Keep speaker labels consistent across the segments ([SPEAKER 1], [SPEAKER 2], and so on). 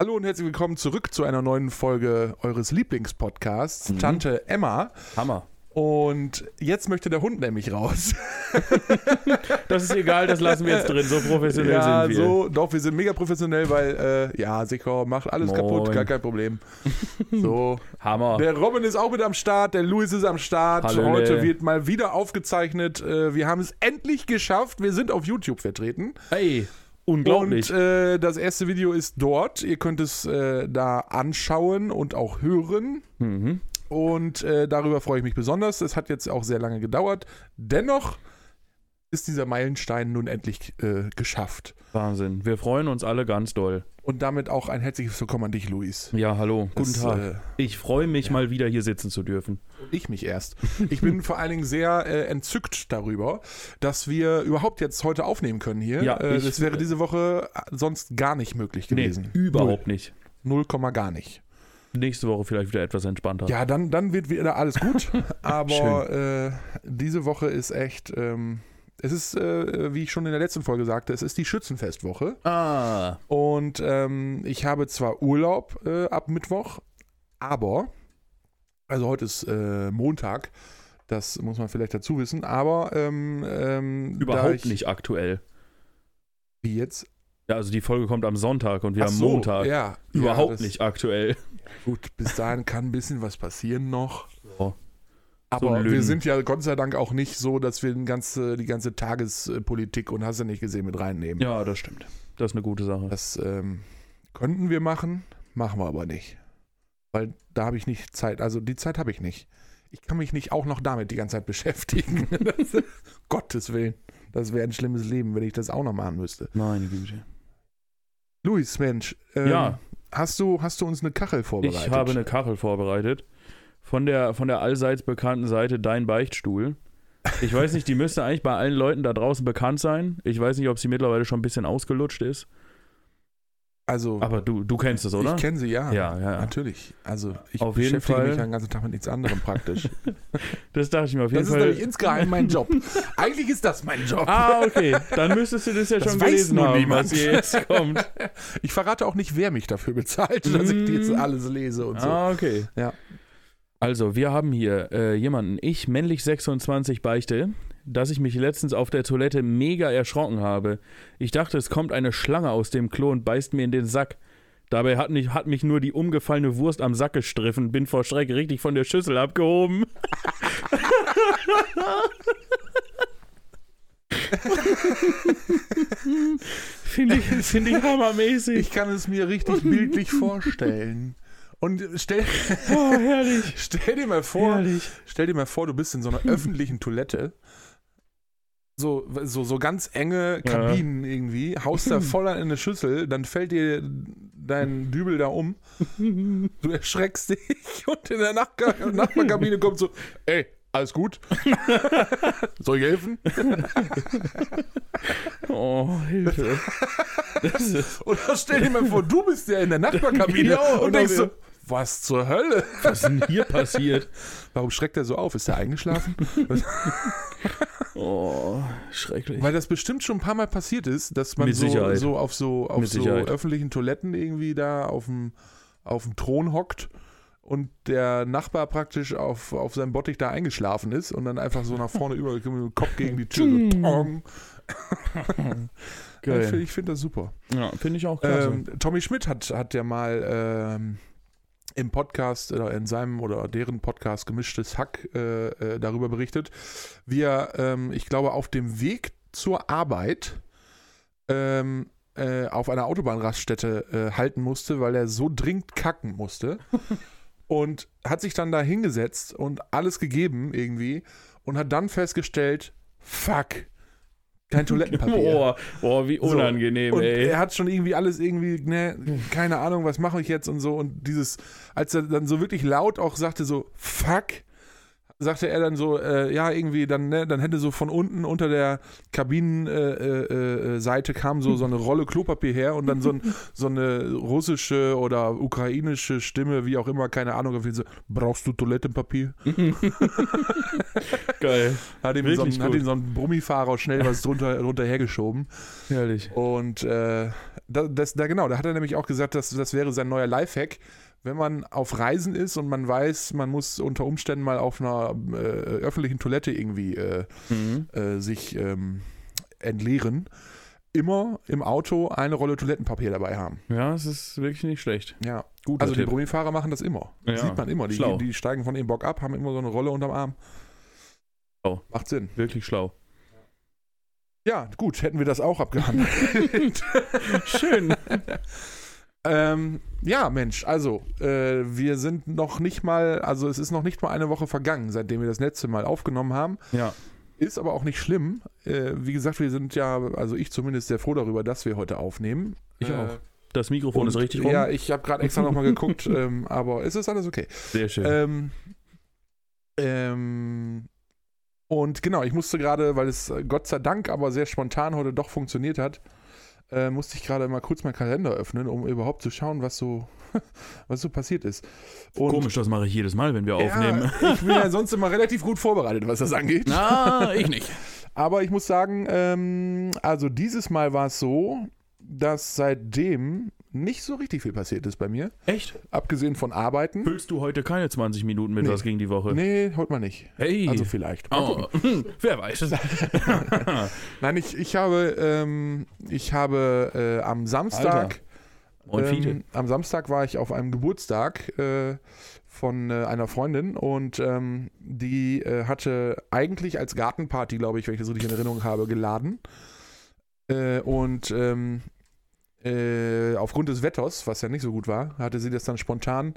[SPEAKER 1] Hallo und herzlich willkommen zurück zu einer neuen Folge eures
[SPEAKER 2] Mhm.
[SPEAKER 1] Lieblingspodcasts, Tante Emma.
[SPEAKER 2] Hammer.
[SPEAKER 1] Und jetzt möchte der Hund nämlich raus.
[SPEAKER 2] Das ist egal, das lassen wir jetzt drin. So professionell
[SPEAKER 1] ja,
[SPEAKER 2] sind wir.
[SPEAKER 1] so, doch, wir sind mega professionell, weil, äh, ja, Sikor macht alles kaputt,
[SPEAKER 2] Moin.
[SPEAKER 1] gar kein Problem. So,
[SPEAKER 2] Hammer.
[SPEAKER 1] Der Robin ist auch mit am Start, der Luis ist am Start.
[SPEAKER 2] Hallöle.
[SPEAKER 1] Heute wird mal wieder aufgezeichnet. Äh, Wir haben es endlich geschafft. Wir sind auf YouTube vertreten.
[SPEAKER 2] Ey, unglaublich.
[SPEAKER 1] Und äh, das erste Video ist dort. Ihr könnt es äh, da anschauen und auch hören.
[SPEAKER 2] Mhm.
[SPEAKER 1] Und äh, darüber freue ich mich besonders. Es hat jetzt auch sehr lange gedauert. Dennoch ist dieser Meilenstein nun endlich äh, geschafft.
[SPEAKER 2] Wahnsinn. Wir freuen uns alle ganz doll.
[SPEAKER 1] Und damit auch ein herzliches Willkommen an dich, Luis.
[SPEAKER 2] Ja, hallo. Guten
[SPEAKER 1] Das,
[SPEAKER 2] Tag.
[SPEAKER 1] äh,
[SPEAKER 2] ich freue mich, mal wieder hier sitzen zu dürfen.
[SPEAKER 1] Ich mich erst. Ich bin vor allen Dingen sehr äh, entzückt darüber, dass wir überhaupt jetzt heute aufnehmen können hier.
[SPEAKER 2] Ja,
[SPEAKER 1] äh,
[SPEAKER 2] ich-
[SPEAKER 1] das wäre diese Woche äh, sonst gar nicht möglich
[SPEAKER 2] Nee,
[SPEAKER 1] gewesen.
[SPEAKER 2] überhaupt nicht.
[SPEAKER 1] Null Komma gar nicht.
[SPEAKER 2] Nächste Woche vielleicht wieder etwas entspannter.
[SPEAKER 1] Ja, dann, dann wird wieder alles gut. Aber äh, diese Woche ist echt. Ähm, es ist, äh, wie ich schon in der letzten Folge sagte, es ist die Schützenfestwoche.
[SPEAKER 2] Ah,
[SPEAKER 1] Und ähm, ich habe zwar Urlaub äh, ab Mittwoch, aber, also heute ist äh, Montag, das muss man vielleicht dazu wissen, aber ähm, ähm, da
[SPEAKER 2] überhaupt
[SPEAKER 1] ich-
[SPEAKER 2] nicht aktuell.
[SPEAKER 1] Wie jetzt?
[SPEAKER 2] Ja, also die Folge kommt am Sonntag und wir
[SPEAKER 1] Ach
[SPEAKER 2] haben
[SPEAKER 1] so,
[SPEAKER 2] Montag.
[SPEAKER 1] Ja,
[SPEAKER 2] Überhaupt
[SPEAKER 1] ja, das-
[SPEAKER 2] nicht aktuell.
[SPEAKER 1] Gut, bis dahin kann ein bisschen was passieren noch.
[SPEAKER 2] So. So
[SPEAKER 1] Aber
[SPEAKER 2] ein
[SPEAKER 1] wir
[SPEAKER 2] Lügen.
[SPEAKER 1] sind ja Gott sei Dank auch nicht so, dass wir den ganze, die ganze Tagespolitik und hast du nicht gesehen mit reinnehmen.
[SPEAKER 2] Ja, das stimmt. Das ist eine gute Sache.
[SPEAKER 1] Das ähm, könnten wir machen, machen wir aber nicht. Weil da habe ich nicht Zeit. Also die Zeit habe ich nicht. Ich kann mich nicht auch noch damit die ganze Zeit beschäftigen. Das, Gottes Willen. Das wäre ein schlimmes Leben, wenn ich das auch noch machen müsste.
[SPEAKER 2] Meine Güte.
[SPEAKER 1] Luis, Mensch, ähm,
[SPEAKER 2] Ja.
[SPEAKER 1] hast, du, hast du uns eine Kachel vorbereitet?
[SPEAKER 2] Ich habe eine Kachel vorbereitet. Von der, von der allseits bekannten Seite Dein Beichtstuhl. Ich weiß nicht, die müsste eigentlich bei allen Leuten da draußen bekannt sein. Ich weiß nicht, ob sie mittlerweile schon ein bisschen ausgelutscht ist.
[SPEAKER 1] also,
[SPEAKER 2] Aber du, du kennst es, oder?
[SPEAKER 1] ich kenne sie, ja.
[SPEAKER 2] ja, ja. ja.
[SPEAKER 1] Natürlich. Also ich
[SPEAKER 2] Auf jeden
[SPEAKER 1] beschäftige
[SPEAKER 2] Fall.
[SPEAKER 1] mich den ganzen Tag mit nichts anderem praktisch.
[SPEAKER 2] Das dachte ich mir auf jeden
[SPEAKER 1] das ist nämlich
[SPEAKER 2] Fall.
[SPEAKER 1] insgeheim mein Job. Eigentlich ist das mein Job.
[SPEAKER 2] Ah, okay. Dann müsstest du das ja
[SPEAKER 1] Das
[SPEAKER 2] schon
[SPEAKER 1] weiß
[SPEAKER 2] gelesen
[SPEAKER 1] nun
[SPEAKER 2] haben,
[SPEAKER 1] niemand.
[SPEAKER 2] was hier jetzt kommt.
[SPEAKER 1] Ich verrate auch nicht, wer mich dafür bezahlt, dass ich
[SPEAKER 2] Mm.
[SPEAKER 1] jetzt alles lese und so.
[SPEAKER 2] Ah, okay.
[SPEAKER 1] Ja.
[SPEAKER 2] Also, wir haben hier äh, jemanden. Ich, männlich 26, beichte, dass ich mich letztens auf der Toilette mega erschrocken habe. Ich dachte, es kommt eine Schlange aus dem Klo und beißt mir in den Sack. Dabei hat mich, hat mich nur die umgefallene Wurst am Sack gestriffen, bin vor Schreck richtig von der Schüssel abgehoben. Finde ich, find ich hammermäßig.
[SPEAKER 1] Ich kann es mir richtig bildlich vorstellen. Und stell,
[SPEAKER 2] Oh, herrlich.
[SPEAKER 1] stell dir mal vor,
[SPEAKER 2] Herrlich.
[SPEAKER 1] stell dir mal vor, du bist in so einer öffentlichen Toilette. So, so, so ganz enge
[SPEAKER 2] Ja.
[SPEAKER 1] Kabinen irgendwie, haust da voll an in eine Schüssel, dann fällt dir dein Dübel da um,
[SPEAKER 2] Mhm.
[SPEAKER 1] du erschreckst dich und in der Nachbar Nachbarkabine kommt so, ey, alles gut? Soll ich helfen?
[SPEAKER 2] Oh, Hilfe. Das ist,
[SPEAKER 1] Oder stell dir mal vor, du bist ja in der Nachbarkabine
[SPEAKER 2] Ja,
[SPEAKER 1] und
[SPEAKER 2] oder
[SPEAKER 1] denkst Genau, so,
[SPEAKER 2] wir-
[SPEAKER 1] was zur Hölle?
[SPEAKER 2] was ist denn hier passiert?
[SPEAKER 1] Warum schreckt er so auf? Ist er eingeschlafen?
[SPEAKER 2] Oh, schrecklich.
[SPEAKER 1] Weil das bestimmt schon ein paar Mal passiert ist, dass man
[SPEAKER 2] Mit
[SPEAKER 1] so,
[SPEAKER 2] Sicherheit.
[SPEAKER 1] so auf so, auf
[SPEAKER 2] Mit
[SPEAKER 1] so
[SPEAKER 2] Sicherheit.
[SPEAKER 1] öffentlichen Toiletten irgendwie da auf dem, auf dem Thron hockt und der Nachbar praktisch auf, auf seinem Bottich da eingeschlafen ist und dann einfach so nach vorne über mit dem Kopf gegen die Tür. So, pong. ich finde
[SPEAKER 2] Geil.
[SPEAKER 1] ich find das super.
[SPEAKER 2] Ja, finde ich auch klasse.
[SPEAKER 1] Ähm, Tommy Schmidt hat, hat ja mal ähm, im Podcast oder in seinem oder deren Podcast gemischtes Hack äh, äh, darüber berichtet, wie er, ähm, ich glaube, auf dem Weg zur Arbeit ähm, äh, auf einer Autobahnraststätte äh, halten musste, weil er so dringend kacken musste. und hat sich dann da hingesetzt und alles gegeben irgendwie und hat dann festgestellt, fuck, kein Toilettenpapier.
[SPEAKER 2] oh, oh, wie
[SPEAKER 1] So.
[SPEAKER 2] unangenehm,
[SPEAKER 1] Und
[SPEAKER 2] ey.
[SPEAKER 1] er hat schon irgendwie alles irgendwie, ne, keine Ahnung, was mache ich jetzt und so. Und dieses, als er dann so wirklich laut auch sagte, so, fuck, sagte er dann so, äh, ja, irgendwie, dann, ne, dann hätte so von unten unter der Kabinenseite äh, äh, Seite kam so, so eine Rolle Klopapier her und dann so, ein, so eine russische oder ukrainische Stimme, wie auch immer, keine Ahnung, auf jeden Fall so, brauchst du Toilettenpapier?
[SPEAKER 2] Geil.
[SPEAKER 1] Hat ihm,
[SPEAKER 2] Wirklich
[SPEAKER 1] so ein, hat
[SPEAKER 2] gut.
[SPEAKER 1] ihm so ein Brummifahrer schnell was drunter, drunter hergeschoben.
[SPEAKER 2] Herrlich.
[SPEAKER 1] Und äh, da, das, da genau, da hat er nämlich auch gesagt, dass das wäre sein neuer Lifehack. Wenn man auf Reisen ist und man weiß, man muss unter Umständen mal auf einer äh, öffentlichen Toilette irgendwie äh,
[SPEAKER 2] Mhm.
[SPEAKER 1] äh, sich ähm, entleeren, immer im Auto eine Rolle Toilettenpapier dabei haben.
[SPEAKER 2] Ja, es ist wirklich nicht schlecht.
[SPEAKER 1] Ja,
[SPEAKER 2] Guter
[SPEAKER 1] also die
[SPEAKER 2] Tipp.
[SPEAKER 1] Brummifahrer machen das immer. Das
[SPEAKER 2] Ja,
[SPEAKER 1] sieht man immer. Die,
[SPEAKER 2] schlau.
[SPEAKER 1] die steigen von dem Bock ab, haben immer so eine Rolle unterm Arm.
[SPEAKER 2] Schlau.
[SPEAKER 1] Macht Sinn.
[SPEAKER 2] Wirklich schlau.
[SPEAKER 1] Ja, gut, hätten wir das auch abgehandelt.
[SPEAKER 2] Schön.
[SPEAKER 1] ähm, ja, Mensch, also äh, wir sind noch nicht mal, also es ist noch nicht mal eine Woche vergangen, seitdem wir das letzte Mal aufgenommen haben.
[SPEAKER 2] Ja,
[SPEAKER 1] Ist aber auch nicht schlimm. Äh, wie gesagt, wir sind ja, also ich zumindest sehr froh darüber, dass wir heute aufnehmen.
[SPEAKER 2] Ich
[SPEAKER 1] äh,
[SPEAKER 2] auch. das Mikrofon ist
[SPEAKER 1] und-
[SPEAKER 2] richtig rum.
[SPEAKER 1] Ja, ich habe gerade extra nochmal geguckt, ähm, aber es ist alles okay.
[SPEAKER 2] Sehr schön.
[SPEAKER 1] Ähm, ähm, und genau, ich musste gerade, weil es äh, Gott sei Dank aber sehr spontan heute doch funktioniert hat, äh, musste ich gerade mal kurz meinen Kalender öffnen, um überhaupt zu schauen, was so, was so passiert ist. Und-
[SPEAKER 2] Komisch, das mache ich jedes Mal, wenn wir aufnehmen.
[SPEAKER 1] Ja, ich bin ja sonst immer relativ gut vorbereitet, was das angeht.
[SPEAKER 2] Na, ich nicht.
[SPEAKER 1] Aber ich muss sagen, ähm, also dieses Mal war es so, dass seitdem nicht so richtig viel passiert ist bei mir.
[SPEAKER 2] Echt?
[SPEAKER 1] Abgesehen von Arbeiten.
[SPEAKER 2] Füllst du heute keine 20 Minuten mit
[SPEAKER 1] Nee.
[SPEAKER 2] was gegen die Woche?
[SPEAKER 1] Nee, heute mal nicht.
[SPEAKER 2] Hey.
[SPEAKER 1] Also vielleicht. Mal gucken.
[SPEAKER 2] oh. Wer weiß es.
[SPEAKER 1] Nein, ich, ich habe, ähm, ich habe äh, am Samstag.
[SPEAKER 2] Und viele.
[SPEAKER 1] ähm, am Samstag war ich auf einem Geburtstag äh, von äh, einer Freundin und ähm, die äh, hatte eigentlich als Gartenparty, glaube ich, wenn ich das richtig in Erinnerung habe, geladen. Äh, und ähm, äh, aufgrund des Wetters, was ja nicht so gut war, hatte sie das dann spontan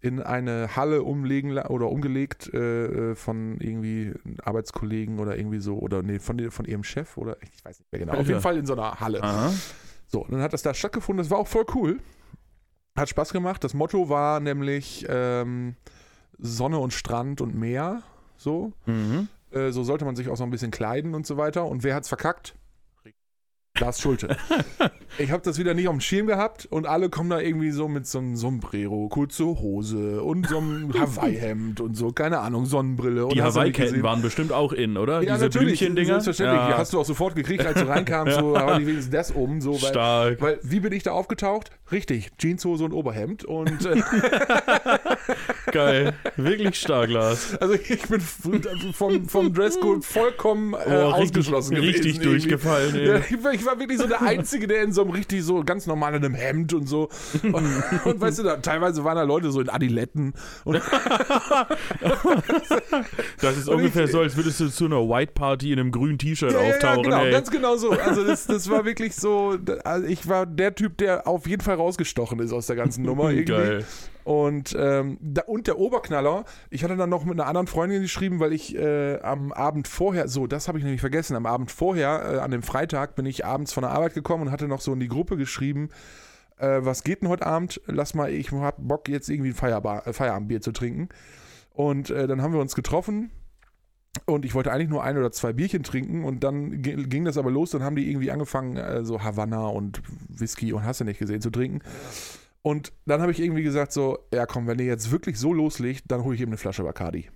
[SPEAKER 1] in eine Halle umlegen la- oder umgelegt äh, äh, von irgendwie Arbeitskollegen oder irgendwie so oder nee, von, von ihrem Chef oder ich weiß nicht mehr genau. Auf
[SPEAKER 2] Alter. Ah.
[SPEAKER 1] jeden Fall in so einer Halle.
[SPEAKER 2] Aha.
[SPEAKER 1] So, dann hat das da stattgefunden. Das war auch voll cool. Hat Spaß gemacht. Das Motto war nämlich ähm, Sonne und Strand und Meer. So.
[SPEAKER 2] Mhm.
[SPEAKER 1] Äh, so sollte man sich auch so ein bisschen kleiden und so weiter. Und wer hat's verkackt? Lars Schulte. ich habe das wieder nicht auf dem Schirm gehabt und alle kommen da irgendwie so mit so einem Sombrero, kurze Hose und so einem Hawaii-Hemd und so, keine Ahnung, Sonnenbrille. und
[SPEAKER 2] Die
[SPEAKER 1] hast du nicht
[SPEAKER 2] Hawaii-Ketten
[SPEAKER 1] gesehen.
[SPEAKER 2] waren bestimmt auch in, oder?
[SPEAKER 1] Ja,
[SPEAKER 2] Diese
[SPEAKER 1] natürlich,
[SPEAKER 2] Blümchen-Dinger.
[SPEAKER 1] selbstverständlich. Die hast du auch sofort gekriegt, als du reinkamst. So, aber die wenigstens das oben. So, weil,
[SPEAKER 2] Stark.
[SPEAKER 1] weil, wie bin ich da aufgetaucht? Richtig, Jeanshose und Oberhemd. Und äh,
[SPEAKER 2] Geil. Wirklich stark, Lars.
[SPEAKER 1] also ich bin vom, vom Dresscode vollkommen äh, ausgeschlossen
[SPEAKER 2] Oh, richtig,
[SPEAKER 1] gewesen.
[SPEAKER 2] Richtig
[SPEAKER 1] irgendwie.
[SPEAKER 2] durchgefallen.
[SPEAKER 1] Ja,
[SPEAKER 2] Ey.
[SPEAKER 1] ich, war, ich war wirklich so der Einzige, der in so einem richtig so ganz normalen einem Hemd und so. Und, und weißt du, da, teilweise waren da Leute so in Adiletten. Und
[SPEAKER 2] Das ist
[SPEAKER 1] Und
[SPEAKER 2] ungefähr
[SPEAKER 1] ich-
[SPEAKER 2] so, als würdest du zu einer White-Party in einem grünen T-Shirt
[SPEAKER 1] Ja, ja, ja,
[SPEAKER 2] auftauchen.
[SPEAKER 1] genau,
[SPEAKER 2] ey.
[SPEAKER 1] ganz genau so. Also das, das war wirklich so, da- also ich war der Typ, der auf jeden Fall rausgestochen ist aus der ganzen Nummer irgendwie.
[SPEAKER 2] Geil.
[SPEAKER 1] Und, ähm, da, und der Oberknaller, ich hatte dann noch mit einer anderen Freundin geschrieben, weil ich äh, am Abend vorher, so, das habe ich nämlich vergessen, am Abend vorher, äh, an dem Freitag, bin ich abends von der Arbeit gekommen und hatte noch so in die Gruppe geschrieben, äh, was geht denn heute Abend? Lass mal, ich hab Bock, jetzt irgendwie ein Feierbar, äh, Feierabendbier zu trinken. Und äh, dann haben wir uns getroffen und ich wollte eigentlich nur ein oder zwei Bierchen trinken und dann ge- ging das aber los. Dann haben die irgendwie angefangen, äh, so Havanna und Whisky und hast du nicht gesehen zu trinken. Und dann habe ich irgendwie gesagt so, ja komm, wenn ihr jetzt wirklich so loslegt, dann hole ich eben eine Flasche Bacardi.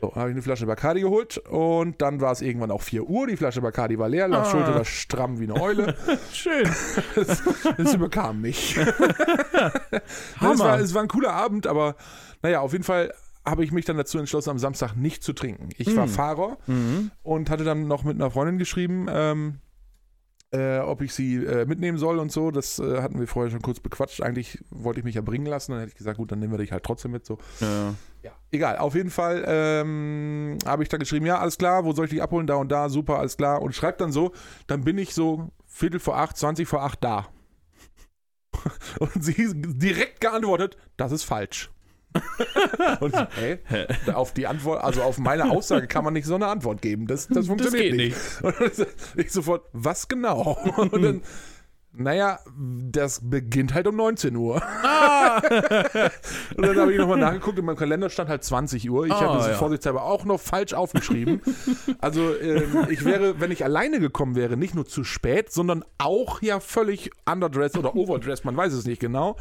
[SPEAKER 1] So, habe ich eine Flasche Bacardi geholt und dann war es irgendwann auch 4 Uhr. Die Flasche Bacardi war leer, Lars
[SPEAKER 2] Ah.
[SPEAKER 1] Schulte war stramm wie eine Eule.
[SPEAKER 2] Schön.
[SPEAKER 1] Das, das überkam mich.
[SPEAKER 2] Hammer.
[SPEAKER 1] Es war, es war ein cooler Abend, aber naja, auf jeden Fall habe ich mich dann dazu entschlossen, am Samstag nicht zu trinken. Ich war
[SPEAKER 2] Hm.
[SPEAKER 1] Fahrer
[SPEAKER 2] Mhm.
[SPEAKER 1] und hatte dann noch mit einer Freundin geschrieben, ähm, äh, ob ich sie äh, mitnehmen soll und so. Das äh, hatten wir vorher schon kurz bequatscht. Eigentlich wollte ich mich ja bringen lassen. Dann hätte ich gesagt, gut, dann nehmen wir dich halt trotzdem mit. So.
[SPEAKER 2] Ja.
[SPEAKER 1] Ja. Egal, auf jeden Fall ähm, habe ich da geschrieben, ja, alles klar, wo soll ich dich abholen? Da und da, super, alles klar. Und schreibt dann so, dann bin ich so Viertel vor acht, 20 vor acht da. Und sie direkt geantwortet, das ist falsch. Und ich, hä? auf die Antwort, also auf meine Aussage kann man nicht so eine Antwort geben. Das, das funktioniert
[SPEAKER 2] geht
[SPEAKER 1] nicht. Und ich sofort, was genau? Und dann, naja, das beginnt halt um 19 Uhr. Ah! und dann habe ich nochmal nachgeguckt, in meinem Kalender stand halt 20 Uhr. Ich
[SPEAKER 2] Ah,
[SPEAKER 1] habe das
[SPEAKER 2] ja.
[SPEAKER 1] vorsichtshalber auch noch falsch aufgeschrieben. also ähm, ich wäre, wenn ich alleine gekommen wäre, nicht nur zu spät, sondern auch ja völlig underdressed oder overdressed, man weiß es nicht genau.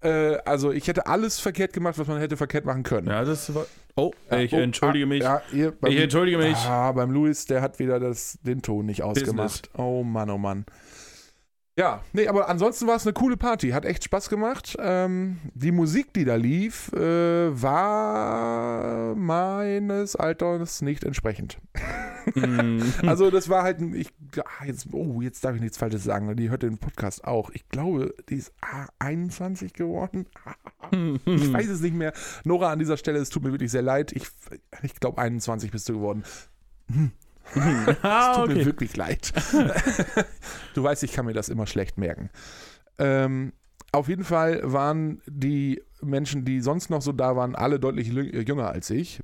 [SPEAKER 1] Äh, also ich hätte alles verkehrt gemacht, was man hätte verkehrt machen können.
[SPEAKER 2] ja, das war. Oh, ich
[SPEAKER 1] Oh,
[SPEAKER 2] entschuldige
[SPEAKER 1] ah,
[SPEAKER 2] mich.
[SPEAKER 1] Ja, hier, beim,
[SPEAKER 2] Ich entschuldige mich.
[SPEAKER 1] Ah, beim Luis, der hat wieder das, den Ton nicht ausgemacht. Oh Mann, oh Mann. Ja, nee, aber ansonsten war es eine coole Party, hat echt Spaß gemacht. Ähm, die Musik, die da lief, äh, war meines Alters nicht entsprechend.
[SPEAKER 2] Mhm. Hm.
[SPEAKER 1] also das war halt, ein- ich, ah, jetzt, oh, jetzt darf ich nichts Falsches sagen, die hört den Podcast auch. Ich glaube, die ist ah, 21 geworden. Ah,
[SPEAKER 2] Hm.
[SPEAKER 1] Ich weiß es nicht mehr. Nora, an dieser Stelle, es tut mir wirklich sehr leid. Ich, ich glaube, 21 bist du geworden. Es
[SPEAKER 2] ah,
[SPEAKER 1] tut mir
[SPEAKER 2] okay.
[SPEAKER 1] wirklich leid. du weißt, ich kann mir das immer schlecht merken. Ähm, auf jeden Fall waren die Menschen, die sonst noch so da waren, alle deutlich lü- äh, jünger als ich.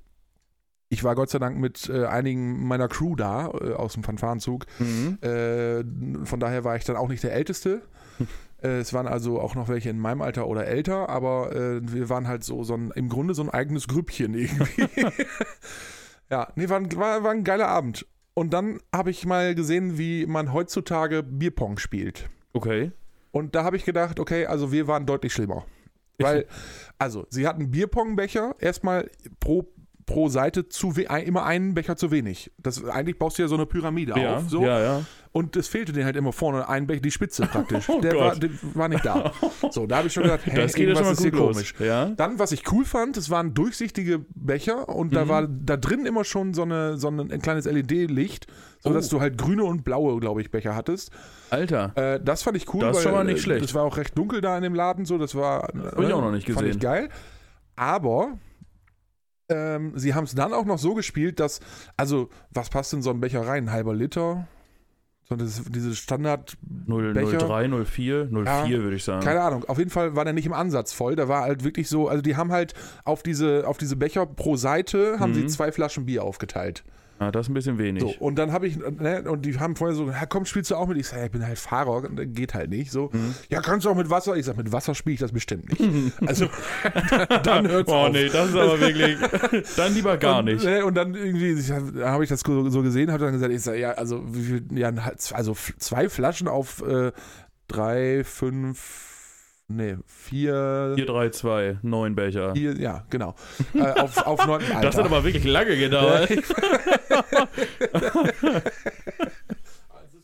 [SPEAKER 1] Ich war Gott sei Dank mit äh, einigen meiner Crew da äh, aus dem Fanfarenzug.
[SPEAKER 2] Mhm.
[SPEAKER 1] Äh, von daher war ich dann auch nicht der Älteste. Äh, Es waren also auch noch welche in meinem Alter oder älter, aber äh, wir waren halt so, so ein, im Grunde so ein eigenes Grüppchen irgendwie. ja, nee, war, ein- war, war ein geiler Abend. Und dann habe ich mal gesehen, wie man heutzutage Bierpong spielt.
[SPEAKER 2] Okay.
[SPEAKER 1] Und da habe ich gedacht, okay, also wir waren deutlich schlimmer. Weil, also, sie hatten Bierpongbecher, erstmal pro, pro Seite zu we- ein, immer einen Becher zu wenig. Das, eigentlich baust du ja so eine Pyramide
[SPEAKER 2] Ja,
[SPEAKER 1] auf. So.
[SPEAKER 2] ja, ja.
[SPEAKER 1] Und es fehlte denen halt immer vorne ein Becher, die Spitze praktisch.
[SPEAKER 2] Oh
[SPEAKER 1] der,
[SPEAKER 2] Gott.
[SPEAKER 1] war, der war nicht da. So, da habe ich schon gedacht, hey,
[SPEAKER 2] Das geht ja schon mal
[SPEAKER 1] irgendwas ist
[SPEAKER 2] gut
[SPEAKER 1] hier
[SPEAKER 2] los.
[SPEAKER 1] komisch.
[SPEAKER 2] Ja.
[SPEAKER 1] Dann, was ich cool fand, es waren durchsichtige Becher und
[SPEAKER 2] Mhm.
[SPEAKER 1] da war da drin immer schon so, eine, so ein, ein kleines E LED-Licht, sodass
[SPEAKER 2] Oh.
[SPEAKER 1] du halt grüne und blaue, glaube ich, Becher hattest.
[SPEAKER 2] Alter.
[SPEAKER 1] Äh, das fand ich cool.
[SPEAKER 2] Das ist schon mal nicht
[SPEAKER 1] äh,
[SPEAKER 2] schlecht.
[SPEAKER 1] Das war auch recht dunkel da in dem Laden, so. Das war. ne,
[SPEAKER 2] Hab ich auch noch nicht
[SPEAKER 1] Fand
[SPEAKER 2] gesehen.
[SPEAKER 1] ich geil. Aber ähm, sie haben es dann auch noch so gespielt, dass. Also, was passt in so einen Becher rein? Ein halber Liter? So das, diese Standard.
[SPEAKER 2] 0,
[SPEAKER 1] Becher.
[SPEAKER 2] 03, 04, 04
[SPEAKER 1] Ja.
[SPEAKER 2] würde ich sagen.
[SPEAKER 1] Keine Ahnung. Auf jeden Fall war der nicht im Ansatz voll. Da war halt wirklich so. Also, die haben halt auf diese, auf diese Becher pro Seite haben
[SPEAKER 2] Mhm.
[SPEAKER 1] sie zwei Flaschen Bier aufgeteilt.
[SPEAKER 2] Ah, das ist ein bisschen wenig.
[SPEAKER 1] So, und dann habe ich, ne, und die haben vorher so, ja, komm, spielst du auch mit? Ich sage, ja, ich bin halt Fahrer, geht halt nicht. So,
[SPEAKER 2] Mhm.
[SPEAKER 1] ja, kannst du auch mit Wasser? Ich sage, mit Wasser spiele ich das bestimmt nicht. Also, dann hört's
[SPEAKER 2] Oh
[SPEAKER 1] auf.
[SPEAKER 2] nee, das ist aber wirklich. Dann lieber gar
[SPEAKER 1] und,
[SPEAKER 2] nicht.
[SPEAKER 1] Ne, und dann irgendwie ich hab- da habe ich das so so gesehen, habe dann gesagt, ich sag, ja, also, wie viel, ja, also f- zwei Flaschen auf äh, drei, fünf, nee, vier,
[SPEAKER 2] 4, 3, 2, 9 Becher.
[SPEAKER 1] vier, ja, genau. äh, auf, auf neun Alter.
[SPEAKER 2] Das hat aber wirklich lange gedauert.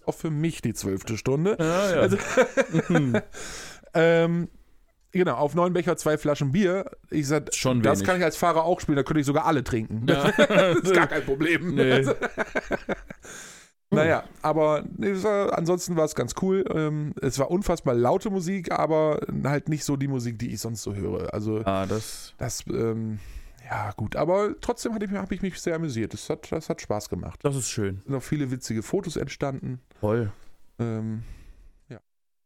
[SPEAKER 1] auch für mich die zwölfte Stunde.
[SPEAKER 2] Ja, ja. Mhm,
[SPEAKER 1] Also- Ähm, genau, auf neun Becher zwei Flaschen Bier. Ich sag,
[SPEAKER 2] Schon
[SPEAKER 1] das
[SPEAKER 2] wenig.
[SPEAKER 1] kann ich als Fahrer auch spielen, da könnte ich sogar alle trinken. das ist gar kein Problem. Also,
[SPEAKER 2] nee.
[SPEAKER 1] Naja, aber nee, es war, ansonsten war es ganz cool. Ähm, es war unfassbar laute Musik, aber halt nicht so die Musik, die ich sonst so höre. Also
[SPEAKER 2] Ah, das.
[SPEAKER 1] das, ähm, ja gut, aber trotzdem hatte ich, habe ich mich sehr amüsiert. Das hat, das hat Spaß gemacht.
[SPEAKER 2] Das ist schön.
[SPEAKER 1] Es sind auch viele witzige Fotos entstanden.
[SPEAKER 2] Toll.
[SPEAKER 1] Ähm, ja.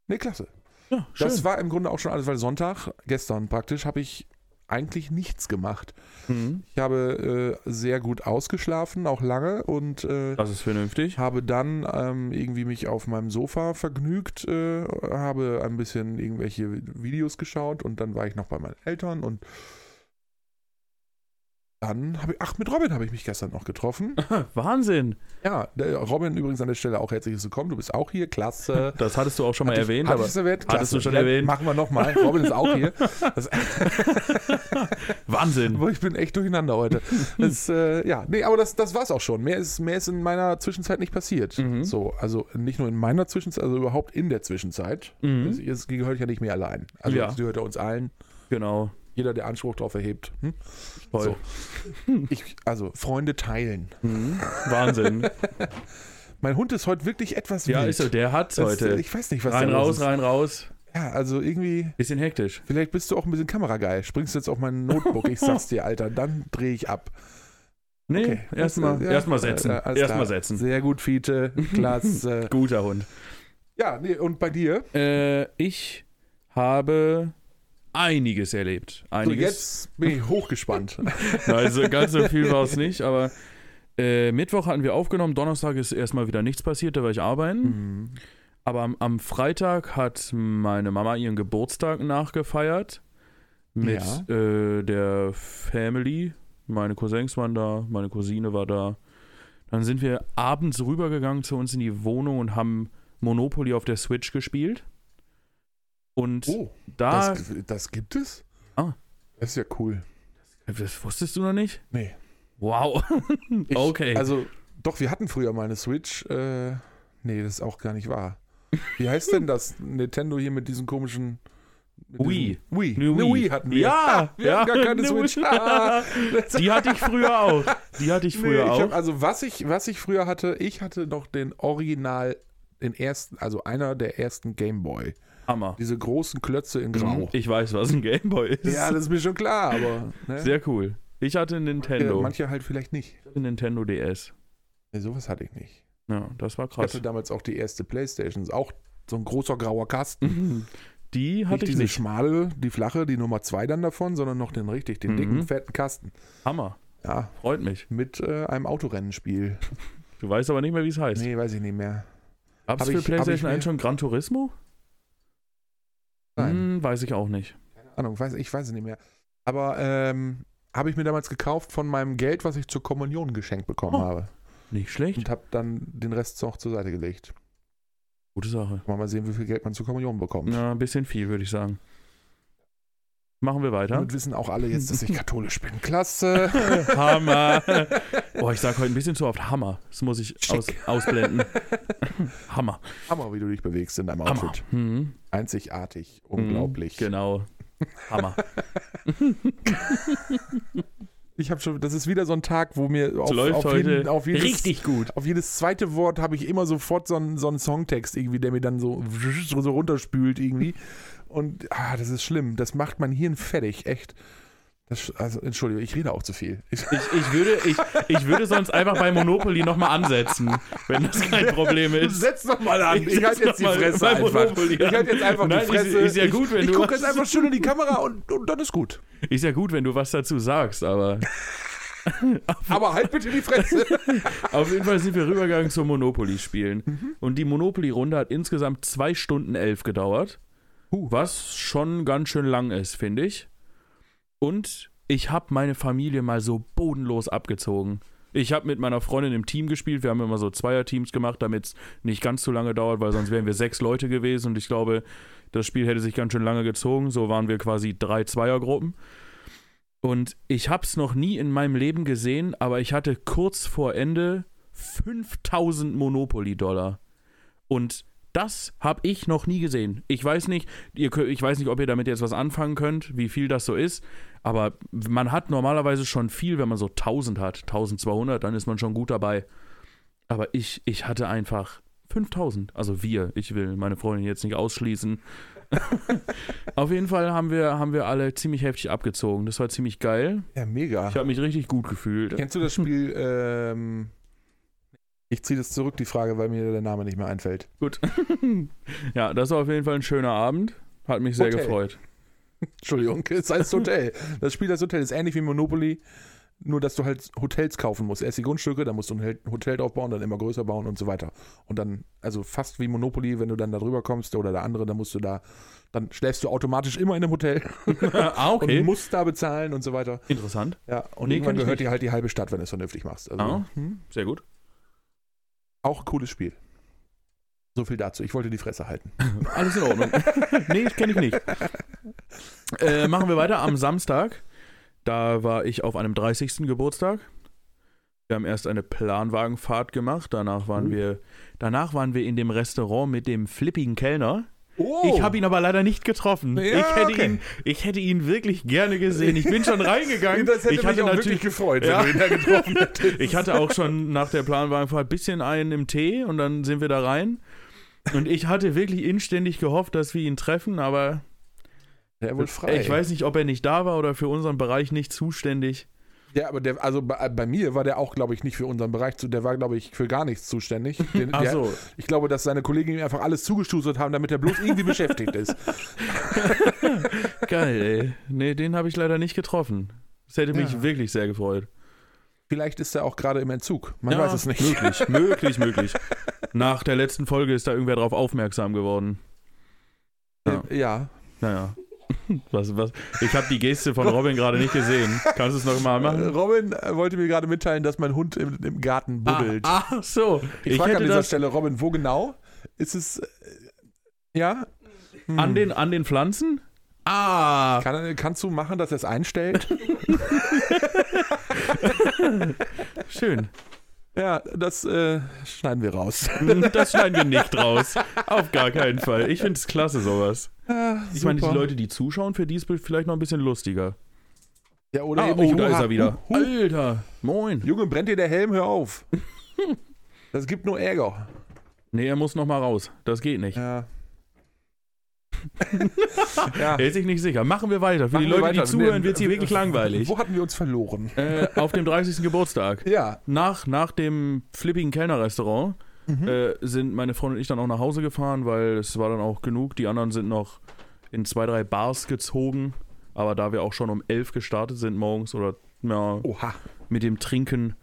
[SPEAKER 1] Nee, klasse.
[SPEAKER 2] Ja, schön.
[SPEAKER 1] Das war im Grunde auch schon alles, weil Sonntag, gestern praktisch, habe ich eigentlich nichts gemacht.
[SPEAKER 2] Mhm.
[SPEAKER 1] Ich habe äh, sehr gut ausgeschlafen, auch lange, und äh,
[SPEAKER 2] Das ist vernünftig.
[SPEAKER 1] habe dann ähm, irgendwie mich auf meinem Sofa vergnügt, äh, habe ein bisschen irgendwelche Videos geschaut und dann war ich noch bei meinen Eltern und dann habe ich, ach, mit Robin habe ich mich gestern noch getroffen.
[SPEAKER 2] Wahnsinn.
[SPEAKER 1] Ja, der Robin übrigens an der Stelle auch herzlich willkommen, du bist auch hier, klasse.
[SPEAKER 2] Das hattest du auch schon mal
[SPEAKER 1] Hattest-
[SPEAKER 2] erwähnt, aber
[SPEAKER 1] hattest du erwähnt?
[SPEAKER 2] Hattest du
[SPEAKER 1] Klasse.
[SPEAKER 2] schon
[SPEAKER 1] Ja,
[SPEAKER 2] erwähnt.
[SPEAKER 1] Machen wir nochmal. Robin ist auch hier.
[SPEAKER 2] Wahnsinn.
[SPEAKER 1] Aber ich bin echt durcheinander heute. Das, äh, ja, nee, aber das, das war's auch schon. Mehr ist, mehr ist in meiner Zwischenzeit nicht passiert.
[SPEAKER 2] Mhm.
[SPEAKER 1] So, also nicht nur in meiner Zwischenzeit, also überhaupt in der Zwischenzeit.
[SPEAKER 2] Mhm.
[SPEAKER 1] Es, es gehört ja nicht mehr allein. Also
[SPEAKER 2] Ja.
[SPEAKER 1] es gehört ja uns allen.
[SPEAKER 2] Genau.
[SPEAKER 1] Jeder, der Anspruch darauf erhebt. Hm?
[SPEAKER 2] Toll.
[SPEAKER 1] So. Ich, also, Freunde teilen.
[SPEAKER 2] Mhm. Wahnsinn.
[SPEAKER 1] Mein Hund ist heute wirklich etwas
[SPEAKER 2] Ja,
[SPEAKER 1] wild.
[SPEAKER 2] ist so, der hat's
[SPEAKER 1] Das-
[SPEAKER 2] heute.
[SPEAKER 1] Ich weiß nicht, was
[SPEAKER 2] Rein
[SPEAKER 1] da los
[SPEAKER 2] raus, rein raus.
[SPEAKER 1] ist. Ja, also irgendwie,
[SPEAKER 2] Bisschen hektisch.
[SPEAKER 1] vielleicht bist du auch ein bisschen kamerageil. Springst jetzt auf mein Notebook. Ich sag's dir, Alter, dann drehe ich ab.
[SPEAKER 2] Nee,
[SPEAKER 1] Okay.
[SPEAKER 2] erstmal
[SPEAKER 1] Ja,
[SPEAKER 2] erstmal setzen.
[SPEAKER 1] äh, alles klar.
[SPEAKER 2] erstmal setzen.
[SPEAKER 1] Sehr gut, Fiete. Klasse.
[SPEAKER 2] Guter Hund.
[SPEAKER 1] ja, nee, und bei dir?
[SPEAKER 2] Äh, ich habe einiges erlebt.
[SPEAKER 1] So,
[SPEAKER 2] Einiges.
[SPEAKER 1] jetzt bin ich hochgespannt.
[SPEAKER 2] Also ganz so viel war es nicht, aber äh, Mittwoch hatten wir aufgenommen, Donnerstag ist erstmal wieder nichts passiert, da war ich arbeiten.
[SPEAKER 1] Mhm.
[SPEAKER 2] Aber am, am Freitag hat meine Mama ihren Geburtstag nachgefeiert mit äh, der Family. Meine Cousins waren da, meine Cousine war da. Dann sind wir abends rübergegangen zu uns in die Wohnung und haben Monopoly auf der Switch gespielt. Und
[SPEAKER 1] Oh,
[SPEAKER 2] da.
[SPEAKER 1] das, das gibt es?
[SPEAKER 2] Ah.
[SPEAKER 1] Das ist ja cool.
[SPEAKER 2] das wusstest du noch nicht?
[SPEAKER 1] Nee.
[SPEAKER 2] Wow.
[SPEAKER 1] Ich-
[SPEAKER 2] okay.
[SPEAKER 1] Also, doch, wir hatten früher mal eine Switch. Äh, nee, das ist auch gar nicht wahr. Wie heißt denn das Nintendo hier mit diesen komischen. mit
[SPEAKER 2] Wii.
[SPEAKER 1] diesen- Wii.
[SPEAKER 2] Eine
[SPEAKER 1] Eine
[SPEAKER 2] Wii.
[SPEAKER 1] Wii hatten wir.
[SPEAKER 2] Ja,
[SPEAKER 1] wir hatten
[SPEAKER 2] ja,
[SPEAKER 1] gar keine
[SPEAKER 2] eine
[SPEAKER 1] Switch.
[SPEAKER 2] Wii.
[SPEAKER 1] Ah.
[SPEAKER 2] Die hatte ich früher auch. Die hatte ich früher
[SPEAKER 1] nee, ich
[SPEAKER 2] auch.
[SPEAKER 1] hab, also was ich, was ich früher hatte, ich hatte noch den Original, den ersten, also einer der ersten Gameboy.
[SPEAKER 2] Hammer. Mhm.
[SPEAKER 1] Diese großen Klötze in Grau.
[SPEAKER 2] Ich weiß, was ein Gameboy ist.
[SPEAKER 1] Genau. Ja, das ist mir schon klar, aber ne?
[SPEAKER 2] Sehr cool. Ich hatte einen
[SPEAKER 1] äh,
[SPEAKER 2] Nintendo.
[SPEAKER 1] manche halt vielleicht nicht.
[SPEAKER 2] Ich hatte einen Nintendo DS.
[SPEAKER 1] Nee, sowas hatte ich nicht.
[SPEAKER 2] Ja, das war
[SPEAKER 1] Ich
[SPEAKER 2] krass.
[SPEAKER 1] hatte damals auch die erste Playstation. Ist Auch so ein großer grauer Kasten.
[SPEAKER 2] Die Mhm, hatte
[SPEAKER 1] nicht
[SPEAKER 2] ich
[SPEAKER 1] diese
[SPEAKER 2] nicht.
[SPEAKER 1] schmale, die flache, die Nummer zwei dann davon, sondern noch den richtig, den
[SPEAKER 2] Mhm.
[SPEAKER 1] dicken, fetten Kasten.
[SPEAKER 2] Hammer.
[SPEAKER 1] Ja,
[SPEAKER 2] Freut mich.
[SPEAKER 1] mit äh, einem Autorennenspiel.
[SPEAKER 2] Du weißt aber nicht mehr, wie es heißt.
[SPEAKER 1] Nee, weiß ich nicht mehr.
[SPEAKER 2] Gab's
[SPEAKER 1] Hab
[SPEAKER 2] für
[SPEAKER 1] ich- hab ich
[SPEAKER 2] PlayStation
[SPEAKER 1] mir-
[SPEAKER 2] 1 schon Gran Turismo?
[SPEAKER 1] Nein.
[SPEAKER 2] Hm, weiß ich auch nicht.
[SPEAKER 1] Keine Ahnung, weiß, ich weiß es nicht mehr. Aber ähm, habe ich mir damals gekauft von meinem Geld, was ich zur Kommunion geschenkt bekommen
[SPEAKER 2] Oh.
[SPEAKER 1] habe.
[SPEAKER 2] Nicht schlecht.
[SPEAKER 1] Und habe dann den Rest noch zur Seite gelegt.
[SPEAKER 2] Gute Sache.
[SPEAKER 1] Mal, mal sehen, wie viel Geld man zur Kommunion bekommt.
[SPEAKER 2] Ja, ein bisschen viel, würde ich sagen. Machen wir weiter.
[SPEAKER 1] Damit wissen auch alle jetzt, dass ich katholisch bin. Klasse!
[SPEAKER 2] Hammer. Boah, ich sage heute ein bisschen zu oft Hammer. Das muss ich aus, ausblenden. Hammer.
[SPEAKER 1] Hammer, wie du dich bewegst in deinem
[SPEAKER 2] Hammer.
[SPEAKER 1] Outfit.
[SPEAKER 2] Mhm.
[SPEAKER 1] Einzigartig, unglaublich.
[SPEAKER 2] Genau. Hammer.
[SPEAKER 1] Ich habe schon, das ist wieder so ein Tag, wo mir auf,
[SPEAKER 2] läuft
[SPEAKER 1] auf,
[SPEAKER 2] heute
[SPEAKER 1] jeden, auf jedes
[SPEAKER 2] Richtig gut.
[SPEAKER 1] Auf jedes zweite Wort habe ich immer sofort so einen, so einen Songtext irgendwie, der mir dann so, so runterspült irgendwie. Und ah, das ist schlimm. Das macht mein Hirn fertig, echt. Das, also, Entschuldigung, ich rede auch zu viel. Ich,
[SPEAKER 2] Ich, ich, würde, ich, ich würde sonst einfach bei Monopoly nochmal ansetzen, wenn das kein Problem ist.
[SPEAKER 1] setz doch mal an. Ich,
[SPEAKER 2] setz
[SPEAKER 1] halte jetzt
[SPEAKER 2] noch
[SPEAKER 1] die
[SPEAKER 2] mal
[SPEAKER 1] Fresse
[SPEAKER 2] bei
[SPEAKER 1] einfach.
[SPEAKER 2] Monopoly
[SPEAKER 1] Ich halte jetzt
[SPEAKER 2] an.
[SPEAKER 1] einfach
[SPEAKER 2] Nein,
[SPEAKER 1] die
[SPEAKER 2] ist-
[SPEAKER 1] Fresse.
[SPEAKER 2] ist ja gut,
[SPEAKER 1] ich,
[SPEAKER 2] wenn
[SPEAKER 1] ich
[SPEAKER 2] du
[SPEAKER 1] gucke
[SPEAKER 2] was-
[SPEAKER 1] jetzt einfach schön in die Kamera und, und dann ist gut.
[SPEAKER 2] Ist ja gut, wenn du was dazu sagst, aber
[SPEAKER 1] Aber halt bitte die Fresse.
[SPEAKER 2] auf jeden Fall sind wir rübergegangen zum Monopoly-Spielen. Und die Monopoly-Runde hat insgesamt 2 Stunden 11 gedauert,
[SPEAKER 1] Huh.
[SPEAKER 2] was schon ganz schön lang ist, finde ich. Und ich habe meine Familie mal so bodenlos abgezogen. Ich habe mit meiner Freundin im Team gespielt. Wir haben immer so Zweierteams gemacht, damit es nicht ganz zu lange dauert, weil sonst wären wir sechs Leute gewesen. Und ich glaube, das Spiel hätte sich ganz schön lange gezogen. So waren wir quasi drei Zweiergruppen. Und ich habe es noch nie in meinem Leben gesehen, aber ich hatte kurz vor Ende 5000 Monopoly-Dollar. Und das habe ich noch nie gesehen. Ich weiß nicht, ihr, kö- ich weiß nicht, ob ihr damit jetzt was anfangen könnt, wie viel das so ist. Aber man hat normalerweise schon viel, wenn man so 1000 hat, 1200, dann ist man schon gut dabei. Aber ich, ich hatte einfach 5000. Also wir, ich will meine Freundin jetzt nicht ausschließen. Auf jeden Fall haben wir, haben wir alle ziemlich heftig abgezogen. Das war ziemlich geil.
[SPEAKER 1] Ja, mega.
[SPEAKER 2] Ich habe mich richtig gut gefühlt.
[SPEAKER 1] Kennst du das Spiel? Ähm, ich ziehe das zurück, die Frage, weil mir der Name nicht mehr einfällt.
[SPEAKER 2] Gut. ja, das war auf jeden Fall ein schöner Abend. Hat mich sehr
[SPEAKER 1] Hotel.
[SPEAKER 2] gefreut.
[SPEAKER 1] Entschuldigung, es heißt Hotel. Das Spiel das Hotel ist ähnlich wie Monopoly, nur dass du halt Hotels kaufen musst. Erst die Grundstücke, dann musst du ein Hel- Hotel drauf bauen, dann immer größer bauen und so weiter. Und dann, also fast wie Monopoly, wenn du dann da drüber kommst oder der andere, dann musst du da, dann schläfst du automatisch immer in einem Hotel
[SPEAKER 2] ah,
[SPEAKER 1] und musst da bezahlen und so weiter.
[SPEAKER 2] Interessant.
[SPEAKER 1] Ja, und
[SPEAKER 2] Nee,
[SPEAKER 1] irgendwann
[SPEAKER 2] kann ich
[SPEAKER 1] gehört
[SPEAKER 2] nicht.
[SPEAKER 1] dir halt die halbe Stadt, wenn du es vernünftig machst. Also,
[SPEAKER 2] Ah.
[SPEAKER 1] hm,
[SPEAKER 2] Sehr gut.
[SPEAKER 1] auch ein cooles Spiel. So viel dazu. Ich wollte die Fresse halten.
[SPEAKER 2] Alles in Ordnung. nee, das kenne ich nicht. Äh, machen wir weiter am Samstag. Da war ich auf einem 30. Geburtstag. Wir haben erst eine Planwagenfahrt gemacht. Danach waren,
[SPEAKER 1] Mhm.
[SPEAKER 2] wir, danach waren wir in dem Restaurant mit dem flippigen Kellner.
[SPEAKER 1] Oh!
[SPEAKER 2] Ich habe ihn aber leider nicht getroffen.
[SPEAKER 1] Ja,
[SPEAKER 2] ich, hätte
[SPEAKER 1] okay.
[SPEAKER 2] ihn, ich hätte ihn wirklich gerne gesehen. Ich bin schon reingegangen. ich hatte natürlich
[SPEAKER 1] gefreut,
[SPEAKER 2] Ja.
[SPEAKER 1] ihn da getroffen hättest.
[SPEAKER 2] ich hatte auch schon nach der Planwagenfahrt ein bisschen einen im Tee und dann sind wir da rein. Und ich hatte wirklich inständig gehofft, dass wir ihn treffen, aber
[SPEAKER 1] Der wurde frei.
[SPEAKER 2] ich weiß nicht, ob er nicht da war oder für unseren Bereich nicht zuständig.
[SPEAKER 1] Ja, aber der, also bei, bei mir war der auch, glaube ich, nicht für unseren Bereich zu. Der war, glaube ich, für gar nichts zuständig. Den,
[SPEAKER 2] Ach
[SPEAKER 1] der,
[SPEAKER 2] so.
[SPEAKER 1] Ich glaube, dass seine Kollegen ihm einfach alles zugestustert haben, damit er bloß irgendwie beschäftigt ist.
[SPEAKER 2] Geil, ey. Nee, den habe ich leider nicht getroffen. Das hätte mich
[SPEAKER 1] Ja.
[SPEAKER 2] wirklich sehr gefreut.
[SPEAKER 1] Vielleicht ist er auch gerade im Entzug. Man weiß es nicht.
[SPEAKER 2] Möglich, möglich, möglich. Nach der letzten Folge ist da irgendwer drauf aufmerksam geworden. Ja.
[SPEAKER 1] Äh, ja.
[SPEAKER 2] Naja. Was, was? Ich habe die Geste von Robin gerade nicht gesehen. Kannst du es nochmal
[SPEAKER 1] Äh,
[SPEAKER 2] machen?
[SPEAKER 1] Robin äh, wollte mir gerade mitteilen, dass mein Hund im, im Garten buddelt.
[SPEAKER 2] Ah, ach so.
[SPEAKER 1] ich frage an dieser Stelle, Robin, wo genau ist es? Äh, ja? Hm.
[SPEAKER 2] An den, an den Pflanzen? Ah!
[SPEAKER 1] Kann, kannst du machen, dass er es einstellt?
[SPEAKER 2] Schön.
[SPEAKER 1] Ja, das äh, schneiden wir raus.
[SPEAKER 2] Das schneiden wir nicht raus. Auf gar keinen Fall. Ich finde es klasse, sowas.
[SPEAKER 1] Ah,
[SPEAKER 2] Ich meine, die
[SPEAKER 1] super.
[SPEAKER 2] Leute, die zuschauen, für die ist vielleicht noch ein bisschen lustiger.
[SPEAKER 1] Ja, oder
[SPEAKER 2] Ah,
[SPEAKER 1] eben
[SPEAKER 2] oh,
[SPEAKER 1] nicht.
[SPEAKER 2] da
[SPEAKER 1] Huha,
[SPEAKER 2] ist er wieder.
[SPEAKER 1] hu, hu.
[SPEAKER 2] Alter, moin.
[SPEAKER 1] Junge, brennt dir der Helm, hör auf. Das gibt nur Ärger.
[SPEAKER 2] Nee, er muss noch mal raus. Das geht nicht.
[SPEAKER 1] Ja. ja.
[SPEAKER 2] Er ist sich nicht sicher. Machen wir weiter. Für
[SPEAKER 1] Machen
[SPEAKER 2] die
[SPEAKER 1] wir
[SPEAKER 2] Leute,
[SPEAKER 1] weiter.
[SPEAKER 2] die zuhören,
[SPEAKER 1] Wir-
[SPEAKER 2] wird hier wirklich langweilig.
[SPEAKER 1] Wo hatten wir uns verloren?
[SPEAKER 2] äh, auf dem 30. Geburtstag.
[SPEAKER 1] Ja.
[SPEAKER 2] Nach, nach dem flippigen Kellnerrestaurant
[SPEAKER 1] Hm?
[SPEAKER 2] äh, sind meine Freundin und ich dann auch nach Hause gefahren, weil es war dann auch genug. Die anderen sind noch in zwei, drei Bars gezogen. Aber da wir auch schon um elf gestartet sind morgens oder ja,
[SPEAKER 1] Oha.
[SPEAKER 2] mit dem Trinken,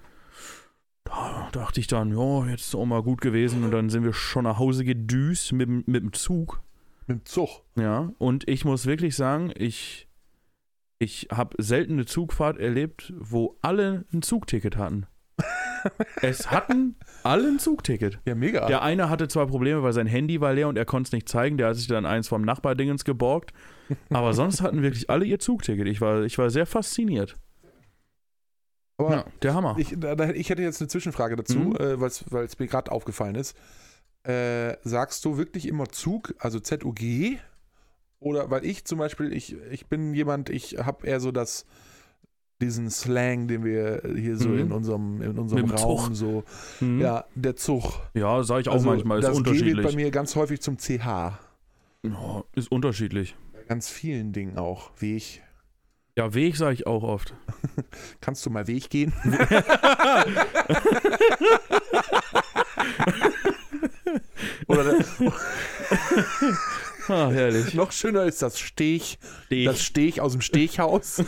[SPEAKER 2] da dachte ich dann, ja, jetzt ist auch mal gut gewesen. Und dann sind wir schon nach Hause gedüst mit, dem- mit dem Zug.
[SPEAKER 1] Mit dem Zug.
[SPEAKER 2] Ja, und ich muss wirklich sagen, ich, ich habe selten eine Zugfahrt erlebt, wo alle ein Zugticket hatten. es hatten alle ein Zugticket.
[SPEAKER 1] Ja, mega.
[SPEAKER 2] Der eine hatte zwar Probleme, weil sein Handy war leer und er konnte es nicht zeigen. Der hat sich dann eins vom Nachbardingens geborgt. Aber sonst hatten wirklich alle ihr Zugticket. Ich war, ich war sehr fasziniert.
[SPEAKER 1] Aber
[SPEAKER 2] Ja, der Hammer.
[SPEAKER 1] ich, da, da- ich hätte jetzt eine Zwischenfrage dazu,
[SPEAKER 2] Mhm.
[SPEAKER 1] äh, weil es mir gerade aufgefallen ist. Äh, sagst du wirklich immer Zug, also ZUG? Oder weil ich zum Beispiel, ich, ich bin jemand, ich habe eher so das diesen Slang, den wir hier so
[SPEAKER 2] Mhm.
[SPEAKER 1] in unserem, in unserem
[SPEAKER 2] Mit dem
[SPEAKER 1] Raum so.
[SPEAKER 2] Mhm.
[SPEAKER 1] Ja, der Zug. Also
[SPEAKER 2] ja sage ich auch manchmal. Ist
[SPEAKER 1] das G wird bei
[SPEAKER 2] unterschiedlich.
[SPEAKER 1] mir ganz häufig zum CH.
[SPEAKER 2] Ja, ist unterschiedlich.
[SPEAKER 1] Bei ganz vielen Dingen auch. Weg.
[SPEAKER 2] Ja, Weg sage ich auch oft.
[SPEAKER 1] Kannst du mal Weg gehen? Oder der-
[SPEAKER 2] Ah, herrlich.
[SPEAKER 1] noch schöner ist das Steg. Das Steg aus dem Steghaus.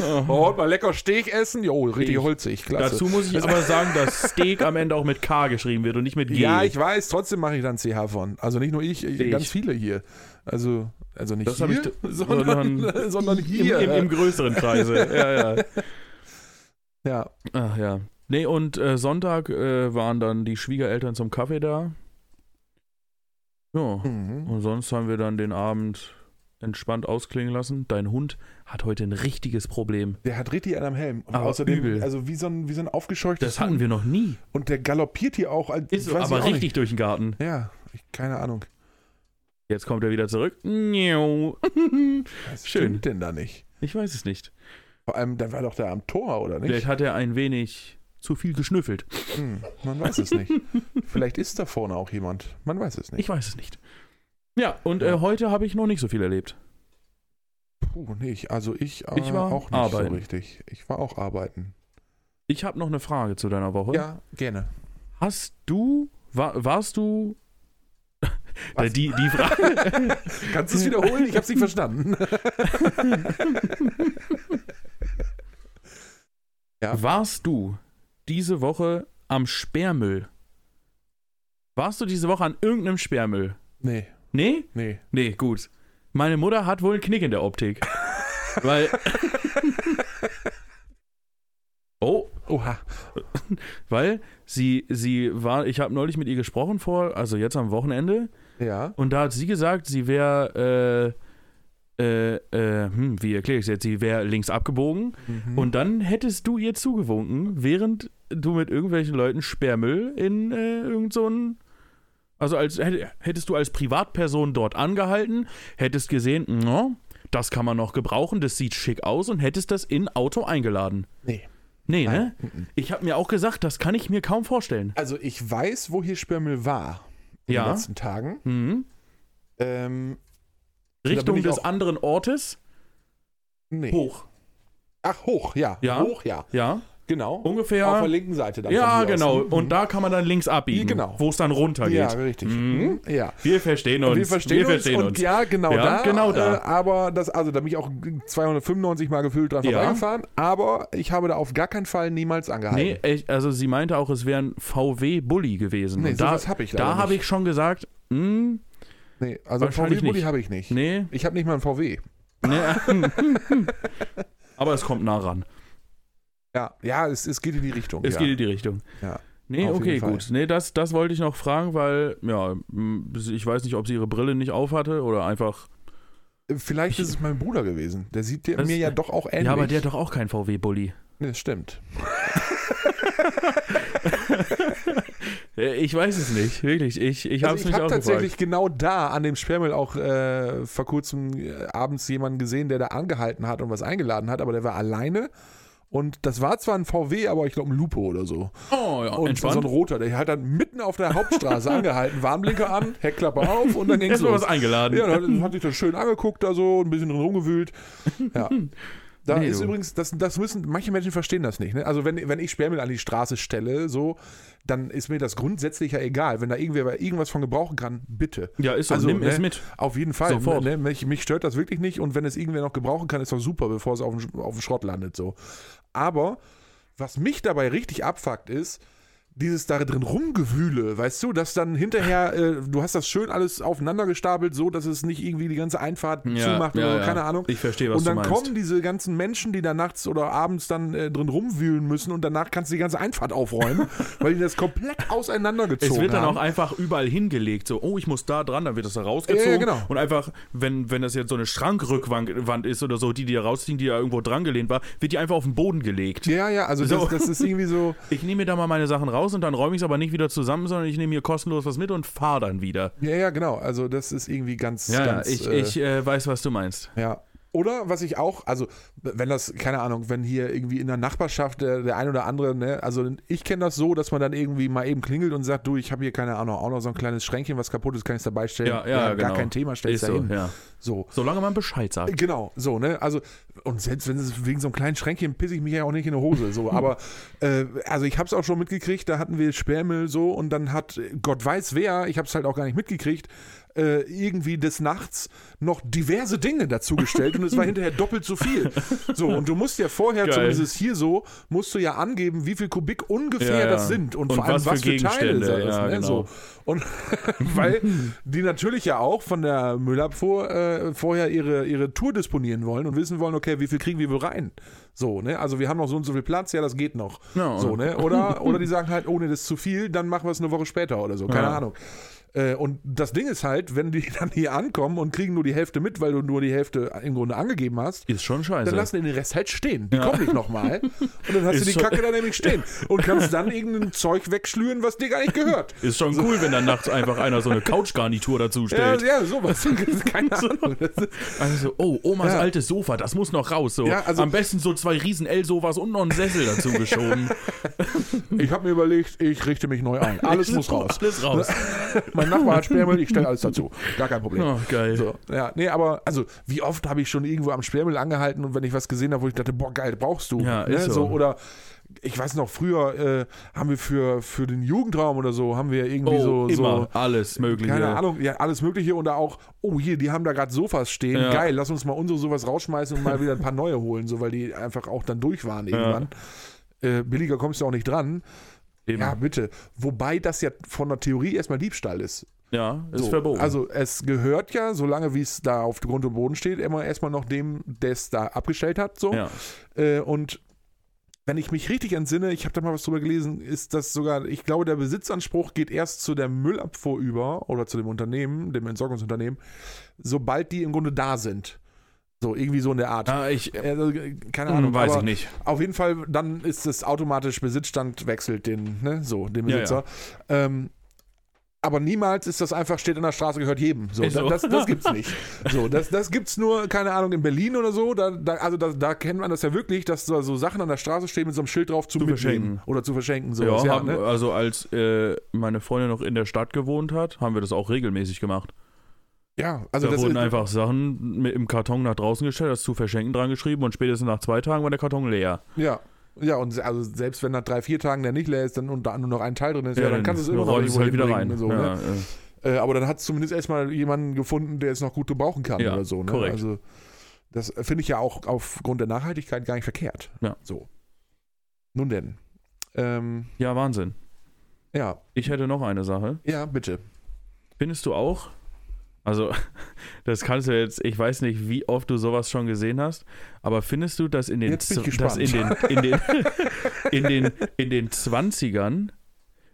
[SPEAKER 1] oh, heute mal lecker Steg essen. Jo, richtig
[SPEAKER 2] Steg.
[SPEAKER 1] holzig. Klasse.
[SPEAKER 2] Dazu muss ich aber sagen, dass Steak am Ende auch mit K geschrieben wird und nicht mit G.
[SPEAKER 1] ja, ich weiß, trotzdem mache ich dann CH von. Also nicht nur ich,
[SPEAKER 2] Steg.
[SPEAKER 1] ganz viele hier. Also, also nicht
[SPEAKER 2] das habe ich,
[SPEAKER 1] hier,
[SPEAKER 2] d-
[SPEAKER 1] sondern, sondern, hier.
[SPEAKER 2] Im, im, im größeren Kreise. ja, ja.
[SPEAKER 1] ja.
[SPEAKER 2] Ach ja. Nee, und äh, Sonntag äh, waren dann die Schwiegereltern zum Kaffee da. Ja.
[SPEAKER 1] Mhm.
[SPEAKER 2] Und sonst haben wir dann den Abend entspannt ausklingen lassen. Dein Hund hat heute ein richtiges Problem.
[SPEAKER 1] Der hat richtig einen am Helm. Und
[SPEAKER 2] Aber
[SPEAKER 1] außerdem,
[SPEAKER 2] übel.
[SPEAKER 1] also wie so ein, wie so ein aufgescheuchtes
[SPEAKER 2] Das hatten wir noch nie.
[SPEAKER 1] Und der galoppiert hier auch. als-
[SPEAKER 2] Ist
[SPEAKER 1] weiß ich
[SPEAKER 2] aber
[SPEAKER 1] auch
[SPEAKER 2] richtig
[SPEAKER 1] nicht.
[SPEAKER 2] durch den Garten.
[SPEAKER 1] Ja, ich, keine Ahnung.
[SPEAKER 2] Jetzt kommt er wieder zurück. Miau.
[SPEAKER 1] Was
[SPEAKER 2] Schön.
[SPEAKER 1] stimmt denn da nicht?
[SPEAKER 2] Ich weiß es nicht.
[SPEAKER 1] Vor allem, dann war doch der am Tor, oder
[SPEAKER 2] Vielleicht
[SPEAKER 1] nicht?
[SPEAKER 2] hat er ein wenig zu viel geschnüffelt.
[SPEAKER 1] Hm, man weiß es nicht. Vielleicht ist da vorne auch jemand. Man weiß es nicht.
[SPEAKER 2] Ich weiß es nicht. Ja, und
[SPEAKER 1] Ja.
[SPEAKER 2] Äh, heute habe ich noch nicht so viel erlebt.
[SPEAKER 1] Puh, nicht. Also ich, äh,
[SPEAKER 2] Ich war
[SPEAKER 1] auch nicht so
[SPEAKER 2] arbeiten.
[SPEAKER 1] richtig. Ich war auch arbeiten.
[SPEAKER 2] Ich habe noch eine Frage zu deiner Woche.
[SPEAKER 1] Ja, gerne.
[SPEAKER 2] Hast du, wa- warst du.
[SPEAKER 1] Was?
[SPEAKER 2] Die, die Frage.
[SPEAKER 1] Kannst du es wiederholen? Ich hab's nicht verstanden. Ja.
[SPEAKER 2] Warst du diese Woche am Sperrmüll? Warst du diese Woche an irgendeinem Sperrmüll?
[SPEAKER 1] Nee,
[SPEAKER 2] Nee?
[SPEAKER 1] nee.
[SPEAKER 2] Nee, gut. Meine Mutter hat wohl einen Knick in der Optik. weil. oh,
[SPEAKER 1] Oha.
[SPEAKER 2] weil sie, sie war, ich habe neulich mit ihr gesprochen vor, also jetzt am Wochenende.
[SPEAKER 1] Ja.
[SPEAKER 2] Und da hat sie gesagt, sie wäre, äh, äh, äh, hm, wie erkläre ich es jetzt, sie wäre links abgebogen.
[SPEAKER 1] Mhm.
[SPEAKER 2] Und dann hättest du ihr zugewunken, während du mit irgendwelchen Leuten Sperrmüll in äh, irgend so ein, also als hätt- hättest du als Privatperson dort angehalten, hättest gesehen, no, das kann man noch gebrauchen, das sieht schick aus und hättest das in Auto eingeladen.
[SPEAKER 1] Nee.
[SPEAKER 2] Nee,
[SPEAKER 1] Nein.
[SPEAKER 2] ne? Ich habe mir auch gesagt, das kann ich mir kaum vorstellen.
[SPEAKER 1] Also ich weiß, wo hier Sperrmüll war in
[SPEAKER 2] Ja.
[SPEAKER 1] den letzten Tagen.
[SPEAKER 2] Mhm.
[SPEAKER 1] Ähm, bin
[SPEAKER 2] Richtung
[SPEAKER 1] ich
[SPEAKER 2] des
[SPEAKER 1] auch-
[SPEAKER 2] anderen Ortes
[SPEAKER 1] nee.
[SPEAKER 2] hoch.
[SPEAKER 1] Ach, hoch, ja.
[SPEAKER 2] Ja.
[SPEAKER 1] Hoch, ja.
[SPEAKER 2] Ja,
[SPEAKER 1] Genau.
[SPEAKER 2] ungefähr.
[SPEAKER 1] Auf der linken Seite dann.
[SPEAKER 2] Ja,
[SPEAKER 1] von hier
[SPEAKER 2] genau.
[SPEAKER 1] aus. Mhm.
[SPEAKER 2] Und da kann man dann links abbiegen,
[SPEAKER 1] Ja, genau.
[SPEAKER 2] wo es dann runter geht.
[SPEAKER 1] Ja, richtig. Hm?
[SPEAKER 2] Mhm.
[SPEAKER 1] Ja.
[SPEAKER 2] Wir verstehen uns.
[SPEAKER 1] wir verstehen, uns, und ja, genau
[SPEAKER 2] Ja,
[SPEAKER 1] da.
[SPEAKER 2] genau da.
[SPEAKER 1] Äh, aber das, also da bin ich auch 295 Mal gefühlt dran
[SPEAKER 2] Ja.
[SPEAKER 1] vorbeigefahren, aber ich habe da auf gar keinen Fall niemals angehalten.
[SPEAKER 2] Nee, echt, also sie meinte auch, es wäre ein VW-Bulli gewesen.
[SPEAKER 1] Nee,
[SPEAKER 2] Und da
[SPEAKER 1] sowas hab ich leider
[SPEAKER 2] Da habe
[SPEAKER 1] nicht.
[SPEAKER 2] ich schon gesagt, mh,
[SPEAKER 1] Nee, also
[SPEAKER 2] Wahrscheinlich
[SPEAKER 1] VW-Bulli
[SPEAKER 2] nicht.
[SPEAKER 1] habe ich nicht.
[SPEAKER 2] nee,
[SPEAKER 1] Ich habe nicht mal einen VW.
[SPEAKER 2] nee. Aber es kommt nah ran.
[SPEAKER 1] Ja, ja es, es geht in die Richtung.
[SPEAKER 2] Es
[SPEAKER 1] ja.
[SPEAKER 2] geht in die Richtung.
[SPEAKER 1] Ja.
[SPEAKER 2] Nee,
[SPEAKER 1] Auf
[SPEAKER 2] okay,
[SPEAKER 1] jeden Fall.
[SPEAKER 2] gut. Nee, das, das wollte ich noch fragen, weil, ja, mh, ich weiß nicht, ob sie ihre Brille nicht aufhatte oder einfach.
[SPEAKER 1] Vielleicht
[SPEAKER 2] Ich-
[SPEAKER 1] ist es mein Bruder gewesen. Der sieht dir-
[SPEAKER 2] Das-
[SPEAKER 1] mir ja doch auch ähnlich.
[SPEAKER 2] Ja, aber der hat doch auch keinen VW-Bulli.
[SPEAKER 1] Nee, das stimmt. Äh,
[SPEAKER 2] Ich weiß es nicht, wirklich. Ich, ich habe es
[SPEAKER 1] Also ich
[SPEAKER 2] mich
[SPEAKER 1] habe
[SPEAKER 2] auch
[SPEAKER 1] tatsächlich
[SPEAKER 2] gefragt.
[SPEAKER 1] genau da an dem Sperrmüll auch äh, vor kurzem äh, abends jemanden gesehen, der da angehalten hat und was eingeladen hat, aber der war alleine. Und das war zwar ein VW, aber ich glaube ein Lupo oder so.
[SPEAKER 2] Oh, ja,
[SPEAKER 1] Und so ein
[SPEAKER 2] entspannt.
[SPEAKER 1] roter, der hat dann mitten auf der Hauptstraße angehalten, Warnblinker an, Heckklappe auf und dann ging's
[SPEAKER 2] Erstmal
[SPEAKER 1] los.
[SPEAKER 2] was eingeladen.
[SPEAKER 1] Ja, dann hat sich das schön angeguckt, da so, ein bisschen drin rumgewühlt. Ja. Da
[SPEAKER 2] Nee,
[SPEAKER 1] ist
[SPEAKER 2] du.
[SPEAKER 1] übrigens, das, das müssen, manche Menschen verstehen das nicht. Ne? Also wenn, wenn ich Sperrmüll an die Straße stelle, so, dann ist mir das grundsätzlich ja egal. Wenn da irgendwer bei irgendwas von gebrauchen kann, bitte.
[SPEAKER 2] Ja, ist so.
[SPEAKER 1] Also,
[SPEAKER 2] Nimm
[SPEAKER 1] ne?
[SPEAKER 2] es mit.
[SPEAKER 1] Auf jeden Fall.
[SPEAKER 2] Sofort.
[SPEAKER 1] Ne? Mich, mich stört das wirklich nicht und wenn es irgendwer noch gebrauchen kann, ist doch super, bevor es auf dem, Sch- auf dem Schrott landet. So. Aber was mich dabei richtig abfuckt ist, dieses da drin rumgewühle, weißt du, dass dann hinterher, äh, du hast das schön alles aufeinander gestapelt, so dass es nicht irgendwie die ganze Einfahrt zumacht oder so, keine Ahnung.
[SPEAKER 2] Ich verstehe, was
[SPEAKER 1] Und dann
[SPEAKER 2] du meinst.
[SPEAKER 1] kommen diese ganzen Menschen, die da nachts oder abends dann äh, drin rumwühlen müssen und danach kannst du die ganze Einfahrt aufräumen, weil die das komplett auseinandergezogen
[SPEAKER 2] Es wird dann
[SPEAKER 1] haben.
[SPEAKER 2] auch einfach überall hingelegt, so, oh, ich muss da dran, dann wird das da rausgezogen.
[SPEAKER 1] Ja, ja, genau.
[SPEAKER 2] Und einfach, wenn, wenn das jetzt so eine Schrankrückwand Wand ist oder so, die, die da rausziehen, die da irgendwo dran gelehnt war, wird die einfach auf den Boden gelegt.
[SPEAKER 1] ja, ja, also
[SPEAKER 2] So.
[SPEAKER 1] das, das ist irgendwie so.
[SPEAKER 2] Ich nehme mir da mal meine Sachen raus und dann räume ich es aber nicht wieder zusammen, sondern ich nehme hier kostenlos was mit und fahre dann wieder.
[SPEAKER 1] Ja, ja, genau. Also das ist irgendwie ganz, ganz.
[SPEAKER 2] ich,
[SPEAKER 1] äh,
[SPEAKER 2] ich äh, weiß, was du meinst.
[SPEAKER 1] ja. Oder was ich auch, also wenn das, keine Ahnung, wenn hier irgendwie in der Nachbarschaft der, der ein oder andere, ne, also ich kenne das so, dass man dann irgendwie mal eben klingelt und sagt, du, ich habe hier, keine Ahnung, auch noch so ein kleines Schränkchen, was kaputt ist, kann ich dabei stellen.
[SPEAKER 2] Ja, ja,
[SPEAKER 1] Gar
[SPEAKER 2] genau.
[SPEAKER 1] kein Thema, stellst
[SPEAKER 2] Ist
[SPEAKER 1] da
[SPEAKER 2] so,
[SPEAKER 1] hin.
[SPEAKER 2] ja.
[SPEAKER 1] So.
[SPEAKER 2] Solange man Bescheid sagt.
[SPEAKER 1] Genau, so, ne? Also, und selbst wenn es wegen so einem kleinen Schränkchen pisse ich mich ja auch nicht in die Hose, so. Aber, äh, also ich hab's auch schon mitgekriegt, da hatten wir Sperrmüll so und dann hat äh, Gott weiß wer, ich hab's halt auch gar nicht mitgekriegt, äh, irgendwie des Nachts noch diverse Dinge dazugestellt und es war hinterher doppelt so viel. So, und du musst ja vorher,
[SPEAKER 2] Geil.
[SPEAKER 1] zumindest hier so, musst du ja angeben, wie viel Kubik ungefähr
[SPEAKER 2] Ja, ja.
[SPEAKER 1] das sind und,
[SPEAKER 2] Und
[SPEAKER 1] vor allem was,
[SPEAKER 2] was
[SPEAKER 1] für,
[SPEAKER 2] für
[SPEAKER 1] Teile
[SPEAKER 2] Gegenstände,
[SPEAKER 1] das ist,
[SPEAKER 2] ja,
[SPEAKER 1] ne?
[SPEAKER 2] genau.
[SPEAKER 1] so. Und weil die natürlich ja auch von der Müllabfuhr äh, vorher ihre, ihre Tour disponieren wollen und wissen wollen, okay, wie viel kriegen wir wohl rein? So, ne? Also wir haben noch so und so viel Platz, ja, das geht noch.
[SPEAKER 2] Ja.
[SPEAKER 1] So, ne? Oder, oder die sagen halt, ohne das ist zu viel, dann machen wir es eine Woche später oder so. Keine
[SPEAKER 2] Ja.
[SPEAKER 1] Ahnung. Äh, Und das Ding ist halt, wenn die dann hier ankommen und kriegen nur die Hälfte mit, weil du nur die Hälfte im Grunde angegeben hast,
[SPEAKER 2] Ist schon scheiße.
[SPEAKER 1] dann lassen die den Rest halt stehen. Die kommen nicht nochmal. Und dann hast
[SPEAKER 2] Ist
[SPEAKER 1] du die
[SPEAKER 2] schon-
[SPEAKER 1] Kacke da nämlich stehen. Und kannst dann irgendein Zeug wegschlüren, was dir gar nicht gehört.
[SPEAKER 2] Ist schon cool, wenn dann nachts einfach einer so eine Couchgarnitur dazu
[SPEAKER 1] Ja,
[SPEAKER 2] stellt.
[SPEAKER 1] ja, sowas. Keine Ahnung. Das ist,
[SPEAKER 2] Also, oh, Omas
[SPEAKER 1] Ja.
[SPEAKER 2] altes Sofa, das muss noch raus. So.
[SPEAKER 1] Ja, also-
[SPEAKER 2] Am besten so zwei riesen L-Sofas und noch einen Sessel dazu geschoben.
[SPEAKER 1] ich habe mir überlegt, ich richte mich neu ein. Alles muss raus.
[SPEAKER 2] Alles raus.
[SPEAKER 1] Mein Nachbar hat Sperrmüll, ich stelle alles dazu. Gar kein Problem.
[SPEAKER 2] Oh, geil.
[SPEAKER 1] So, ja, nee, aber also wie oft habe ich schon irgendwo am Sperrmüll angehalten und wenn ich was gesehen habe, wo ich dachte, boah, geil, brauchst du. ne,
[SPEAKER 2] Ja, ist so.
[SPEAKER 1] Oder ich weiß noch, früher äh, haben wir für, für den Jugendraum oder so, haben wir irgendwie so,
[SPEAKER 2] Oh,
[SPEAKER 1] so
[SPEAKER 2] immer alles Mögliche.
[SPEAKER 1] Keine Ahnung, ja, alles Mögliche und da auch, oh, hier, die haben da gerade Sofas stehen,
[SPEAKER 2] Ja.
[SPEAKER 1] geil, lass uns mal unsere Sowas rausschmeißen und mal wieder ein paar neue holen, so, weil die einfach auch dann durch waren irgendwann. Äh, billiger kommst du auch nicht dran.
[SPEAKER 2] Eben.
[SPEAKER 1] Ja, bitte. Wobei das ja von der Theorie erstmal Diebstahl ist.
[SPEAKER 2] Ja, ist
[SPEAKER 1] So,
[SPEAKER 2] verboten.
[SPEAKER 1] Also, es gehört ja, solange wie es da auf Grund und Boden steht, immer erstmal noch dem, der es da abgestellt hat, so.
[SPEAKER 2] ja.
[SPEAKER 1] Äh, und wenn ich mich richtig entsinne, ich habe da mal was drüber gelesen, ist das sogar, ich glaube, der Besitzanspruch geht erst zu der Müllabfuhr über oder zu dem Unternehmen, dem Entsorgungsunternehmen, sobald die im Grunde da sind. So, irgendwie so in der Art.
[SPEAKER 2] Ah, ich,
[SPEAKER 1] Also, äh, keine
[SPEAKER 2] hm,
[SPEAKER 1] Ahnung.
[SPEAKER 2] weiß
[SPEAKER 1] aber
[SPEAKER 2] ich nicht.
[SPEAKER 1] Auf jeden Fall, dann ist es automatisch Besitzstand wechselt den, ne, so, den
[SPEAKER 2] Ja,
[SPEAKER 1] Besitzer. Ähm, aber niemals ist das einfach, steht in der Straße, gehört jedem. So,
[SPEAKER 2] Ist so.
[SPEAKER 1] Das, das, das gibt's nicht. So, das, das gibt's nur, keine Ahnung, in Berlin oder so. Da, da, also da, da kennt man das ja wirklich, dass da so Sachen an der Straße stehen mit so einem Schild drauf zu, mitnehmen
[SPEAKER 2] verschenken.
[SPEAKER 1] oder zu verschenken. So
[SPEAKER 2] Ja,
[SPEAKER 1] ja,
[SPEAKER 2] haben,
[SPEAKER 1] ne?
[SPEAKER 2] also als äh, meine Freundin noch in der Stadt gewohnt hat, haben wir das auch regelmäßig gemacht.
[SPEAKER 1] ja, also
[SPEAKER 2] da
[SPEAKER 1] das
[SPEAKER 2] wurden
[SPEAKER 1] ist,
[SPEAKER 2] einfach Sachen mit, im Karton nach draußen gestellt, das zu verschenken dran geschrieben und spätestens nach zwei Tagen war der Karton leer.
[SPEAKER 1] ja. Ja, und se- also selbst wenn nach drei, vier Tagen der nicht leer ist dann, und da nur noch ein Teil drin ist, ja, dann kannst du es immer noch
[SPEAKER 2] rollst
[SPEAKER 1] irgendwo
[SPEAKER 2] es halt wieder
[SPEAKER 1] hinbringen
[SPEAKER 2] rein.
[SPEAKER 1] und So, ne?
[SPEAKER 2] ja, äh.
[SPEAKER 1] Äh, aber dann hat es zumindest erstmal jemanden gefunden, der es noch gut gebrauchen kann
[SPEAKER 2] Ja,
[SPEAKER 1] oder so. Ne?
[SPEAKER 2] korrekt.
[SPEAKER 1] Also das finde ich ja auch aufgrund der Nachhaltigkeit gar nicht verkehrt.
[SPEAKER 2] Ja.
[SPEAKER 1] So. Nun denn. Ähm,
[SPEAKER 2] ja, Wahnsinn.
[SPEAKER 1] ja,
[SPEAKER 2] Ich hätte noch eine Sache.
[SPEAKER 1] ja, bitte.
[SPEAKER 2] Findest du auch? Also, das kannst du jetzt, ich weiß nicht, wie oft du sowas schon gesehen hast, aber findest du, dass in den,
[SPEAKER 1] Jetzt bin ich
[SPEAKER 2] Zw- dass in den, in den, in den, in den 20ern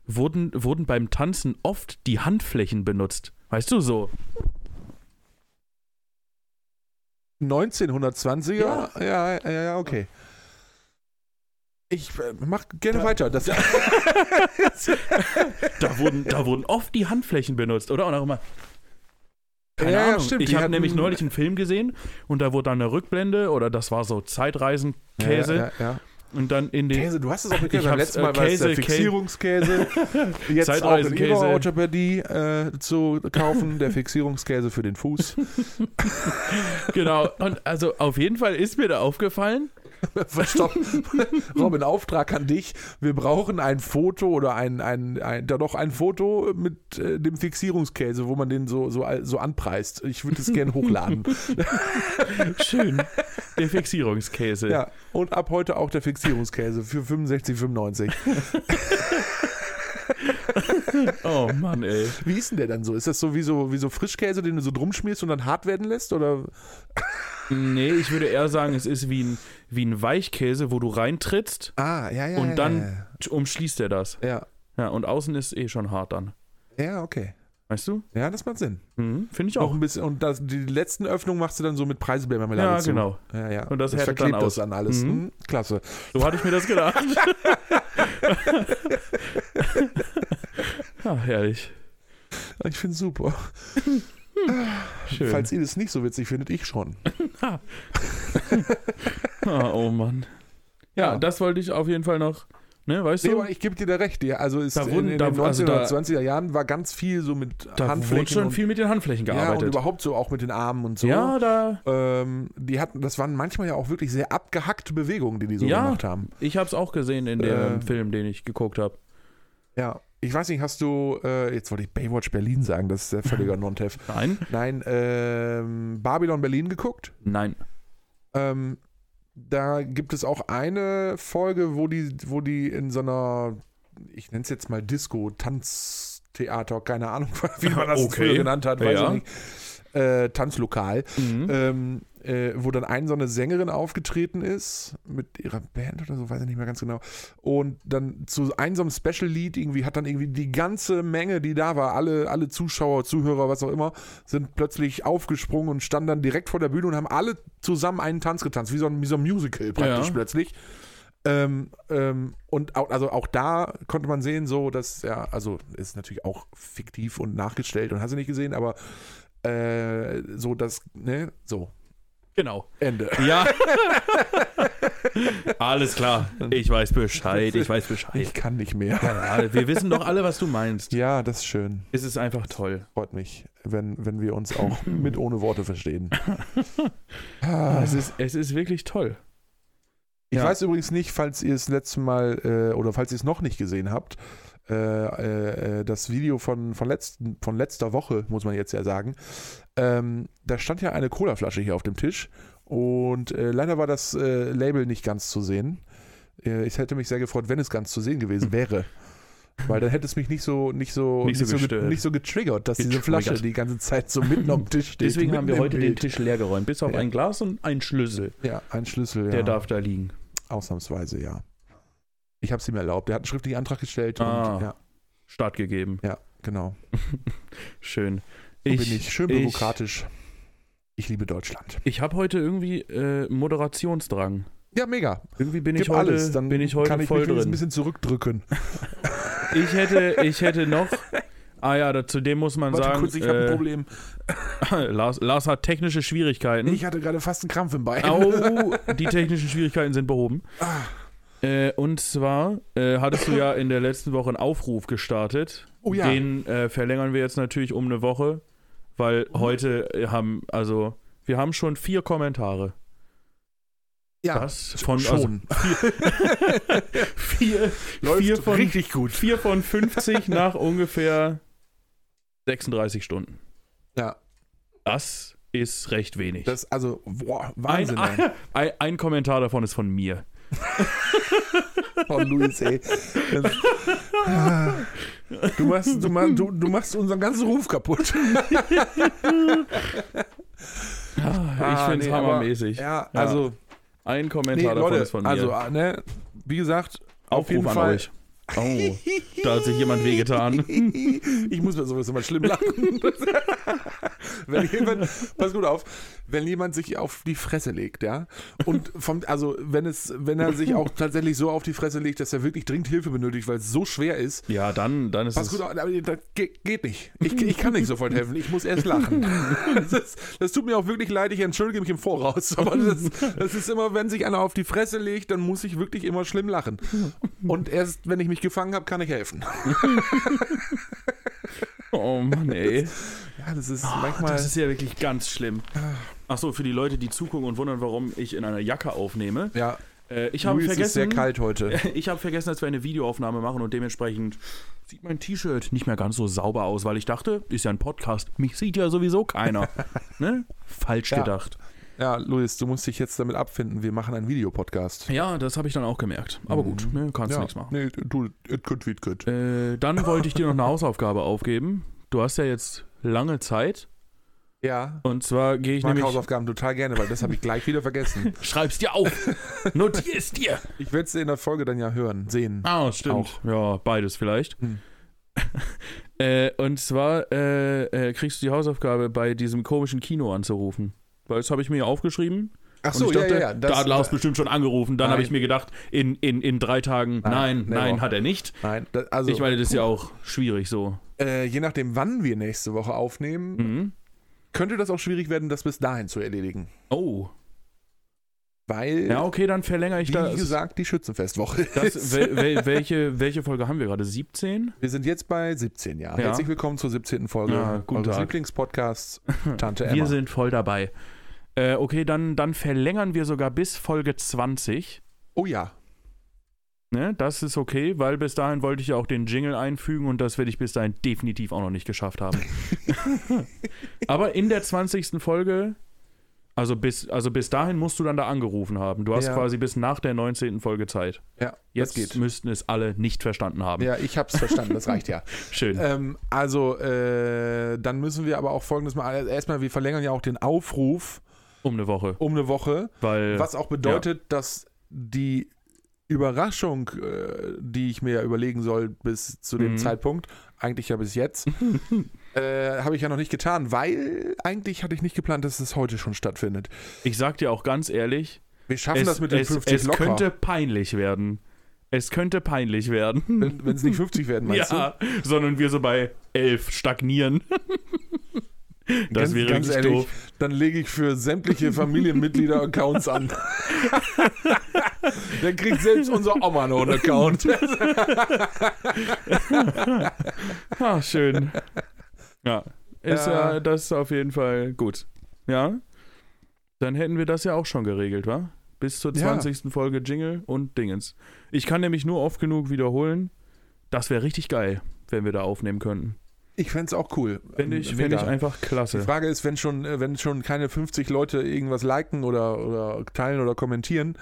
[SPEAKER 2] wurden, wurden beim Tanzen oft die Handflächen benutzt? Weißt du so?
[SPEAKER 1] 1920er? Ja, ja, ja, ja okay. Ich äh, mach gerne weiter. Das,
[SPEAKER 2] Da wurden, da wurden oft die Handflächen benutzt, oder? Und auch immer. Keine
[SPEAKER 1] Ja, ja,
[SPEAKER 2] Ahnung.
[SPEAKER 1] stimmt,
[SPEAKER 2] ich
[SPEAKER 1] die
[SPEAKER 2] habe
[SPEAKER 1] hatten-
[SPEAKER 2] nämlich neulich einen Film gesehen und da wurde dann eine Rückblende oder das war so Zeitreisen-Käse
[SPEAKER 1] Ja, ja, ja.
[SPEAKER 2] und dann in den.
[SPEAKER 1] Käse, du hast es auch mit
[SPEAKER 2] Ich
[SPEAKER 1] Käse. Beim
[SPEAKER 2] hab's,
[SPEAKER 1] letzten
[SPEAKER 2] äh,
[SPEAKER 1] Mal war es der
[SPEAKER 2] Käse, Kä-
[SPEAKER 1] Fixierungskäse. Jetzt auch in
[SPEAKER 2] Zeitreisenkäse.
[SPEAKER 1] ihrer Orthopädie äh, zu kaufen, der Fixierungskäse für den Fuß.
[SPEAKER 2] Genau. Und also auf jeden Fall ist mir da aufgefallen,
[SPEAKER 1] Stopp. Robin, Auftrag an dich. Wir brauchen ein Foto oder ein, ein, ein da doch ein Foto mit äh, dem Fixierungskäse, wo man den so, so, al- so anpreist. Ich würde es gerne hochladen.
[SPEAKER 2] schön, der Fixierungskäse.
[SPEAKER 1] ja. Und ab heute auch der Fixierungskäse für 65,95.
[SPEAKER 2] Oh Mann, ey.
[SPEAKER 1] Wie ist denn der dann so? Ist das so wie so, wie so Frischkäse, den du so drum schmierst und dann hart werden lässt? Oder
[SPEAKER 2] Nee, ich würde eher sagen, es ist wie ein, wie ein Weichkäse, wo du reintrittst
[SPEAKER 1] Ah, ja, ja. ja,
[SPEAKER 2] und
[SPEAKER 1] ja,
[SPEAKER 2] dann t- umschließt er das.
[SPEAKER 1] Ja,
[SPEAKER 2] Ja, und außen ist eh schon hart dann.
[SPEAKER 1] ja, okay.
[SPEAKER 2] Weißt du?
[SPEAKER 1] Ja, das macht Sinn.
[SPEAKER 2] Mhm, Finde ich
[SPEAKER 1] Noch
[SPEAKER 2] auch.
[SPEAKER 1] ein bisschen. Und das, die letzten Öffnung machst du dann so mit Preiselbeermarmelade
[SPEAKER 2] Ja,
[SPEAKER 1] zu.
[SPEAKER 2] genau.
[SPEAKER 1] Ja, ja.
[SPEAKER 2] Und das härtet dann
[SPEAKER 1] verklebt das
[SPEAKER 2] aus.
[SPEAKER 1] an alles.
[SPEAKER 2] Mhm.
[SPEAKER 1] Hm, klasse.
[SPEAKER 2] So hatte ich mir das gedacht. ja, Ah, herrlich.
[SPEAKER 1] Ich finde super.
[SPEAKER 2] Schön.
[SPEAKER 1] Falls ihr das nicht so witzig findet, ich schon.
[SPEAKER 2] ah, oh Mann. Ja,
[SPEAKER 1] Ja.
[SPEAKER 2] das wollte ich auf jeden Fall noch. Ne, weißt
[SPEAKER 1] Nee,
[SPEAKER 2] du?
[SPEAKER 1] aber ich gebe dir da recht. Ja, also ist
[SPEAKER 2] Da
[SPEAKER 1] in,
[SPEAKER 2] wurden-
[SPEAKER 1] in
[SPEAKER 2] da-
[SPEAKER 1] den 1920er
[SPEAKER 2] also da-
[SPEAKER 1] 20er Jahren war ganz viel so mit
[SPEAKER 2] Da wurde
[SPEAKER 1] Handflächen
[SPEAKER 2] schon
[SPEAKER 1] und,
[SPEAKER 2] viel mit den Handflächen
[SPEAKER 1] ja, und
[SPEAKER 2] gearbeitet.
[SPEAKER 1] überhaupt so auch mit den Armen und so.
[SPEAKER 2] ja da.
[SPEAKER 1] Ähm, die hatten, das waren manchmal ja auch wirklich sehr abgehackte Bewegungen, die die so
[SPEAKER 2] Ja.
[SPEAKER 1] gemacht haben.
[SPEAKER 2] Ich habe es auch gesehen in dem
[SPEAKER 1] Ähm.
[SPEAKER 2] Film, den ich geguckt habe.
[SPEAKER 1] Ja. Ich weiß nicht, hast du, äh, jetzt wollte ich Baywatch Berlin sagen, das ist ja völliger Non-Teff.
[SPEAKER 2] Nein?
[SPEAKER 1] Nein, ähm, Babylon Berlin geguckt.
[SPEAKER 2] Nein.
[SPEAKER 1] Ähm, da gibt es auch eine Folge, wo die, wo die in so einer, ich nenne es jetzt mal Disco, Tanztheater, keine Ahnung, wie man das
[SPEAKER 2] Okay.
[SPEAKER 1] früher genannt hat, weiß
[SPEAKER 2] Ja.
[SPEAKER 1] ich nicht. Äh, Tanzlokal,
[SPEAKER 2] Mhm.
[SPEAKER 1] ähm, äh, wo dann ein so eine Sängerin aufgetreten ist mit ihrer Band oder so, weiß ich nicht mehr ganz genau. Und dann zu einem so einem Special Lied irgendwie hat dann irgendwie die ganze Menge, die da war, alle, alle Zuschauer, Zuhörer, was auch immer, sind plötzlich aufgesprungen und standen dann direkt vor der Bühne und haben alle zusammen einen Tanz getanzt, wie so ein, wie so ein Musical praktisch
[SPEAKER 2] Ja.
[SPEAKER 1] plötzlich. Ähm, ähm, und auch, also auch da konnte man sehen, so dass ja, also ist natürlich auch fiktiv und nachgestellt und hast du nicht gesehen, aber äh, so das, ne, so
[SPEAKER 2] Genau.
[SPEAKER 1] Ende.
[SPEAKER 2] Ja. Alles klar. Ich weiß Bescheid. Ich weiß
[SPEAKER 1] Ich
[SPEAKER 2] Bescheid.
[SPEAKER 1] kann nicht mehr.
[SPEAKER 2] Ja, wir wissen doch alle, was du meinst.
[SPEAKER 1] Ja, das ist schön.
[SPEAKER 2] Es ist einfach toll.
[SPEAKER 1] Freut mich, wenn, wenn wir uns auch mit ohne Worte verstehen. Ah.
[SPEAKER 2] Es ist, es ist wirklich toll.
[SPEAKER 1] Ich
[SPEAKER 2] Ja.
[SPEAKER 1] weiß übrigens nicht, falls ihr es letzte Mal äh, oder falls ihr es noch nicht gesehen habt, äh, äh, äh, das Video von, von, letzten, von letzter Woche, muss man jetzt ja sagen, ähm, da stand ja eine Colaflasche hier auf dem Tisch und äh, leider war das äh, Label nicht ganz zu sehen. Äh, ich hätte mich sehr gefreut, wenn es ganz zu sehen gewesen wäre. Weil dann hätte es mich nicht so, nicht so,
[SPEAKER 2] Nicht so
[SPEAKER 1] ge
[SPEAKER 2] gestört.
[SPEAKER 1] nicht so getriggert, dass diese
[SPEAKER 2] Getriggert.
[SPEAKER 1] Flasche die ganze Zeit so mitten am Tisch steht.
[SPEAKER 2] Deswegen haben
[SPEAKER 1] mitten
[SPEAKER 2] wir
[SPEAKER 1] im
[SPEAKER 2] heute den
[SPEAKER 1] Bild.
[SPEAKER 2] Tisch leergeräumt. Bis auf
[SPEAKER 1] Ja.
[SPEAKER 2] ein Glas und einen Schlüssel.
[SPEAKER 1] Ja, ein Schlüssel, ja.
[SPEAKER 2] Der darf da liegen.
[SPEAKER 1] Ausnahmsweise, ja. Ich habe es ihm erlaubt. Er hat einen schriftlichen Antrag gestellt
[SPEAKER 2] Ah.
[SPEAKER 1] und ja,
[SPEAKER 2] Stattgegeben.
[SPEAKER 1] genau.
[SPEAKER 2] Schön.
[SPEAKER 1] So bin ich. Schön
[SPEAKER 2] ich-
[SPEAKER 1] bürokratisch. Ich, liebe Deutschland.
[SPEAKER 2] Ich habe heute irgendwie äh, Moderationsdrang.
[SPEAKER 1] Ja, mega.
[SPEAKER 2] Irgendwie bin
[SPEAKER 1] Gib
[SPEAKER 2] ich heute,
[SPEAKER 1] alles. Dann
[SPEAKER 2] bin ich heute
[SPEAKER 1] kann ich
[SPEAKER 2] voll
[SPEAKER 1] mich wenigstens ein
[SPEAKER 2] drin.
[SPEAKER 1] bisschen zurückdrücken.
[SPEAKER 2] Ich hätte, ich hätte noch. Ah ja, da, zu dem muss man
[SPEAKER 1] Warte
[SPEAKER 2] sagen,
[SPEAKER 1] kurz, ich habe ein
[SPEAKER 2] äh,
[SPEAKER 1] Problem.
[SPEAKER 2] Lars, Lars hat technische Schwierigkeiten.
[SPEAKER 1] Ich hatte gerade fast einen Krampf im Bein.
[SPEAKER 2] Au, die technischen Schwierigkeiten sind behoben.
[SPEAKER 1] Ah.
[SPEAKER 2] Äh, und zwar äh, hattest du ja in der letzten Woche einen Aufruf gestartet.
[SPEAKER 1] Oh ja.
[SPEAKER 2] Den äh, verlängern wir jetzt natürlich um eine Woche, weil
[SPEAKER 1] Oh
[SPEAKER 2] heute äh, haben, also wir haben schon vier Kommentare.
[SPEAKER 1] ja,
[SPEAKER 2] das von Also
[SPEAKER 1] schon.
[SPEAKER 2] vier,
[SPEAKER 1] Läuft
[SPEAKER 2] vier, von,
[SPEAKER 1] richtig gut.
[SPEAKER 2] vier von 50 nach ungefähr 36 Stunden.
[SPEAKER 1] Ja,
[SPEAKER 2] Das ist recht wenig.
[SPEAKER 1] das also boah,
[SPEAKER 2] ein,
[SPEAKER 1] Wahnsinn. ey.
[SPEAKER 2] ein, ein, ein Kommentar davon ist von mir.
[SPEAKER 1] von Luis, ey. Das, Ah. du, machst, du, ma- du, du machst unseren ganzen Ruf kaputt.
[SPEAKER 2] Ah, ich
[SPEAKER 1] Ah,
[SPEAKER 2] finde es
[SPEAKER 1] nee, aber-
[SPEAKER 2] hammermäßig.
[SPEAKER 1] Ja, also.
[SPEAKER 2] Ein
[SPEAKER 1] Nee,
[SPEAKER 2] Kommentar davon
[SPEAKER 1] Leute,
[SPEAKER 2] ist von mir.
[SPEAKER 1] also, ah, ne, wie gesagt, auf
[SPEAKER 2] Aufruf
[SPEAKER 1] jeden
[SPEAKER 2] an
[SPEAKER 1] Fall.
[SPEAKER 2] euch. Oh, da hat sich jemand wehgetan.
[SPEAKER 1] ich muss mir sowas immer schlimm lachen. Wenn jemand, pass gut auf, wenn jemand sich auf die Fresse legt, ja, und vom, also wenn es, wenn er sich auch tatsächlich so auf die Fresse legt, dass er wirklich dringend Hilfe benötigt, weil es so schwer ist,
[SPEAKER 2] Ja, dann, dann ist
[SPEAKER 1] pass
[SPEAKER 2] es.
[SPEAKER 1] gut auf, aber das ge- geht nicht. Ich, ich kann nicht sofort helfen, ich muss erst lachen. Das, ist, das tut mir auch wirklich leid, ich entschuldige mich im Voraus, aber das, das ist immer, wenn sich einer auf die Fresse legt, dann muss ich wirklich immer schlimm lachen. Und erst, wenn ich mich gefangen habe, kann ich helfen.
[SPEAKER 2] Oh Mann, ey.
[SPEAKER 1] Ja, das ist
[SPEAKER 2] Ah,
[SPEAKER 1] manchmal...
[SPEAKER 2] Das ist ja wirklich ganz schlimm.
[SPEAKER 1] Ah.
[SPEAKER 2] Achso, für die Leute, die zugucken und wundern, warum ich in einer Jacke aufnehme.
[SPEAKER 1] ja,
[SPEAKER 2] Äh, ich habe
[SPEAKER 1] Luis
[SPEAKER 2] vergessen,
[SPEAKER 1] ist sehr kalt heute.
[SPEAKER 2] ich habe vergessen, dass wir eine Videoaufnahme machen und dementsprechend sieht mein T-Shirt nicht mehr ganz so sauber aus, weil ich dachte, ist ja ein Podcast, mich sieht ja sowieso keiner. ne? Falsch
[SPEAKER 1] Ja.
[SPEAKER 2] gedacht.
[SPEAKER 1] Ja, Luis, du musst dich jetzt damit abfinden. Wir machen einen Videopodcast.
[SPEAKER 2] Ja, das habe ich dann auch gemerkt. Aber gut,
[SPEAKER 1] Mhm.
[SPEAKER 2] ne, kannst nichts machen.
[SPEAKER 1] Nee, du, it could, it could.
[SPEAKER 2] Äh, dann wollte ich dir noch eine Hausaufgabe aufgeben. Du hast ja jetzt lange Zeit.
[SPEAKER 1] Ja,
[SPEAKER 2] Und zwar gehe
[SPEAKER 1] ich
[SPEAKER 2] ich
[SPEAKER 1] mag
[SPEAKER 2] nämlich.
[SPEAKER 1] Hausaufgaben total gerne, weil das habe ich gleich wieder vergessen.
[SPEAKER 2] Schreib's dir auf. Notier es dir.
[SPEAKER 1] Ich werde es in der Folge dann ja hören, sehen.
[SPEAKER 2] Ah, stimmt.
[SPEAKER 1] Auch.
[SPEAKER 2] Ja, beides vielleicht.
[SPEAKER 1] Hm.
[SPEAKER 2] äh, und zwar äh, äh, kriegst du die Hausaufgabe, bei diesem komischen Kino anzurufen. Weil das habe ich mir ja aufgeschrieben.
[SPEAKER 1] Ach
[SPEAKER 2] und ich dachte, da
[SPEAKER 1] Das, äh,
[SPEAKER 2] hat Lars bestimmt schon angerufen. Dann
[SPEAKER 1] Nein.
[SPEAKER 2] habe ich mir gedacht, in, in, in drei Tagen, nein, nein,
[SPEAKER 1] never.
[SPEAKER 2] hat er nicht.
[SPEAKER 1] nein, das, also
[SPEAKER 2] Ich meine, das ist ja auch schwierig so.
[SPEAKER 1] äh, je nachdem, wann wir nächste Woche aufnehmen,
[SPEAKER 2] Mhm.
[SPEAKER 1] könnte das auch schwierig werden, das bis dahin zu erledigen.
[SPEAKER 2] Oh.
[SPEAKER 1] Weil,
[SPEAKER 2] Ja, okay, dann verlängere ich
[SPEAKER 1] wie
[SPEAKER 2] das.
[SPEAKER 1] gesagt, die Schützenfestwoche
[SPEAKER 2] das
[SPEAKER 1] ist.
[SPEAKER 2] wel, wel, welche, welche Folge haben wir gerade? 17?
[SPEAKER 1] Wir sind jetzt bei 17 Jahren.
[SPEAKER 2] Ja.
[SPEAKER 1] Herzlich willkommen zur 17. Folge
[SPEAKER 2] Ja, guten
[SPEAKER 1] eures
[SPEAKER 2] Tag.
[SPEAKER 1] Lieblingspodcasts Tante Emma.
[SPEAKER 2] Wir sind voll dabei. Äh, okay, dann, dann verlängern wir sogar bis Folge 20.
[SPEAKER 1] oh ja,
[SPEAKER 2] Ne, das ist okay, weil bis dahin wollte ich ja auch den Jingle einfügen und das werde ich bis dahin definitiv auch noch nicht geschafft haben. Aber in der 20. Folge, also bis, also bis dahin musst du dann da angerufen haben. Du hast
[SPEAKER 1] Ja.
[SPEAKER 2] quasi bis nach der 19. Folge Zeit.
[SPEAKER 1] ja,
[SPEAKER 2] Jetzt
[SPEAKER 1] das geht.
[SPEAKER 2] müssten es alle nicht verstanden haben.
[SPEAKER 1] Ja, ich hab's verstanden, das reicht ja.
[SPEAKER 2] Schön.
[SPEAKER 1] Ähm, also, äh, dann müssen wir aber auch folgendes mal. Erstmal, wir verlängern ja auch den Aufruf
[SPEAKER 2] um eine Woche.
[SPEAKER 1] um eine Woche,
[SPEAKER 2] Weil,
[SPEAKER 1] was auch bedeutet, dass die Überraschung, äh, die ich mir ja überlegen soll bis zu dem
[SPEAKER 2] Mhm.
[SPEAKER 1] Zeitpunkt, eigentlich ja bis jetzt, äh, habe ich ja noch nicht getan, weil eigentlich hatte ich nicht geplant, dass es heute schon stattfindet.
[SPEAKER 2] ich sag dir auch ganz ehrlich,
[SPEAKER 1] Wir schaffen
[SPEAKER 2] es,
[SPEAKER 1] das mit den
[SPEAKER 2] es,
[SPEAKER 1] 50
[SPEAKER 2] es
[SPEAKER 1] locker.
[SPEAKER 2] könnte peinlich werden. Es könnte peinlich werden.
[SPEAKER 1] wenn es nicht 50 werden, meinst du?
[SPEAKER 2] ja, sondern wir so bei 11 stagnieren. Das wäre richtig doof.
[SPEAKER 1] Dann lege ich für sämtliche Familienmitglieder Accounts an. dann kriegt selbst unser Oma noch einen Account.
[SPEAKER 2] Ah, schön. Ja, ist ja.
[SPEAKER 1] Ja.
[SPEAKER 2] das ist auf jeden Fall gut. Ja, dann hätten wir das ja auch schon geregelt, wa? Bis zur
[SPEAKER 1] Ja.
[SPEAKER 2] 20. Folge Jingle und Dingens. Ich kann nämlich nur oft genug wiederholen, das wäre richtig geil, wenn wir da aufnehmen könnten.
[SPEAKER 1] Ich fände es auch cool.
[SPEAKER 2] Fände ich,
[SPEAKER 1] Ähm,
[SPEAKER 2] fänd ich
[SPEAKER 1] mega.
[SPEAKER 2] einfach
[SPEAKER 1] Die
[SPEAKER 2] klasse.
[SPEAKER 1] Frage ist, wenn schon, äh, wenn schon keine 50 Leute irgendwas liken oder, oder teilen oder kommentieren,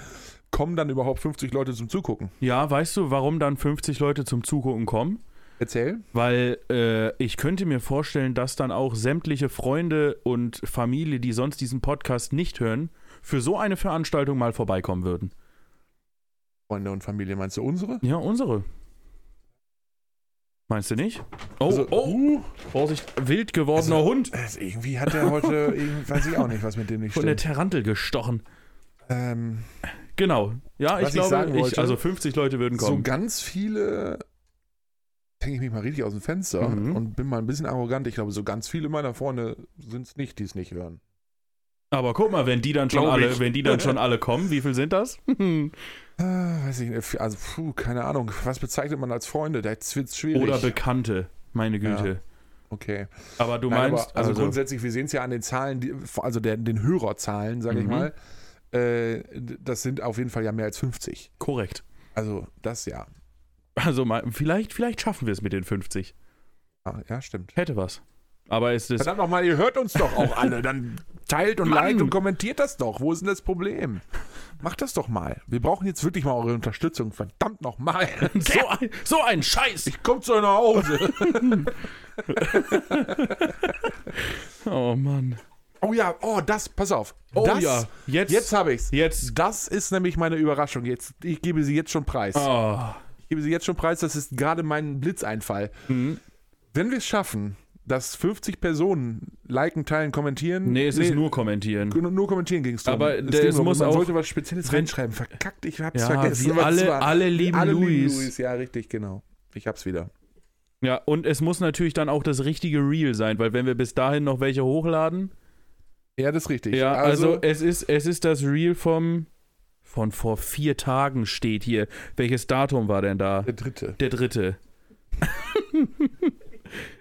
[SPEAKER 1] kommen dann überhaupt 50 Leute zum Zugucken?
[SPEAKER 2] Ja, weißt du, warum dann 50 Leute zum Zugucken kommen?
[SPEAKER 1] Erzähl.
[SPEAKER 2] Weil äh, ich könnte mir vorstellen, dass dann auch sämtliche Freunde und Familie, die sonst diesen Podcast nicht hören, für so eine Veranstaltung mal vorbeikommen würden.
[SPEAKER 1] Freunde und Familie, meinst du unsere?
[SPEAKER 2] Ja, unsere. Meinst du nicht? Oh,
[SPEAKER 1] Also-
[SPEAKER 2] oh, Vorsicht, wild gewordener
[SPEAKER 1] Also-
[SPEAKER 2] Hund.
[SPEAKER 1] Äh, irgendwie hat er heute, irgendwie- weiß ich auch nicht, was mit dem nicht
[SPEAKER 2] Von der
[SPEAKER 1] stimmt.
[SPEAKER 2] Tarantel gestochen.
[SPEAKER 1] Ähm,
[SPEAKER 2] Genau. Ja, ich
[SPEAKER 1] Was ich
[SPEAKER 2] glaube,
[SPEAKER 1] sagen
[SPEAKER 2] ich
[SPEAKER 1] wollte,
[SPEAKER 2] also 50 Leute würden
[SPEAKER 1] so
[SPEAKER 2] kommen.
[SPEAKER 1] ganz viele, hänge ich mich mal richtig aus dem Fenster
[SPEAKER 2] Mhm.
[SPEAKER 1] und bin mal ein bisschen arrogant. Ich glaube, so ganz viele meiner Freunde sind es nicht, die es nicht hören.
[SPEAKER 2] Aber guck mal, wenn die dann schon
[SPEAKER 1] Glaub
[SPEAKER 2] alle,
[SPEAKER 1] ich.
[SPEAKER 2] wenn die dann schon alle kommen, wie viel sind das?
[SPEAKER 1] Ah, weiß ich nicht, also puh, keine Ahnung. Was bezeichnet man als Freunde? Da wird es schwierig.
[SPEAKER 2] Oder Bekannte, meine Güte.
[SPEAKER 1] okay.
[SPEAKER 2] Aber du
[SPEAKER 1] Nein,
[SPEAKER 2] meinst,
[SPEAKER 1] aber, also, grundsätzlich, wir sehen es ja an den Zahlen, die, also der, den Hörerzahlen, sage ich
[SPEAKER 2] Mhm.
[SPEAKER 1] mal. Äh, das sind auf jeden Fall ja mehr als 50.
[SPEAKER 2] korrekt.
[SPEAKER 1] Also das ja.
[SPEAKER 2] Also mal, vielleicht, vielleicht schaffen wir es mit den 50.
[SPEAKER 1] Ja, Ah, ja stimmt.
[SPEAKER 2] Hätte was. Aber es ist.
[SPEAKER 1] Verdammt nochmal, ihr hört uns doch auch alle. Dann teilt und
[SPEAKER 2] Mann!
[SPEAKER 1] liked und kommentiert das doch. Wo ist denn das Problem? Macht das doch mal. Wir brauchen jetzt wirklich mal eure Unterstützung. Verdammt nochmal.
[SPEAKER 2] So ein, so ein Scheiß!
[SPEAKER 1] Ich komm zu euch nach Hause.
[SPEAKER 2] Oh Mann.
[SPEAKER 1] Oh ja, oh, das, pass auf.
[SPEAKER 2] Oh
[SPEAKER 1] das,
[SPEAKER 2] ja, jetzt-
[SPEAKER 1] jetzt habe ich's.
[SPEAKER 2] Jetzt.
[SPEAKER 1] Das ist nämlich meine Überraschung. Jetzt, ich gebe sie jetzt schon preis.
[SPEAKER 2] Oh.
[SPEAKER 1] Ich gebe sie jetzt schon preis. Das ist gerade mein Blitzeinfall.
[SPEAKER 2] Hm.
[SPEAKER 1] Wenn wir es schaffen, dass 50 Personen liken, teilen, kommentieren.
[SPEAKER 2] Nee, es ist nur kommentieren.
[SPEAKER 1] nur, nur kommentieren ging es drum.
[SPEAKER 2] Aber
[SPEAKER 1] es
[SPEAKER 2] der-
[SPEAKER 1] ging
[SPEAKER 2] es
[SPEAKER 1] drum.
[SPEAKER 2] muss
[SPEAKER 1] man
[SPEAKER 2] auch-
[SPEAKER 1] sollte was Spezielles
[SPEAKER 2] wenn-
[SPEAKER 1] reinschreiben. Verkackt, ich hab's
[SPEAKER 2] Ja,
[SPEAKER 1] vergessen.
[SPEAKER 2] wie
[SPEAKER 1] was
[SPEAKER 2] alle-
[SPEAKER 1] es war.
[SPEAKER 2] alle lieben Luis.
[SPEAKER 1] Ja, richtig, genau. Ich hab's wieder.
[SPEAKER 2] Ja, und es muss natürlich dann auch das richtige Reel sein, weil wenn wir bis dahin noch welche hochladen.
[SPEAKER 1] Ja, das ist richtig.
[SPEAKER 2] Ja, also, es, ist, es ist das Reel vom von vor vier Tagen steht hier. Welches Datum war denn da?
[SPEAKER 1] der dritte.
[SPEAKER 2] Der dritte.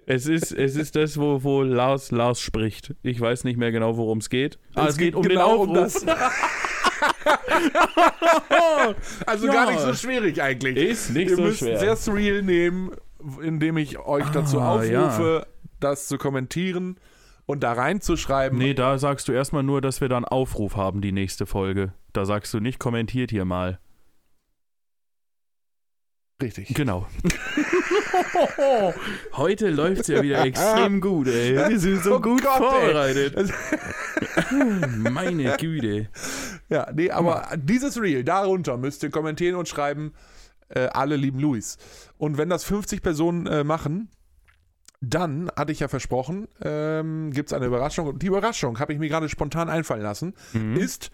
[SPEAKER 2] es, ist, es ist das, wo, wo Lars, Lars spricht. Ich weiß nicht mehr genau, worum es geht. Ah, es, geht um
[SPEAKER 1] genau
[SPEAKER 2] den Aufruf.
[SPEAKER 1] also
[SPEAKER 2] Ja.
[SPEAKER 1] gar nicht so schwierig eigentlich.
[SPEAKER 2] Ist nicht
[SPEAKER 1] Ihr
[SPEAKER 2] so
[SPEAKER 1] müsst
[SPEAKER 2] schwer.
[SPEAKER 1] sehr surreal nehmen, indem ich euch dazu
[SPEAKER 2] Ah,
[SPEAKER 1] aufrufe, das zu kommentieren und da reinzuschreiben.
[SPEAKER 2] nee, da sagst du erstmal nur, dass wir da einen Aufruf haben, die nächste Folge. Da sagst du nicht, kommentiert hier mal.
[SPEAKER 1] Richtig.
[SPEAKER 2] Genau. Heute läuft es ja wieder extrem gut, ey. Wir sind so
[SPEAKER 1] Oh
[SPEAKER 2] gut
[SPEAKER 1] Gott, ey.
[SPEAKER 2] vorbereitet. Meine Güte.
[SPEAKER 1] Ja, nee, aber dieses Reel, darunter müsst ihr kommentieren und schreiben, äh, alle lieben Luis. Und wenn das 50 Personen äh, machen, dann, hatte ich ja versprochen, ähm, gibt es eine Überraschung. Und die Überraschung, habe ich mir gerade spontan einfallen lassen,
[SPEAKER 2] Mhm.
[SPEAKER 1] ist,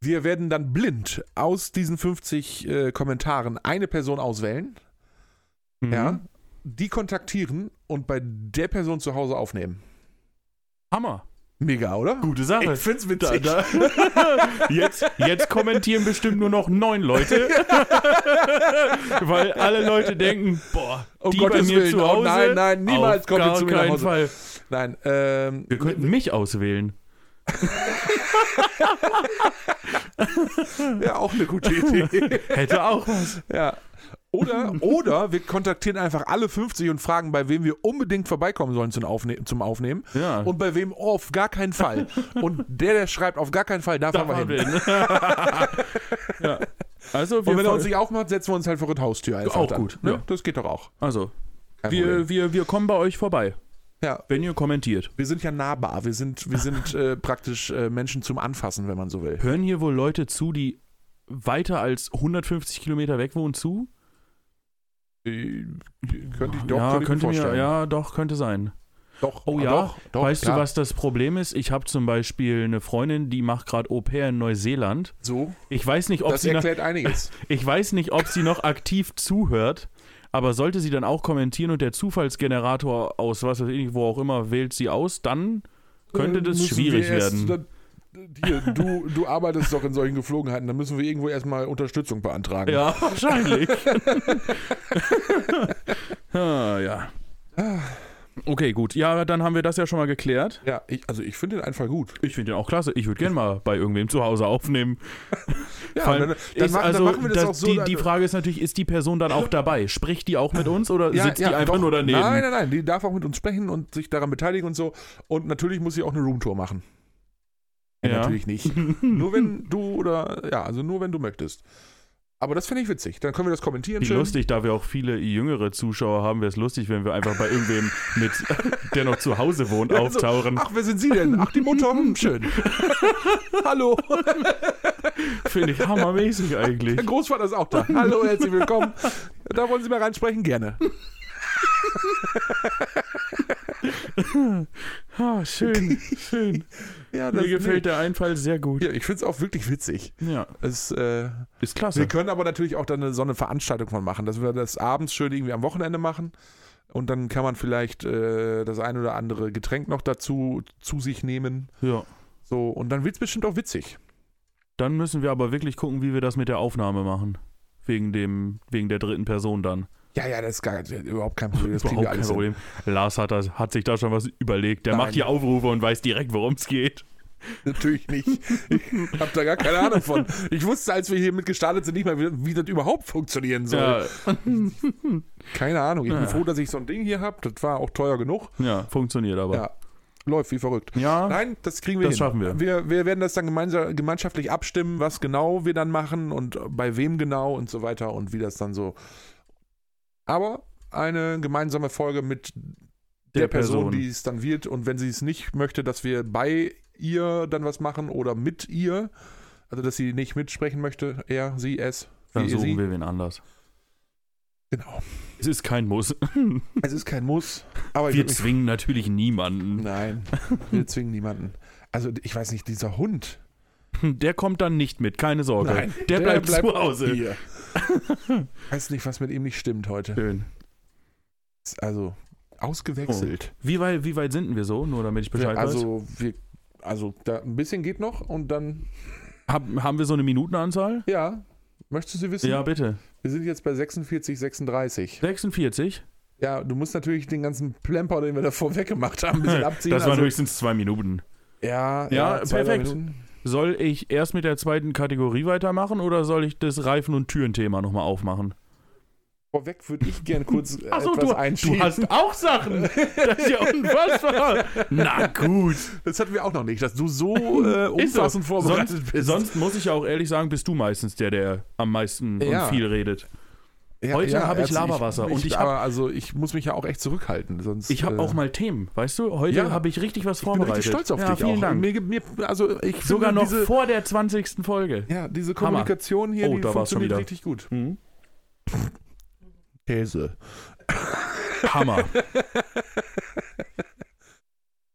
[SPEAKER 1] wir werden dann blind aus diesen 50 äh, Kommentaren eine Person auswählen,
[SPEAKER 2] Mhm.
[SPEAKER 1] ja, die kontaktieren und bei der Person zu Hause aufnehmen.
[SPEAKER 2] Hammer.
[SPEAKER 1] Mega, oder?
[SPEAKER 2] Gute Sache.
[SPEAKER 1] Ich find's
[SPEAKER 2] Da,
[SPEAKER 1] witzig.
[SPEAKER 2] da. Jetzt, jetzt kommentieren bestimmt nur noch neun Leute. Weil alle Leute denken, boah,
[SPEAKER 1] Um
[SPEAKER 2] die bei
[SPEAKER 1] Gottes
[SPEAKER 2] mir
[SPEAKER 1] Willen,
[SPEAKER 2] zu
[SPEAKER 1] oh
[SPEAKER 2] Hause.
[SPEAKER 1] nein, nein, niemals
[SPEAKER 2] auf
[SPEAKER 1] kommt ihr
[SPEAKER 2] gar
[SPEAKER 1] zu mir nach
[SPEAKER 2] keinen
[SPEAKER 1] Hause.
[SPEAKER 2] Fall.
[SPEAKER 1] Nein, ähm,
[SPEAKER 2] Wir könnten mich auswählen.
[SPEAKER 1] wäre auch eine gute Idee.
[SPEAKER 2] Hätte auch was.
[SPEAKER 1] Ja. Oder, oder wir kontaktieren einfach alle 50 und fragen, bei wem wir unbedingt vorbeikommen sollen zum, Aufne zum Aufnehmen
[SPEAKER 2] Ja.
[SPEAKER 1] und bei wem auf gar keinen Fall. Und der, der schreibt, auf gar keinen Fall, da fahren wir hin.
[SPEAKER 2] ja. Also, wir
[SPEAKER 1] Und wenn er uns nicht aufmacht, setzen wir uns halt vor das Haustür einfach
[SPEAKER 2] Auch
[SPEAKER 1] dann,
[SPEAKER 2] gut,
[SPEAKER 1] Ne?
[SPEAKER 2] ja.
[SPEAKER 1] Das geht doch auch.
[SPEAKER 2] also
[SPEAKER 1] Kein Problem.
[SPEAKER 2] wir, wir, wir kommen bei euch vorbei,
[SPEAKER 1] ja,
[SPEAKER 2] wenn ihr kommentiert.
[SPEAKER 1] wir sind ja nahbar. Wir sind, wir sind äh, praktisch äh, Menschen zum Anfassen, wenn man so will.
[SPEAKER 2] Hören hier wohl Leute zu, die weiter als 150 Kilometer weg wohnen zu?
[SPEAKER 1] Äh, Könnte ich doch,
[SPEAKER 2] ja,
[SPEAKER 1] könnte ich mir
[SPEAKER 2] könnte mir,
[SPEAKER 1] vorstellen.
[SPEAKER 2] ja, doch, könnte sein.
[SPEAKER 1] Doch,
[SPEAKER 2] Oh
[SPEAKER 1] ah,
[SPEAKER 2] ja,
[SPEAKER 1] doch, doch,
[SPEAKER 2] weißt
[SPEAKER 1] klar.
[SPEAKER 2] du, was das Problem ist? Ich habe zum Beispiel eine Freundin, die macht gerade Au pair in Neuseeland.
[SPEAKER 1] So,
[SPEAKER 2] Ich weiß nicht, ob
[SPEAKER 1] das
[SPEAKER 2] sie nach,
[SPEAKER 1] erklärt einiges.
[SPEAKER 2] ich weiß nicht, ob sie noch aktiv zuhört, aber sollte sie dann auch kommentieren und der Zufallsgenerator aus was weiß ich, wo auch immer wählt sie aus, dann könnte das
[SPEAKER 1] Äh, müssen
[SPEAKER 2] schwierig
[SPEAKER 1] wir erst
[SPEAKER 2] werden.
[SPEAKER 1] dann- Hier, du, du arbeitest doch in solchen Geflogenheiten, dann müssen wir irgendwo erstmal Unterstützung beantragen.
[SPEAKER 2] Ja, wahrscheinlich. ah, ja. Okay, gut. Ja, dann haben wir das ja schon mal geklärt.
[SPEAKER 1] Ja, ich, also ich finde den einfach gut.
[SPEAKER 2] Ich finde den auch klasse. Ich würde gerne mal bei irgendwem zu Hause aufnehmen.
[SPEAKER 1] Ja,
[SPEAKER 2] Vor allem
[SPEAKER 1] dann, dann,
[SPEAKER 2] ist
[SPEAKER 1] machen,
[SPEAKER 2] also
[SPEAKER 1] dann machen wir das,
[SPEAKER 2] das-
[SPEAKER 1] auch so.
[SPEAKER 2] Die,
[SPEAKER 1] dann-
[SPEAKER 2] die Frage ist natürlich, ist die Person dann auch dabei? Spricht die auch mit uns oder
[SPEAKER 1] ja,
[SPEAKER 2] sitzt
[SPEAKER 1] ja,
[SPEAKER 2] die einfach
[SPEAKER 1] doch.
[SPEAKER 2] nur daneben?
[SPEAKER 1] Nein, nein, nein, die darf auch mit uns sprechen und sich daran beteiligen und so. Und natürlich muss sie auch eine Roomtour machen.
[SPEAKER 2] Ja.
[SPEAKER 1] Natürlich nicht. nur wenn du oder, ja, also nur wenn du möchtest. Aber das finde ich witzig. Dann können wir das kommentieren.
[SPEAKER 2] Wie
[SPEAKER 1] schön.
[SPEAKER 2] lustig, da wir auch viele jüngere Zuschauer haben, wäre es lustig, wenn wir einfach bei irgendwem mit, der noch zu Hause wohnt,
[SPEAKER 1] Ja, so,
[SPEAKER 2] auftauchen.
[SPEAKER 1] Ach, wer sind Sie denn? Ach, die Mutter. Hm, schön. Hallo.
[SPEAKER 2] Finde ich hammermäßig eigentlich.
[SPEAKER 1] Der Großvater ist auch da. Hallo, herzlich willkommen. Da wollen Sie mal reinsprechen? Gerne.
[SPEAKER 2] Ah, schön, schön.
[SPEAKER 1] Ja,
[SPEAKER 2] Mir gefällt der Einfall sehr gut.
[SPEAKER 1] Ja, ich finde es auch wirklich witzig.
[SPEAKER 2] Ja,
[SPEAKER 1] Es, äh,
[SPEAKER 2] ist klasse.
[SPEAKER 1] wir können aber natürlich auch dann eine, so eine Veranstaltung von machen, dass wir das abends schön irgendwie am Wochenende machen. Und dann kann man vielleicht äh, das ein oder andere Getränk noch dazu zu sich nehmen.
[SPEAKER 2] Ja.
[SPEAKER 1] So, und dann wird es bestimmt auch witzig.
[SPEAKER 2] Dann müssen wir aber wirklich gucken, wie wir das mit der Aufnahme machen. Wegen dem, wegen der dritten Person dann.
[SPEAKER 1] Ja, ja, das ist gar, überhaupt kein Problem. Das kriegen
[SPEAKER 2] Überhaupt
[SPEAKER 1] wir
[SPEAKER 2] kein
[SPEAKER 1] alles hin.
[SPEAKER 2] Problem. Lars hat, das, hat sich da schon was überlegt. Der
[SPEAKER 1] Nein.
[SPEAKER 2] macht hier Aufrufe und weiß direkt, worum es geht.
[SPEAKER 1] Natürlich nicht. Ich habe da gar keine Ahnung von. Ich wusste, als wir hier mit gestartet sind, nicht mal, wie, wie das überhaupt funktionieren soll.
[SPEAKER 2] Ja,
[SPEAKER 1] Keine Ahnung. Ich bin
[SPEAKER 2] Ja.
[SPEAKER 1] froh, dass ich so ein Ding hier habe. Das war auch teuer genug.
[SPEAKER 2] ja funktioniert aber.
[SPEAKER 1] Ja. Läuft wie verrückt.
[SPEAKER 2] Ja,
[SPEAKER 1] Nein, das kriegen wir
[SPEAKER 2] Das
[SPEAKER 1] hin.
[SPEAKER 2] schaffen wir.
[SPEAKER 1] wir. Wir werden das dann gemeinsa- gemeinschaftlich abstimmen, was genau wir dann machen und bei wem genau und so weiter und wie das dann so. Aber eine gemeinsame Folge mit der, Person, die es dann wird und wenn sie es nicht möchte, dass wir bei ihr dann was machen oder mit ihr, also dass sie nicht mitsprechen möchte, er, sie, es,
[SPEAKER 2] dann
[SPEAKER 1] wie
[SPEAKER 2] suchen
[SPEAKER 1] sie,
[SPEAKER 2] wir wen anders.
[SPEAKER 1] Genau.
[SPEAKER 2] Es ist kein Muss.
[SPEAKER 1] Es ist kein Muss, aber ich
[SPEAKER 2] Wir
[SPEAKER 1] würd mich-
[SPEAKER 2] zwingen natürlich niemanden.
[SPEAKER 1] Nein, wir zwingen niemanden. Also ich weiß nicht, dieser Hund.
[SPEAKER 2] Der kommt dann nicht mit, keine Sorge.
[SPEAKER 1] Nein,
[SPEAKER 2] der, bleibt, zu Hause.
[SPEAKER 1] Hier. weiß nicht, was mit ihm nicht stimmt heute.
[SPEAKER 2] Schön.
[SPEAKER 1] Ist Also ausgewechselt.
[SPEAKER 2] Wie weit, wie weit sind wir so? Nur damit ich Oh, Bescheid weiß.
[SPEAKER 1] also wir, also da ein bisschen geht noch und dann
[SPEAKER 2] Hab, haben wir so eine Minutenanzahl?
[SPEAKER 1] ja. Möchtest du sie wissen?
[SPEAKER 2] Ja, bitte.
[SPEAKER 1] Wir sind jetzt bei 46, 36.
[SPEAKER 2] 46?
[SPEAKER 1] Ja, du musst natürlich den ganzen Plemper, den wir davor weggemacht haben, ein bisschen abziehen.
[SPEAKER 2] Das waren
[SPEAKER 1] also,
[SPEAKER 2] höchstens zwei Minuten.
[SPEAKER 1] ja,
[SPEAKER 2] Ja,
[SPEAKER 1] zwei, drei
[SPEAKER 2] perfekt.
[SPEAKER 1] Minuten.
[SPEAKER 2] Soll ich erst mit der zweiten Kategorie weitermachen oder soll ich das Reifen- und Türenthema nochmal aufmachen?
[SPEAKER 1] Vorweg würde ich gerne kurz äh,
[SPEAKER 2] Achso,
[SPEAKER 1] etwas
[SPEAKER 2] du,
[SPEAKER 1] einschieben.
[SPEAKER 2] du hast auch Sachen. Das ist ja unfassbar. Na gut.
[SPEAKER 1] Das hatten wir auch noch nicht, dass du so äh,
[SPEAKER 2] Ist so.
[SPEAKER 1] umfassend vorbereitet
[SPEAKER 2] sonst,
[SPEAKER 1] bist.
[SPEAKER 2] Sonst muss ich ja auch ehrlich sagen, bist du meistens der, der am meisten
[SPEAKER 1] Ja.
[SPEAKER 2] und viel redet.
[SPEAKER 1] Ja,
[SPEAKER 2] heute habe ich Laberwasser und ich habe-
[SPEAKER 1] aber also ich muss mich ja auch echt zurückhalten, sonst.
[SPEAKER 2] Ich habe
[SPEAKER 1] äh,
[SPEAKER 2] auch mal Themen, weißt du? Heute
[SPEAKER 1] ja.
[SPEAKER 2] habe ich richtig was
[SPEAKER 1] bin
[SPEAKER 2] vorbereitet.
[SPEAKER 1] richtig stolz auf
[SPEAKER 2] ja,
[SPEAKER 1] dich
[SPEAKER 2] vielen
[SPEAKER 1] auch.
[SPEAKER 2] Dank.
[SPEAKER 1] Mir, gibt- mir, also ich
[SPEAKER 2] Sogar
[SPEAKER 1] finde
[SPEAKER 2] noch
[SPEAKER 1] diese,
[SPEAKER 2] vor der 20. Folge.
[SPEAKER 1] ja, diese
[SPEAKER 2] Hammer.
[SPEAKER 1] Kommunikation hier,
[SPEAKER 2] Oh,
[SPEAKER 1] die
[SPEAKER 2] da war's schon
[SPEAKER 1] funktioniert
[SPEAKER 2] wieder.
[SPEAKER 1] richtig gut.
[SPEAKER 2] Mhm.
[SPEAKER 1] Käse.
[SPEAKER 2] Hammer.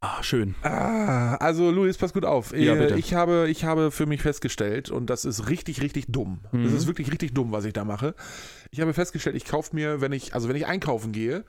[SPEAKER 2] ah, schön.
[SPEAKER 1] Ah, also Luis, pass gut auf.
[SPEAKER 2] Ja,
[SPEAKER 1] Äh,
[SPEAKER 2] bitte.
[SPEAKER 1] Ich habe, ich habe für mich festgestellt, und das ist richtig, richtig dumm.
[SPEAKER 2] Mhm.
[SPEAKER 1] Das ist wirklich richtig dumm, was ich da mache. Ich habe festgestellt, ich kaufe mir, wenn ich, also wenn ich einkaufen gehe,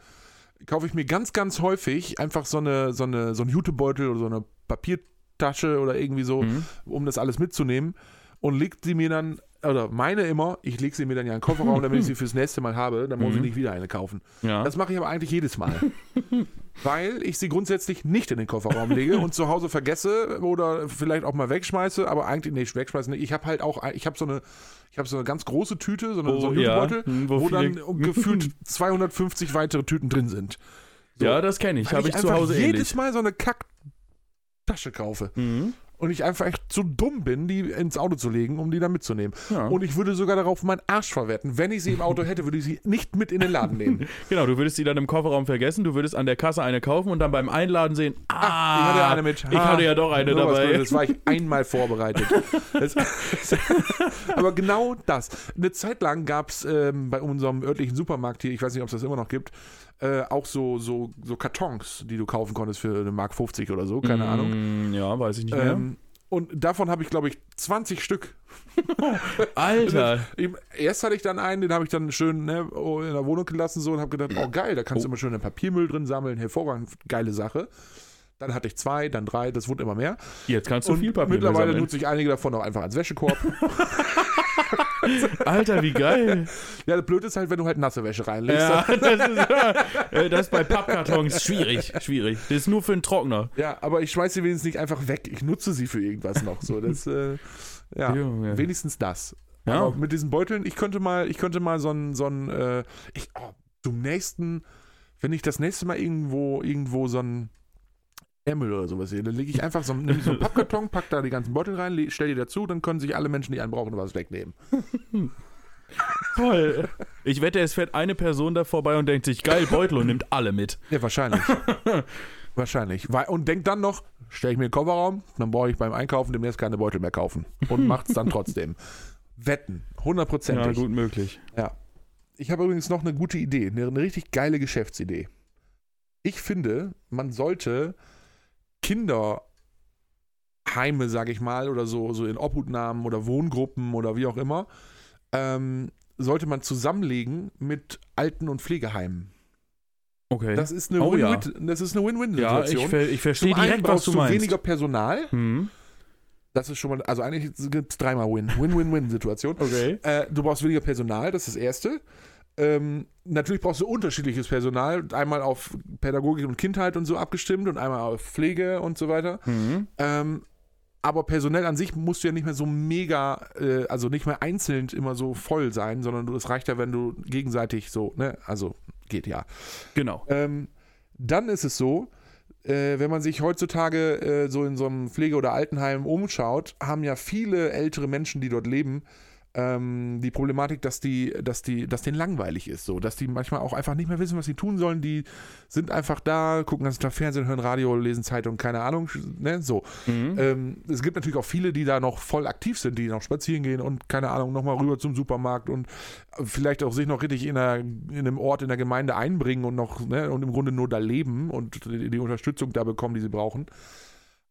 [SPEAKER 1] kaufe ich mir ganz, ganz häufig einfach so eine, so eine, so einen Jutebeutel oder so eine Papiertasche oder irgendwie so,
[SPEAKER 2] Mhm.
[SPEAKER 1] um das alles mitzunehmen. Und legt sie mir dann, oder meine immer, ich lege sie mir dann ja in den Kofferraum, damit ich sie fürs nächste Mal habe, dann muss ich
[SPEAKER 2] Mhm.
[SPEAKER 1] nicht wieder eine kaufen.
[SPEAKER 2] Ja.
[SPEAKER 1] Das mache ich aber eigentlich jedes Mal. Weil ich sie grundsätzlich nicht in den Kofferraum lege und zu Hause vergesse oder vielleicht auch mal wegschmeiße, aber eigentlich nicht wegschmeißen. nicht. Ich habe halt auch, ein- ich habe so eine, ich habe so eine ganz große Tüte, so, eine, so einen
[SPEAKER 2] Oh, ja.
[SPEAKER 1] Jutebeutel,
[SPEAKER 2] Hm,
[SPEAKER 1] wo,
[SPEAKER 2] wo viele-
[SPEAKER 1] dann um gefühlt 250 weitere Tüten drin sind. so.
[SPEAKER 2] ja, das kenne ich.
[SPEAKER 1] Weil
[SPEAKER 2] Habe ich, zu
[SPEAKER 1] einfach
[SPEAKER 2] Hause eh
[SPEAKER 1] jedes
[SPEAKER 2] ähnlich.
[SPEAKER 1] Mal so eine Kacktasche kaufe
[SPEAKER 2] Mhm.
[SPEAKER 1] und ich einfach echt zu dumm bin, die ins Auto zu legen, um die dann mitzunehmen.
[SPEAKER 2] Ja.
[SPEAKER 1] Und ich würde sogar darauf meinen Arsch verwetten. Wenn ich sie im Auto hätte, würde ich sie nicht mit in den Laden nehmen.
[SPEAKER 2] Genau, du würdest sie dann im Kofferraum vergessen, du würdest an der Kasse eine kaufen und dann beim Einladen sehen, ah,
[SPEAKER 1] ich hatte ja eine mit.
[SPEAKER 2] ich hatte ja doch eine
[SPEAKER 1] sowas
[SPEAKER 2] dabei.
[SPEAKER 1] Blödes. Das war ich einmal vorbereitet. Das, aber genau das. Eine Zeit lang gab es ähm, bei unserem örtlichen Supermarkt hier, ich weiß nicht, ob es das immer noch gibt, äh, auch so, so, so Kartons, die du kaufen konntest für eine Mark 50 oder so, keine Ahnung.
[SPEAKER 2] Mm, Ja, weiß ich nicht mehr.
[SPEAKER 1] Ähm, und davon habe ich, glaube ich, 20 Stück.
[SPEAKER 2] Alter,
[SPEAKER 1] Ich- Erst hatte ich dann einen, den habe ich dann schön ne, oh, in der Wohnung gelassen so und habe gedacht, oh geil, da kannst du immer schön den Papiermüll drin sammeln, hervorragend, geile Sache. Dann hatte ich zwei, dann drei, das wurde immer mehr.
[SPEAKER 2] jetzt kannst du
[SPEAKER 1] Und
[SPEAKER 2] viel Papier
[SPEAKER 1] mittlerweile
[SPEAKER 2] sammeln.
[SPEAKER 1] nutze ich einige davon auch einfach als Wäschekorb.
[SPEAKER 2] Alter, wie geil.
[SPEAKER 1] ja, das Blöde ist halt, wenn du halt nasse Wäsche reinlegst.
[SPEAKER 2] Ja,
[SPEAKER 1] Ja,
[SPEAKER 2] das ist, äh, das ist bei Pappkartons schwierig, schwierig. Das ist nur für einen Trockner.
[SPEAKER 1] ja aber ich schmeiß sie wenigstens nicht einfach weg. Ich nutze sie für irgendwas noch. So, das, äh, ja,
[SPEAKER 2] Junge.
[SPEAKER 1] wenigstens das.
[SPEAKER 2] Ja.
[SPEAKER 1] Aber mit diesen Beuteln, ich könnte mal, ich könnte mal so ein, so ein, äh, ich, oh, zum nächsten, wenn ich das nächste Mal irgendwo, irgendwo so ein Ärmel oder sowas sehe, dann lege ich einfach so, nehm ich so einen Pappkarton, pack da die ganzen Beutel rein, le- stell die dazu, dann können sich alle Menschen, die einen brauchen, was wegnehmen.
[SPEAKER 2] Toll. Ich wette, es fährt eine Person da vorbei und denkt sich, geil, Beutel und nimmt alle mit.
[SPEAKER 1] Ja, wahrscheinlich. wahrscheinlich. Weil- Und denkt dann noch, stelle ich mir in den Kofferraum, dann brauche ich beim Einkaufen demnächst keine Beutel mehr kaufen. Und macht's dann trotzdem. Wetten. Hundertprozentig.
[SPEAKER 2] möglich.
[SPEAKER 1] Ja. Ich habe übrigens noch eine gute Idee, eine, eine richtig geile Geschäftsidee. Ich finde, man sollte Kinderheime, sage ich mal, oder so, so in Obhutnahmen oder Wohngruppen oder wie auch immer, ähm, sollte man zusammenlegen mit Alten- und Pflegeheimen.
[SPEAKER 2] Okay.
[SPEAKER 1] Das ist eine
[SPEAKER 2] Oh ja.
[SPEAKER 1] Win-Win- das ist eine
[SPEAKER 2] ja, ich,
[SPEAKER 1] Win-Win-Situation.
[SPEAKER 2] ver ich verstehe
[SPEAKER 1] Zum einen
[SPEAKER 2] direkt, was
[SPEAKER 1] brauchst
[SPEAKER 2] du
[SPEAKER 1] du
[SPEAKER 2] meinst.
[SPEAKER 1] weniger Personal.
[SPEAKER 2] Hm.
[SPEAKER 1] Das ist schon mal, also eigentlich gibt es dreimal Win. Win-Win-Win-Situation.
[SPEAKER 2] Okay.
[SPEAKER 1] Äh, du brauchst weniger Personal, das ist das Erste. Ähm, natürlich brauchst du unterschiedliches Personal, einmal auf Pädagogik und Kindheit und so abgestimmt und einmal auf Pflege und so weiter.
[SPEAKER 2] Hm.
[SPEAKER 1] Ähm, aber personell an sich musst du ja nicht mehr so mega, äh, also nicht mehr einzeln immer so voll sein, sondern du- es reicht ja, wenn du gegenseitig so, ne, also geht ja.
[SPEAKER 2] Genau.
[SPEAKER 1] Ähm, dann ist es so, äh, wenn man sich heutzutage äh, so in so einem Pflege- oder Altenheim umschaut, haben ja viele ältere Menschen, die dort leben, ähm, die Problematik, dass die, dass die, dass denen langweilig ist, so, dass die manchmal auch einfach nicht mehr wissen, was sie tun sollen. Die sind einfach da, gucken ganz klar Fernsehen, hören Radio, lesen Zeitung, keine Ahnung, ne, so.
[SPEAKER 2] Mhm.
[SPEAKER 1] Ähm, es gibt natürlich auch viele, die da noch voll aktiv sind, die noch spazieren gehen und keine Ahnung, nochmal rüber zum Supermarkt und äh, vielleicht auch sich noch richtig in, einer, in einem Ort, in der Gemeinde einbringen und noch, ne, und im Grunde nur da leben und die, die Unterstützung da bekommen, die sie brauchen.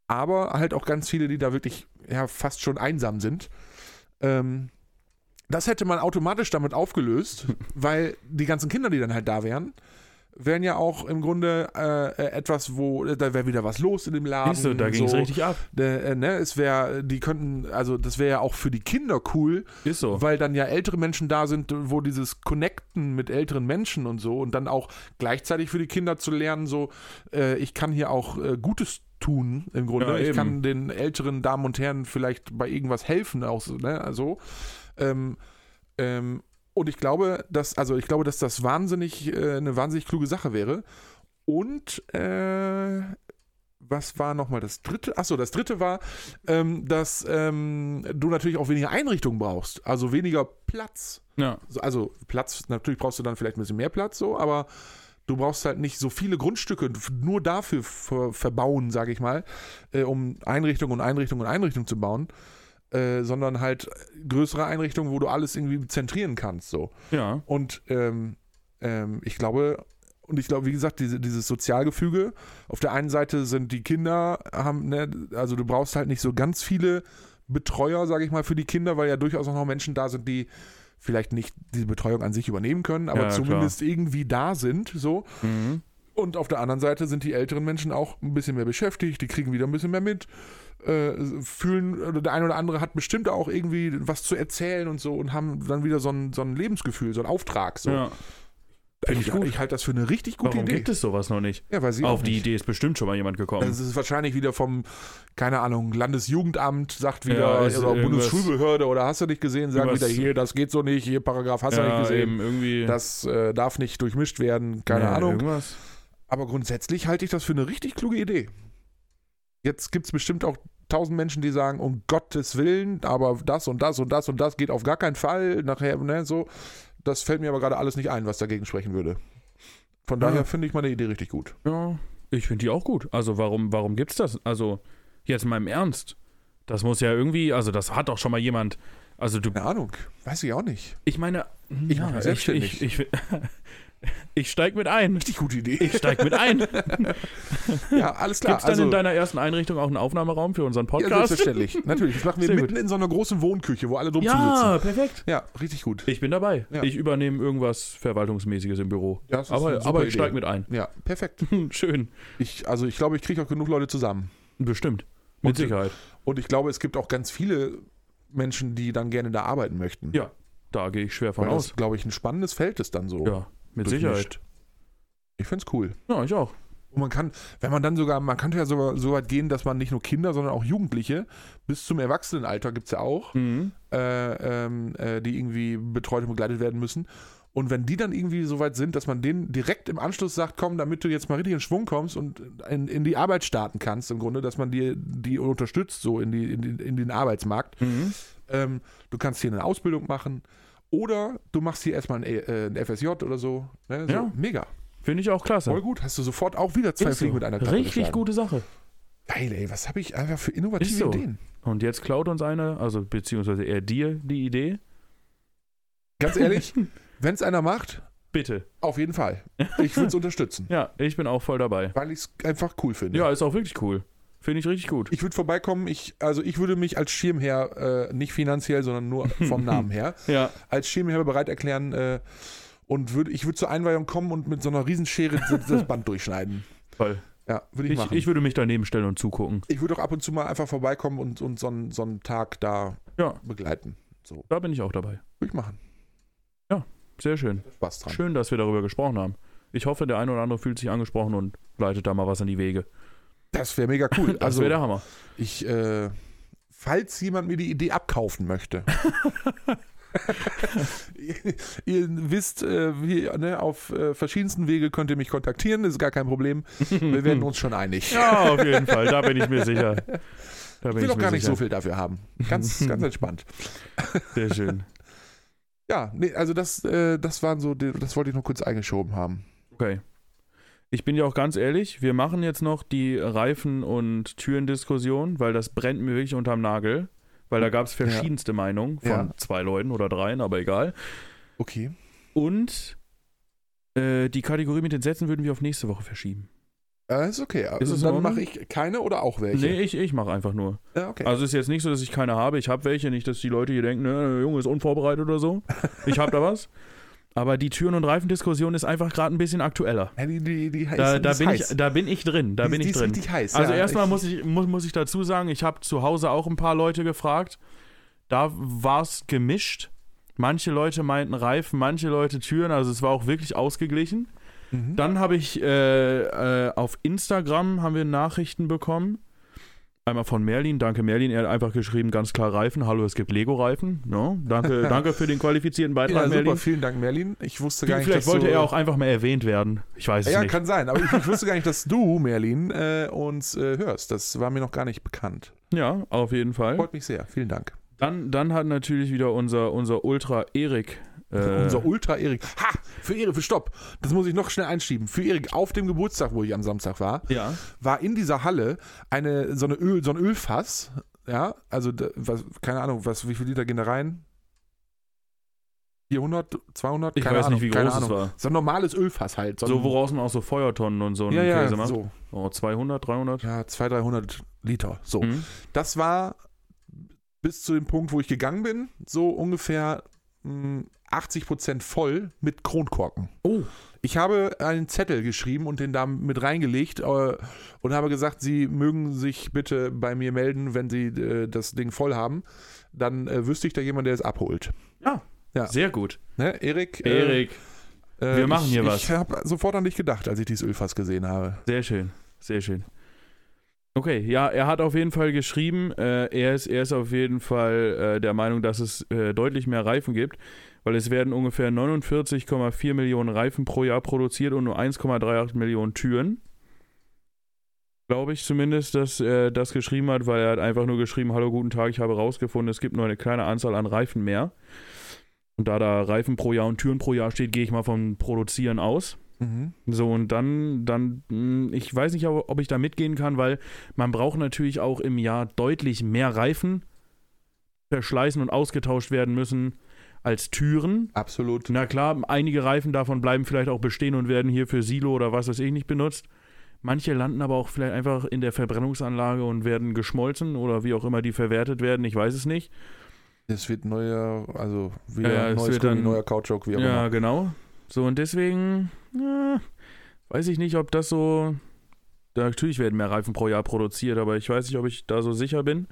[SPEAKER 1] Aber halt auch ganz viele, die da wirklich ja, fast schon einsam sind. Ähm, das hätte man automatisch damit aufgelöst, weil die ganzen Kinder, die dann halt da wären, wären ja auch im Grunde äh, äh, etwas, wo äh, da wäre wieder was los in dem Laden.
[SPEAKER 2] Siehst du, da ging es richtig ab.
[SPEAKER 1] Äh, äh, ne? Es wäre, die könnten, also das wäre ja auch für die Kinder cool,
[SPEAKER 2] Ist so.
[SPEAKER 1] weil dann ja ältere Menschen da sind, wo dieses Connecten mit älteren Menschen und so und dann auch gleichzeitig für die Kinder zu lernen, so äh, ich kann hier auch äh, Gutes tun im Grunde.
[SPEAKER 2] Ja,
[SPEAKER 1] ich
[SPEAKER 2] eben.
[SPEAKER 1] kann den älteren Damen und Herren vielleicht bei irgendwas helfen, auch so, ne? Also ähm, ähm, und ich glaube, dass, also ich glaube, dass das wahnsinnig äh, eine wahnsinnig kluge Sache wäre. Und äh, was war nochmal das dritte? Achso, das dritte war, ähm, dass ähm, du natürlich auch weniger Einrichtungen brauchst, also weniger Platz.
[SPEAKER 2] Ja.
[SPEAKER 1] So, Also Platz, natürlich brauchst du dann vielleicht ein bisschen mehr Platz, so, aber du brauchst halt nicht so viele Grundstücke f- nur dafür ver verbauen, sage ich mal, äh, um Einrichtung und Einrichtung und Einrichtung zu bauen, äh, sondern halt größere Einrichtungen, wo du alles irgendwie zentrieren kannst, so.
[SPEAKER 2] Ja.
[SPEAKER 1] Und ähm, ähm, ich glaube, und ich glaube, wie gesagt, diese, dieses Sozialgefüge, auf der einen Seite sind die Kinder, haben, ne, also du brauchst halt nicht so ganz viele Betreuer, sage ich mal, für die Kinder, weil ja durchaus auch noch Menschen da sind, die vielleicht nicht die Betreuung an sich übernehmen können, aber
[SPEAKER 2] Ja, klar.
[SPEAKER 1] zumindest irgendwie da sind, so.
[SPEAKER 2] Mhm.
[SPEAKER 1] Und auf der anderen Seite sind die älteren Menschen auch ein bisschen mehr beschäftigt, die kriegen wieder ein bisschen mehr mit, äh, fühlen, oder der eine oder andere hat bestimmt auch irgendwie was zu erzählen und so und haben dann wieder so ein, so ein Lebensgefühl, so ein Auftrag. So.
[SPEAKER 2] ja.
[SPEAKER 1] ich
[SPEAKER 2] Finde ich gut.
[SPEAKER 1] ich halte das für eine richtig gute
[SPEAKER 2] Warum
[SPEAKER 1] Idee.
[SPEAKER 2] gibt es sowas noch nicht?
[SPEAKER 1] Ja, weil sie
[SPEAKER 2] Auf
[SPEAKER 1] auch
[SPEAKER 2] die
[SPEAKER 1] nicht.
[SPEAKER 2] Idee ist bestimmt schon mal jemand gekommen.
[SPEAKER 1] Das ist wahrscheinlich wieder vom, keine Ahnung, Landesjugendamt, sagt
[SPEAKER 2] Ja,
[SPEAKER 1] wieder,
[SPEAKER 2] ist
[SPEAKER 1] oder
[SPEAKER 2] irgendwas-
[SPEAKER 1] Bundesschulbehörde, oder hast du nicht gesehen, sagen wieder
[SPEAKER 2] Irgendwas-
[SPEAKER 1] hier, das geht so nicht, hier Paragraph hast du nicht gesehen.
[SPEAKER 2] eben irgendwie.
[SPEAKER 1] Das äh, darf nicht durchmischt werden, keine
[SPEAKER 2] Ja,
[SPEAKER 1] Ahnung.
[SPEAKER 2] Irgendwas.
[SPEAKER 1] Aber grundsätzlich halte ich das für eine richtig kluge Idee. Jetzt gibt es bestimmt auch tausend Menschen, die sagen, um Gottes Willen, aber das und das und das und das geht auf gar keinen Fall. Nachher, ne, so. Das fällt mir aber gerade alles nicht ein, was dagegen sprechen würde. Von daher
[SPEAKER 2] Ja.
[SPEAKER 1] finde ich meine Idee richtig gut.
[SPEAKER 2] Ja, ich finde die auch gut. Also warum, warum gibt's das? Also, jetzt mal im Ernst. Das muss ja irgendwie, also das hat doch schon mal jemand. Also du,
[SPEAKER 1] Keine Ahnung. Weiß ich auch nicht.
[SPEAKER 2] ich meine,
[SPEAKER 1] Ich mach mich
[SPEAKER 2] ich,
[SPEAKER 1] selbstständig.
[SPEAKER 2] ich, ich, ich steig mit ein.
[SPEAKER 1] Richtig gute Idee.
[SPEAKER 2] Ich steig mit ein.
[SPEAKER 1] ja, alles klar. Also,
[SPEAKER 2] Gibt's dann in deiner ersten Einrichtung auch einen Aufnahmeraum für unseren
[SPEAKER 1] ja,
[SPEAKER 2] Podcast?
[SPEAKER 1] selbstverständlich. Natürlich. Das machen wir
[SPEAKER 2] Sehr
[SPEAKER 1] mitten in so einer großen Wohnküche, wo alle drum zusitzen.
[SPEAKER 2] Ja, perfekt.
[SPEAKER 1] Ja, richtig gut.
[SPEAKER 2] Ich bin dabei.
[SPEAKER 1] Ja.
[SPEAKER 2] Ich übernehme irgendwas Verwaltungsmäßiges im Büro.
[SPEAKER 1] Das ist eine
[SPEAKER 2] aber
[SPEAKER 1] super
[SPEAKER 2] aber ich
[SPEAKER 1] Idee.
[SPEAKER 2] steig mit ein. Hm,
[SPEAKER 1] Ja, perfekt.
[SPEAKER 2] Schön.
[SPEAKER 1] Ich, also ich glaube, ich kriege auch genug Leute zusammen.
[SPEAKER 2] Bestimmt. Mit
[SPEAKER 1] Und-
[SPEAKER 2] Sicherheit.
[SPEAKER 1] Und ich glaube, es gibt auch ganz viele Menschen, die dann gerne da arbeiten möchten.
[SPEAKER 2] Ja. Da gehe ich schwer von
[SPEAKER 1] Weil
[SPEAKER 2] aus.
[SPEAKER 1] das, glaube ich, ein spannendes Feld ist dann so.
[SPEAKER 2] Ja, mit Sicherheit.
[SPEAKER 1] durchmischt. Ich finde es cool.
[SPEAKER 2] Ja, ich auch.
[SPEAKER 1] Und man kann, wenn man dann sogar, man könnte ja sogar so weit gehen, dass man nicht nur Kinder, sondern auch Jugendliche bis zum Erwachsenenalter gibt es ja auch,
[SPEAKER 2] Mhm.
[SPEAKER 1] äh, ähm, äh, die irgendwie betreut und begleitet werden müssen. Und wenn die dann irgendwie so weit sind, dass man denen direkt im Anschluss sagt, komm, damit du jetzt mal richtig in Schwung kommst und in, in die Arbeit starten kannst, im Grunde, dass man dir die unterstützt, so in, die, in, die, in den Arbeitsmarkt,
[SPEAKER 2] Mhm.
[SPEAKER 1] ähm, du kannst hier eine Ausbildung machen oder du machst hier erstmal ein, äh, ein FSJ oder so. Ne? so
[SPEAKER 2] Ja.
[SPEAKER 1] Mega.
[SPEAKER 2] Finde ich auch klasse.
[SPEAKER 1] Voll gut. Hast du sofort auch wieder zwei
[SPEAKER 2] Ist
[SPEAKER 1] Fliegen
[SPEAKER 2] so.
[SPEAKER 1] mit einer Klappe
[SPEAKER 2] Richtig
[SPEAKER 1] geschlagen.
[SPEAKER 2] gute Sache.
[SPEAKER 1] Geil, ey. Was habe ich einfach für innovative
[SPEAKER 2] Ist so.
[SPEAKER 1] Ideen?
[SPEAKER 2] Und jetzt klaut uns einer, also beziehungsweise er dir die Idee.
[SPEAKER 1] Ganz ehrlich, wenn es einer macht,
[SPEAKER 2] Bitte.
[SPEAKER 1] auf jeden Fall. Ich würde es unterstützen,
[SPEAKER 2] Ja, ich bin auch voll dabei.
[SPEAKER 1] weil ich es einfach cool finde.
[SPEAKER 2] Ja, ist auch wirklich cool. Finde ich richtig gut.
[SPEAKER 1] Ich würde vorbeikommen, ich, also ich würde mich als Schirmherr, äh, nicht finanziell, sondern nur vom Namen her,
[SPEAKER 2] Ja,
[SPEAKER 1] als Schirmherr bereit erklären äh, und würd, ich würde zur Einweihung kommen und mit so einer Riesenschere das- das Band durchschneiden.
[SPEAKER 2] voll.
[SPEAKER 1] Ja, würde ich,
[SPEAKER 2] Ich, ich,
[SPEAKER 1] machen.
[SPEAKER 2] würde mich daneben stellen und zugucken.
[SPEAKER 1] Ich würde auch ab und zu mal einfach vorbeikommen und, und so, einen, so einen Tag da
[SPEAKER 2] Ja.
[SPEAKER 1] begleiten. So,
[SPEAKER 2] Da bin ich auch dabei.
[SPEAKER 1] würde ich machen.
[SPEAKER 2] Sehr schön.
[SPEAKER 1] Spaß dran.
[SPEAKER 2] Schön, dass wir darüber gesprochen haben. Ich hoffe, der eine oder andere fühlt sich angesprochen und leitet da mal was an die Wege.
[SPEAKER 1] Das wäre mega cool.
[SPEAKER 2] Das
[SPEAKER 1] Also,
[SPEAKER 2] wäre der Hammer.
[SPEAKER 1] ich, äh, falls jemand mir die Idee abkaufen möchte. ihr, ihr wisst, äh, wie, ne, auf äh, verschiedensten Wege könnt ihr mich
[SPEAKER 2] Mhm.
[SPEAKER 1] kontaktieren, ist gar kein Problem. Wir werden uns schon einig.
[SPEAKER 2] Ja, auf jeden Fall. Da bin ich mir sicher. Da bin
[SPEAKER 1] Ich will
[SPEAKER 2] ich
[SPEAKER 1] doch
[SPEAKER 2] mir
[SPEAKER 1] gar nicht
[SPEAKER 2] sicher.
[SPEAKER 1] so viel dafür haben. Ganz, ganz entspannt.
[SPEAKER 2] Sehr schön.
[SPEAKER 1] Ja, nee, also das, äh, das waren so, die, das wollte ich noch kurz eingeschoben haben.
[SPEAKER 2] Okay. Ich bin ja auch ganz ehrlich, wir machen jetzt noch die Reifen- und Türendiskussion, weil das brennt mir wirklich unterm Nagel. Weil da gab es verschiedenste Meinungen von
[SPEAKER 1] Ja.
[SPEAKER 2] zwei Leuten oder dreien, aber egal.
[SPEAKER 1] Okay.
[SPEAKER 2] Und äh, die Kategorie mit den Sätzen würden wir auf nächste Woche verschieben.
[SPEAKER 1] Äh, ist okay. Also
[SPEAKER 2] es in
[SPEAKER 1] dann
[SPEAKER 2] Ordnung?
[SPEAKER 1] mache ich keine oder auch welche.
[SPEAKER 2] Nee, ich, ich mache einfach nur.
[SPEAKER 1] Ja, okay.
[SPEAKER 2] Also ist jetzt nicht so, dass ich keine habe. Ich habe welche, nicht, dass die Leute hier denken, ne, der Junge ist unvorbereitet oder so. Ich habe da was. Aber die Türen- und Reifendiskussion ist einfach gerade ein bisschen aktueller.
[SPEAKER 1] Ja, die, die, die heiß,
[SPEAKER 2] Da,
[SPEAKER 1] die
[SPEAKER 2] da,
[SPEAKER 1] ist
[SPEAKER 2] bin ich,
[SPEAKER 1] heiß.
[SPEAKER 2] da bin ich drin. Da
[SPEAKER 1] die,
[SPEAKER 2] bin
[SPEAKER 1] die
[SPEAKER 2] ich
[SPEAKER 1] ist
[SPEAKER 2] drin.
[SPEAKER 1] richtig heiß.
[SPEAKER 2] Also
[SPEAKER 1] ja,
[SPEAKER 2] erstmal
[SPEAKER 1] ich,
[SPEAKER 2] muss ich, muss, muss ich dazu sagen, ich habe zu Hause auch ein paar Leute gefragt. Da war es gemischt. Manche Leute meinten Reifen, manche Leute Türen. Also es war auch wirklich ausgeglichen.
[SPEAKER 1] Mhm.
[SPEAKER 2] Dann habe ich äh, äh, auf Instagram haben wir Nachrichten bekommen. Einmal von Merlin, danke Merlin, er hat einfach geschrieben, ganz klar Reifen, hallo, es gibt Lego-Reifen. No? Danke, danke für den qualifizierten
[SPEAKER 1] ja,
[SPEAKER 2] Beitrag,
[SPEAKER 1] super,
[SPEAKER 2] Merlin.
[SPEAKER 1] vielen Dank, Merlin. Ich wusste gar nicht,
[SPEAKER 2] Vielleicht
[SPEAKER 1] dass
[SPEAKER 2] wollte
[SPEAKER 1] du,
[SPEAKER 2] er auch einfach mal erwähnt werden. Ich weiß es
[SPEAKER 1] Ja,
[SPEAKER 2] nicht.
[SPEAKER 1] kann sein, aber ich, ich wusste gar nicht, dass du, Merlin, äh, uns äh, hörst. Das war mir noch gar nicht bekannt.
[SPEAKER 2] Ja, auf jeden Fall.
[SPEAKER 1] Freut mich sehr. Vielen Dank.
[SPEAKER 2] Dann, dann hat natürlich wieder unser, unser Ultra Erik. Äh,
[SPEAKER 1] Unser Ultra-Erik. Ha! Für Erik, für Stopp. Das muss ich noch schnell einschieben. Für Erik, auf dem Geburtstag, wo ich am Samstag war,
[SPEAKER 2] ja.
[SPEAKER 1] war in dieser Halle eine, so, eine Öl, so ein Ölfass. Ja, also, da- was, keine Ahnung, was, wie viele Liter gehen da rein? 400, 200?
[SPEAKER 2] Ich
[SPEAKER 1] keine
[SPEAKER 2] weiß
[SPEAKER 1] Ahnung,
[SPEAKER 2] nicht, wie
[SPEAKER 1] keine
[SPEAKER 2] groß es
[SPEAKER 1] Ahnung.
[SPEAKER 2] war.
[SPEAKER 1] So ein normales Ölfass halt. So, ein-
[SPEAKER 2] So, woraus man auch so Feuertonnen und so einen
[SPEAKER 1] ja,
[SPEAKER 2] Käse
[SPEAKER 1] ja,
[SPEAKER 2] macht.
[SPEAKER 1] so.
[SPEAKER 2] Oh, 200, 300.
[SPEAKER 1] Ja, 200, 300 Liter. So.
[SPEAKER 2] Mhm.
[SPEAKER 1] Das war bis zu dem Punkt, wo ich gegangen bin, so ungefähr mh, 80% voll mit Kronkorken.
[SPEAKER 2] Oh.
[SPEAKER 1] Ich habe einen Zettel geschrieben und den da mit reingelegt äh, und habe gesagt, Sie mögen sich bitte bei mir melden, wenn Sie äh, das Ding voll haben. Dann äh, wüsste ich da jemanden, der es abholt. Ja.
[SPEAKER 2] Sehr gut.
[SPEAKER 1] Ne, Erik? äh,
[SPEAKER 2] Erik.
[SPEAKER 1] äh,
[SPEAKER 2] wir machen
[SPEAKER 1] ich,
[SPEAKER 2] hier was.
[SPEAKER 1] Ich habe sofort an dich gedacht, als ich dieses Ölfass gesehen habe.
[SPEAKER 2] Sehr schön. Sehr schön. Okay, ja, er hat auf jeden Fall geschrieben, äh, er, ist, er ist auf jeden Fall äh, der Meinung, dass es äh, deutlich mehr Reifen gibt, weil es werden ungefähr 49,4 Millionen Reifen pro Jahr produziert und nur 1,38 Millionen Türen. Glaube ich zumindest, dass er das geschrieben hat, weil er hat einfach nur geschrieben, hallo, guten Tag, ich habe rausgefunden, es gibt nur eine kleine Anzahl an Reifen mehr. Und da da Reifen pro Jahr und Türen pro Jahr steht, gehe ich mal vom Produzieren aus.
[SPEAKER 1] Mhm.
[SPEAKER 2] So, und dann, dann, mh, ich weiß nicht, ob ob ich da mitgehen kann, weil man braucht natürlich auch im Jahr deutlich mehr Reifen verschleißen und ausgetauscht werden müssen als Türen.
[SPEAKER 1] Absolut.
[SPEAKER 2] Na klar, einige Reifen davon bleiben vielleicht auch bestehen und werden hier für Silo oder was weiß ich nicht benutzt. Manche landen aber auch vielleicht einfach in der Verbrennungsanlage und werden geschmolzen oder wie auch immer die verwertet werden, ich weiß es nicht.
[SPEAKER 1] Es wird neuer, also wieder
[SPEAKER 2] Ja, ja, es
[SPEAKER 1] neues
[SPEAKER 2] wird
[SPEAKER 1] Gummi,
[SPEAKER 2] dann-
[SPEAKER 1] neuer Kautschuk, wie auch immer.
[SPEAKER 2] Ja, genau. So, und deswegen ja, weiß ich nicht, ob das so. Da, natürlich werden mehr Reifen pro Jahr produziert, aber ich weiß nicht, ob ich da so sicher bin.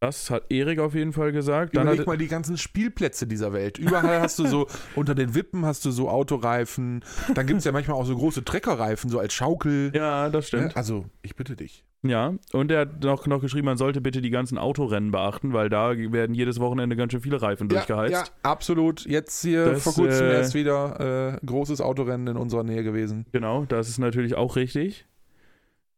[SPEAKER 2] Das hat Erik auf jeden Fall gesagt. Dann
[SPEAKER 1] Überleg
[SPEAKER 2] hat,
[SPEAKER 1] mal die ganzen Spielplätze dieser Welt. Überall hast du so, unter den Wippen hast du so Autoreifen. Dann gibt es ja manchmal auch so große Treckerreifen, so als Schaukel. Ne?
[SPEAKER 2] ja, das stimmt.
[SPEAKER 1] Also, ich bitte dich.
[SPEAKER 2] Ja, und er hat noch, noch geschrieben, man sollte bitte die ganzen Autorennen beachten, weil da werden jedes Wochenende ganz schön viele Reifen durchgeheizt.
[SPEAKER 1] Ja, ja, absolut. Jetzt hier
[SPEAKER 2] Das,
[SPEAKER 1] vor kurzem
[SPEAKER 2] äh,
[SPEAKER 1] erst wieder äh, großes Autorennen in unserer Nähe gewesen.
[SPEAKER 2] Genau, das ist natürlich auch richtig.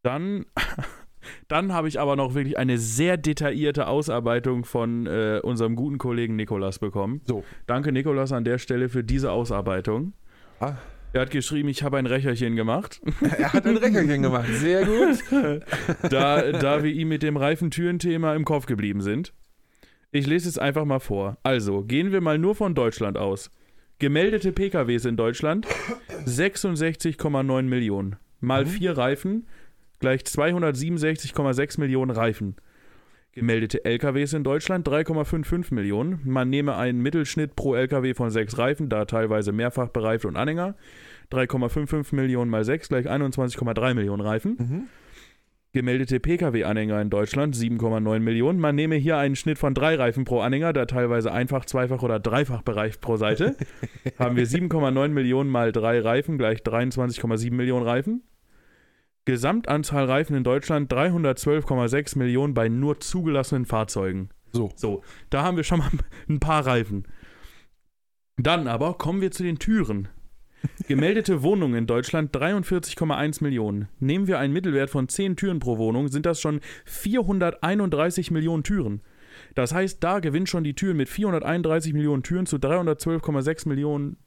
[SPEAKER 2] Dann, dann habe ich aber noch wirklich eine sehr detaillierte Ausarbeitung von äh, unserem guten Kollegen Nikolas bekommen.
[SPEAKER 1] So.
[SPEAKER 2] Danke, Nikolas, an der Stelle für diese Ausarbeitung.
[SPEAKER 1] Ah.
[SPEAKER 2] Er hat geschrieben, ich habe ein Recherchen gemacht.
[SPEAKER 1] Er hat ein Reckerchen gemacht. Sehr gut.
[SPEAKER 2] da, da wir ihm mit dem Reifentüren-Thema im Kopf geblieben sind. Ich lese es einfach mal vor. Also, gehen wir mal nur von Deutschland aus. Gemeldete PKWs in Deutschland 66,9 Millionen. Mal
[SPEAKER 1] Mhm.
[SPEAKER 2] vier Reifen gleich 267,6 Millionen Reifen. Gemeldete LKWs in Deutschland 3,55 Millionen. Man nehme einen Mittelschnitt pro LKW von sechs Reifen, da teilweise mehrfach bereift und Anhänger. 3,55 Millionen mal 6 gleich 21,3 Millionen Reifen.
[SPEAKER 1] Mhm.
[SPEAKER 2] Gemeldete Pkw-Anhänger in Deutschland 7,9 Millionen. Man nehme hier einen Schnitt von drei Reifen pro Anhänger, da teilweise einfach, zweifach oder dreifach bereift pro Seite. haben wir 7,9 Millionen mal drei Reifen gleich 23,7 Millionen Reifen. Gesamtanzahl Reifen in Deutschland 312,6 Millionen bei nur zugelassenen Fahrzeugen.
[SPEAKER 1] So.
[SPEAKER 2] So, da haben wir schon mal ein paar Reifen. Dann aber kommen wir zu den Türen. Gemeldete Wohnungen in Deutschland 43,1 Millionen. Nehmen wir einen Mittelwert von 10 Türen pro Wohnung, sind das schon 431 Millionen Türen. Das heißt, da gewinnt schon die Türen mit 431 Millionen Türen zu 312,6 Millionen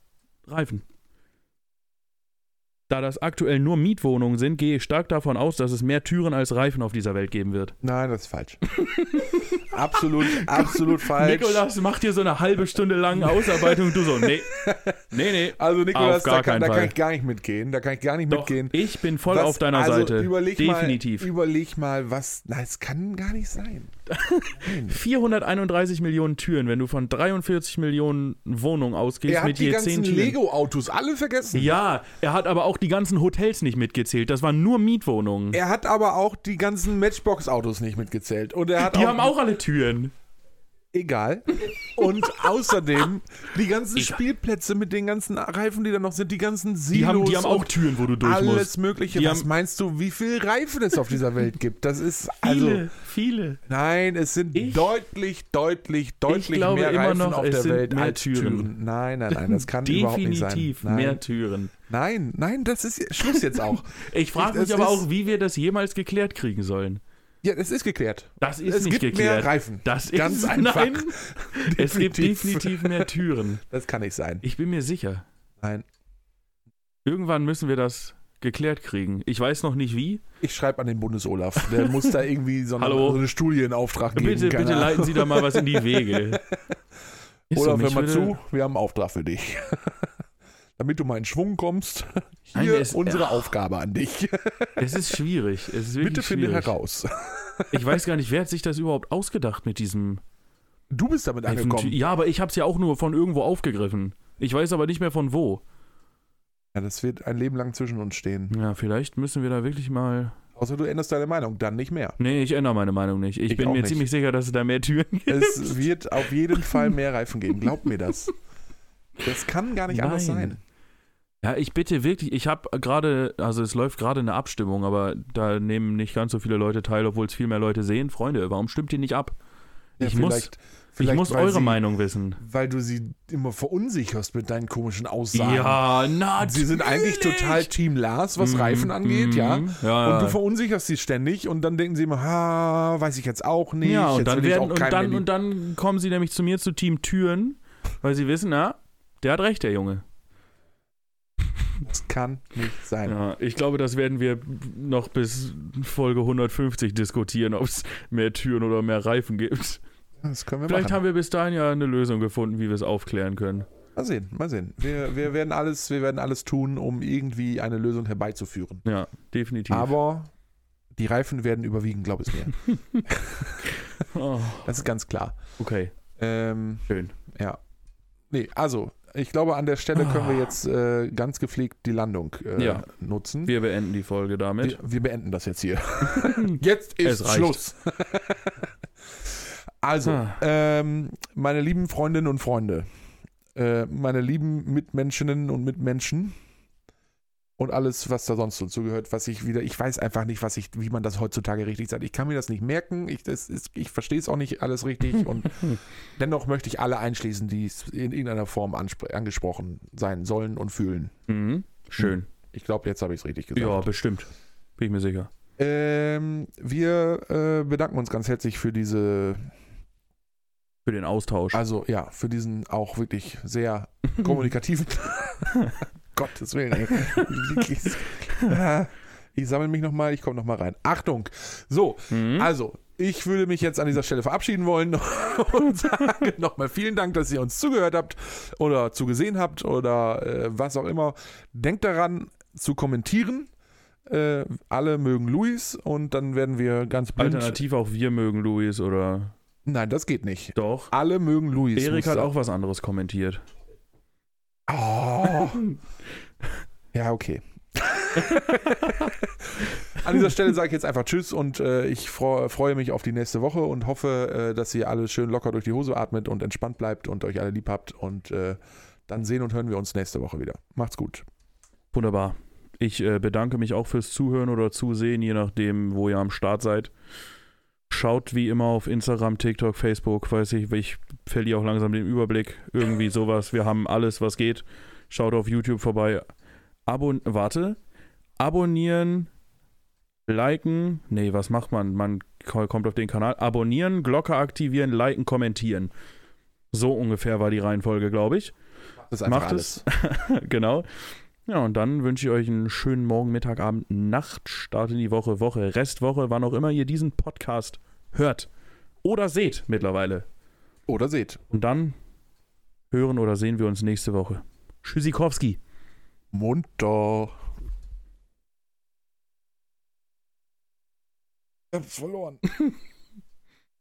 [SPEAKER 2] Reifen. Da das aktuell nur Mietwohnungen sind, gehe ich stark davon aus, dass es mehr Türen als Reifen auf dieser Welt geben wird.
[SPEAKER 1] Nein, das ist falsch. absolut, absolut falsch.
[SPEAKER 2] Nikolas macht hier so eine halbe Stunde lang Ausarbeitung, du so, nee, nee, nee.
[SPEAKER 1] Also Nikolas,
[SPEAKER 2] Auf gar
[SPEAKER 1] da, kann,
[SPEAKER 2] keinen
[SPEAKER 1] da kann
[SPEAKER 2] Fall.
[SPEAKER 1] ich gar nicht mitgehen. Da kann ich gar nicht
[SPEAKER 2] Doch,
[SPEAKER 1] mitgehen.
[SPEAKER 2] ich bin voll
[SPEAKER 1] Was-
[SPEAKER 2] auf deiner
[SPEAKER 1] also
[SPEAKER 2] Seite.
[SPEAKER 1] Überleg
[SPEAKER 2] Definitiv.
[SPEAKER 1] Mal, überleg mal, was. Nein, es kann gar nicht sein.
[SPEAKER 2] 431 Millionen Türen, wenn du von 43 Millionen Wohnungen ausgehst
[SPEAKER 1] Er
[SPEAKER 2] mit
[SPEAKER 1] hat die
[SPEAKER 2] je 10
[SPEAKER 1] ganzen
[SPEAKER 2] Türen.
[SPEAKER 1] Lego-Autos alle vergessen.
[SPEAKER 2] Ja, er hat aber auch die ganzen Hotels nicht mitgezählt. Das waren nur Mietwohnungen.
[SPEAKER 1] Er hat aber auch die ganzen Matchbox-Autos nicht mitgezählt. Und er hat
[SPEAKER 2] die haben auch alle Türen.
[SPEAKER 1] Egal. Und außerdem die ganzen Spielplätze mit den ganzen Reifen, die da noch sind, die ganzen Silos.
[SPEAKER 2] Die haben, die haben auch
[SPEAKER 1] und
[SPEAKER 2] Türen, wo du durch
[SPEAKER 1] alles
[SPEAKER 2] musst.
[SPEAKER 1] Mögliche.
[SPEAKER 2] Die
[SPEAKER 1] Was
[SPEAKER 2] haben-
[SPEAKER 1] meinst du, wie viel Reifen es auf dieser Welt gibt? Das ist also.
[SPEAKER 2] Viele, viele.
[SPEAKER 1] Nein, es sind
[SPEAKER 2] Ich-
[SPEAKER 1] deutlich, deutlich, deutlich
[SPEAKER 2] glaube
[SPEAKER 1] mehr
[SPEAKER 2] immer
[SPEAKER 1] Reifen
[SPEAKER 2] noch,
[SPEAKER 1] auf
[SPEAKER 2] es
[SPEAKER 1] der
[SPEAKER 2] sind
[SPEAKER 1] Welt
[SPEAKER 2] mehr
[SPEAKER 1] als
[SPEAKER 2] Türen.
[SPEAKER 1] Türen. Nein, nein, nein, das kann überhaupt nicht sein.
[SPEAKER 2] Definitiv
[SPEAKER 1] nein,
[SPEAKER 2] mehr Türen.
[SPEAKER 1] nein, nein, das ist Schluss jetzt auch.
[SPEAKER 2] Ich frage
[SPEAKER 1] Es
[SPEAKER 2] mich aber
[SPEAKER 1] ist-
[SPEAKER 2] auch, wie wir das jemals geklärt kriegen sollen.
[SPEAKER 1] Ja, es ist geklärt.
[SPEAKER 2] Das ist
[SPEAKER 1] es
[SPEAKER 2] nicht
[SPEAKER 1] gibt
[SPEAKER 2] geklärt.
[SPEAKER 1] mehr Reifen.
[SPEAKER 2] Das
[SPEAKER 1] Ganz
[SPEAKER 2] ist
[SPEAKER 1] einfach.
[SPEAKER 2] Nein, es gibt
[SPEAKER 1] Definitiv.
[SPEAKER 2] definitiv mehr Türen.
[SPEAKER 1] Das kann nicht sein.
[SPEAKER 2] Ich bin mir sicher.
[SPEAKER 1] Nein.
[SPEAKER 2] Irgendwann müssen wir das geklärt kriegen. Ich weiß noch nicht wie.
[SPEAKER 1] Ich schreibe an den Bundesolaf. Der muss da irgendwie so eine,
[SPEAKER 2] Hallo.
[SPEAKER 1] so eine Studie in Auftrag geben.
[SPEAKER 2] Bitte,
[SPEAKER 1] keine
[SPEAKER 2] bitte
[SPEAKER 1] Ahnung.
[SPEAKER 2] leiten Sie da mal was in die Wege. Ist so,
[SPEAKER 1] Olaf, hör
[SPEAKER 2] mich
[SPEAKER 1] mal
[SPEAKER 2] würde-
[SPEAKER 1] zu, wir haben einen Auftrag für dich. Damit du mal in Schwung kommst,
[SPEAKER 2] Nein,
[SPEAKER 1] hier
[SPEAKER 2] der ist-
[SPEAKER 1] unsere
[SPEAKER 2] Ach.
[SPEAKER 1] Aufgabe an dich.
[SPEAKER 2] Es ist schwierig. Es ist wirklich
[SPEAKER 1] Bitte
[SPEAKER 2] schwierig.
[SPEAKER 1] finde heraus.
[SPEAKER 2] Ich weiß gar nicht, wer hat sich das überhaupt ausgedacht mit diesem.
[SPEAKER 1] Du bist damit angekommen.
[SPEAKER 2] Ja, aber ich habe es ja auch nur von irgendwo aufgegriffen. Ich weiß aber nicht mehr von wo.
[SPEAKER 1] Ja, das wird ein Leben lang zwischen uns stehen.
[SPEAKER 2] Ja, vielleicht müssen wir da wirklich mal.
[SPEAKER 1] Außer du änderst deine Meinung, dann nicht mehr.
[SPEAKER 2] Nee, ich ändere meine Meinung nicht. Ich,
[SPEAKER 1] Ich
[SPEAKER 2] bin
[SPEAKER 1] auch
[SPEAKER 2] mir
[SPEAKER 1] nicht.
[SPEAKER 2] ziemlich sicher, dass es da mehr Türen gibt.
[SPEAKER 1] Es wird auf jeden Fall mehr Reifen geben, glaub mir das. Das kann gar nicht anders
[SPEAKER 2] Nein.
[SPEAKER 1] sein.
[SPEAKER 2] Ja, ich bitte wirklich, ich habe gerade, also es läuft gerade eine Abstimmung, aber da nehmen nicht ganz so viele Leute teil, obwohl es viel mehr Leute sehen. Freunde, warum stimmt ihr nicht ab?
[SPEAKER 1] Ja,
[SPEAKER 2] Ich muss- ich muss
[SPEAKER 1] weil
[SPEAKER 2] eure
[SPEAKER 1] sie,
[SPEAKER 2] Meinung wissen.
[SPEAKER 1] Weil du sie immer verunsicherst mit deinen komischen Aussagen.
[SPEAKER 2] Ja, na,
[SPEAKER 1] Sie sind eigentlich total Team Lars, was
[SPEAKER 2] Mhm,
[SPEAKER 1] Reifen angeht,
[SPEAKER 2] mhm,
[SPEAKER 1] ja.
[SPEAKER 2] ja.
[SPEAKER 1] Und du verunsicherst sie ständig und dann denken sie immer, ha, weiß ich jetzt auch nicht.
[SPEAKER 2] Ja, und
[SPEAKER 1] jetzt
[SPEAKER 2] dann,
[SPEAKER 1] will ich
[SPEAKER 2] werden,
[SPEAKER 1] auch
[SPEAKER 2] und,
[SPEAKER 1] keinem
[SPEAKER 2] dann,
[SPEAKER 1] lieb-
[SPEAKER 2] und dann kommen sie nämlich zu mir zu Team Türen, weil sie wissen, na, der hat recht, der Junge.
[SPEAKER 1] Das kann nicht sein.
[SPEAKER 2] Ja, ich glaube, das werden wir noch bis Folge 150 diskutieren, ob es mehr Türen oder mehr Reifen gibt.
[SPEAKER 1] Das können wir
[SPEAKER 2] Vielleicht
[SPEAKER 1] machen.
[SPEAKER 2] haben wir bis dahin ja eine Lösung gefunden, wie wir es aufklären können.
[SPEAKER 1] Mal sehen, mal sehen. Wir, wir, werden alles, wir werden alles tun, um irgendwie eine Lösung herbeizuführen.
[SPEAKER 2] Ja, definitiv.
[SPEAKER 1] Aber die Reifen werden überwiegen, glaub es mir.
[SPEAKER 2] Oh,
[SPEAKER 1] Das ist ganz klar.
[SPEAKER 2] okay,
[SPEAKER 1] Ähm,
[SPEAKER 2] schön.
[SPEAKER 1] nee, also, ich glaube, an der Stelle können wir
[SPEAKER 2] Ah.
[SPEAKER 1] jetzt äh, ganz gepflegt die Landung äh,
[SPEAKER 2] Ja.
[SPEAKER 1] nutzen.
[SPEAKER 2] Wir beenden die Folge damit.
[SPEAKER 1] Wir, wir beenden das jetzt hier. jetzt ist
[SPEAKER 2] Es reicht.
[SPEAKER 1] Schluss. also,
[SPEAKER 2] Ah.
[SPEAKER 1] ähm, meine lieben Freundinnen und Freunde, äh, meine lieben Mitmenschinnen und Mitmenschen und alles, was da sonst so zugehört, was ich wieder, ich weiß einfach nicht, was ich, wie man das heutzutage richtig sagt. Ich kann mir das nicht merken. Ich, das ist, ich verstehe es auch nicht alles richtig und dennoch möchte ich alle einschließen, die es in irgendeiner Form anspr- angesprochen sein sollen und fühlen.
[SPEAKER 2] Mhm. Schön.
[SPEAKER 1] Ich glaube, jetzt habe ich es richtig gesagt.
[SPEAKER 2] Ja, bestimmt. Bin ich mir sicher.
[SPEAKER 1] Ähm, wir äh, bedanken uns ganz herzlich für diese,
[SPEAKER 2] Für den Austausch.
[SPEAKER 1] also ja, für diesen auch wirklich sehr kommunikativen. Gottes Willen, ey. Ich- Ich sammle mich nochmal, ich komme nochmal rein. Achtung! So,
[SPEAKER 2] Mhm.
[SPEAKER 1] also, ich würde mich jetzt an dieser Stelle verabschieden wollen und sage nochmal vielen Dank, dass ihr uns zugehört habt oder zugesehen habt oder äh, was auch immer. Denkt daran zu kommentieren. Äh, alle mögen Luis und dann werden wir ganz blind.
[SPEAKER 2] Alternativ auch wir mögen Luis oder
[SPEAKER 1] Nein, das geht nicht.
[SPEAKER 2] doch.
[SPEAKER 1] Alle mögen Luis.
[SPEAKER 2] Erik
[SPEAKER 1] muss
[SPEAKER 2] hat
[SPEAKER 1] da-
[SPEAKER 2] auch was anderes kommentiert.
[SPEAKER 1] Oh. ja, okay. An dieser Stelle sage ich jetzt einfach Tschüss und äh, ich fro freue mich auf die nächste Woche und hoffe, äh, dass ihr alle schön locker durch die Hose atmet und entspannt bleibt und euch alle lieb habt. Und äh, dann sehen und hören wir uns nächste Woche wieder. Macht's gut.
[SPEAKER 2] Wunderbar. Ich äh, bedanke mich auch fürs Zuhören oder Zusehen, je nachdem, wo ihr am Start seid. Schaut wie immer auf Instagram, TikTok, Facebook, weiß ich, ich verliere auch langsam den Überblick. Irgendwie sowas. Wir haben alles, was geht. Schaut auf YouTube vorbei. Abon warte. Abonnieren, liken. Nee, was macht man? Man ko- kommt auf den Kanal. Abonnieren, Glocke aktivieren, liken, kommentieren. So ungefähr war die Reihenfolge, glaube ich.
[SPEAKER 1] Das ist
[SPEAKER 2] Macht es. genau. Ja, und dann wünsche ich euch einen schönen Morgen, Mittag, Abend, Nacht, Start in die Woche, Woche, Restwoche, wann auch immer ihr diesen Podcast hört oder seht mittlerweile.
[SPEAKER 1] Oder seht.
[SPEAKER 2] Und dann hören oder sehen wir uns nächste Woche. Tschüssikowski.
[SPEAKER 1] Munter. Ich hab verloren.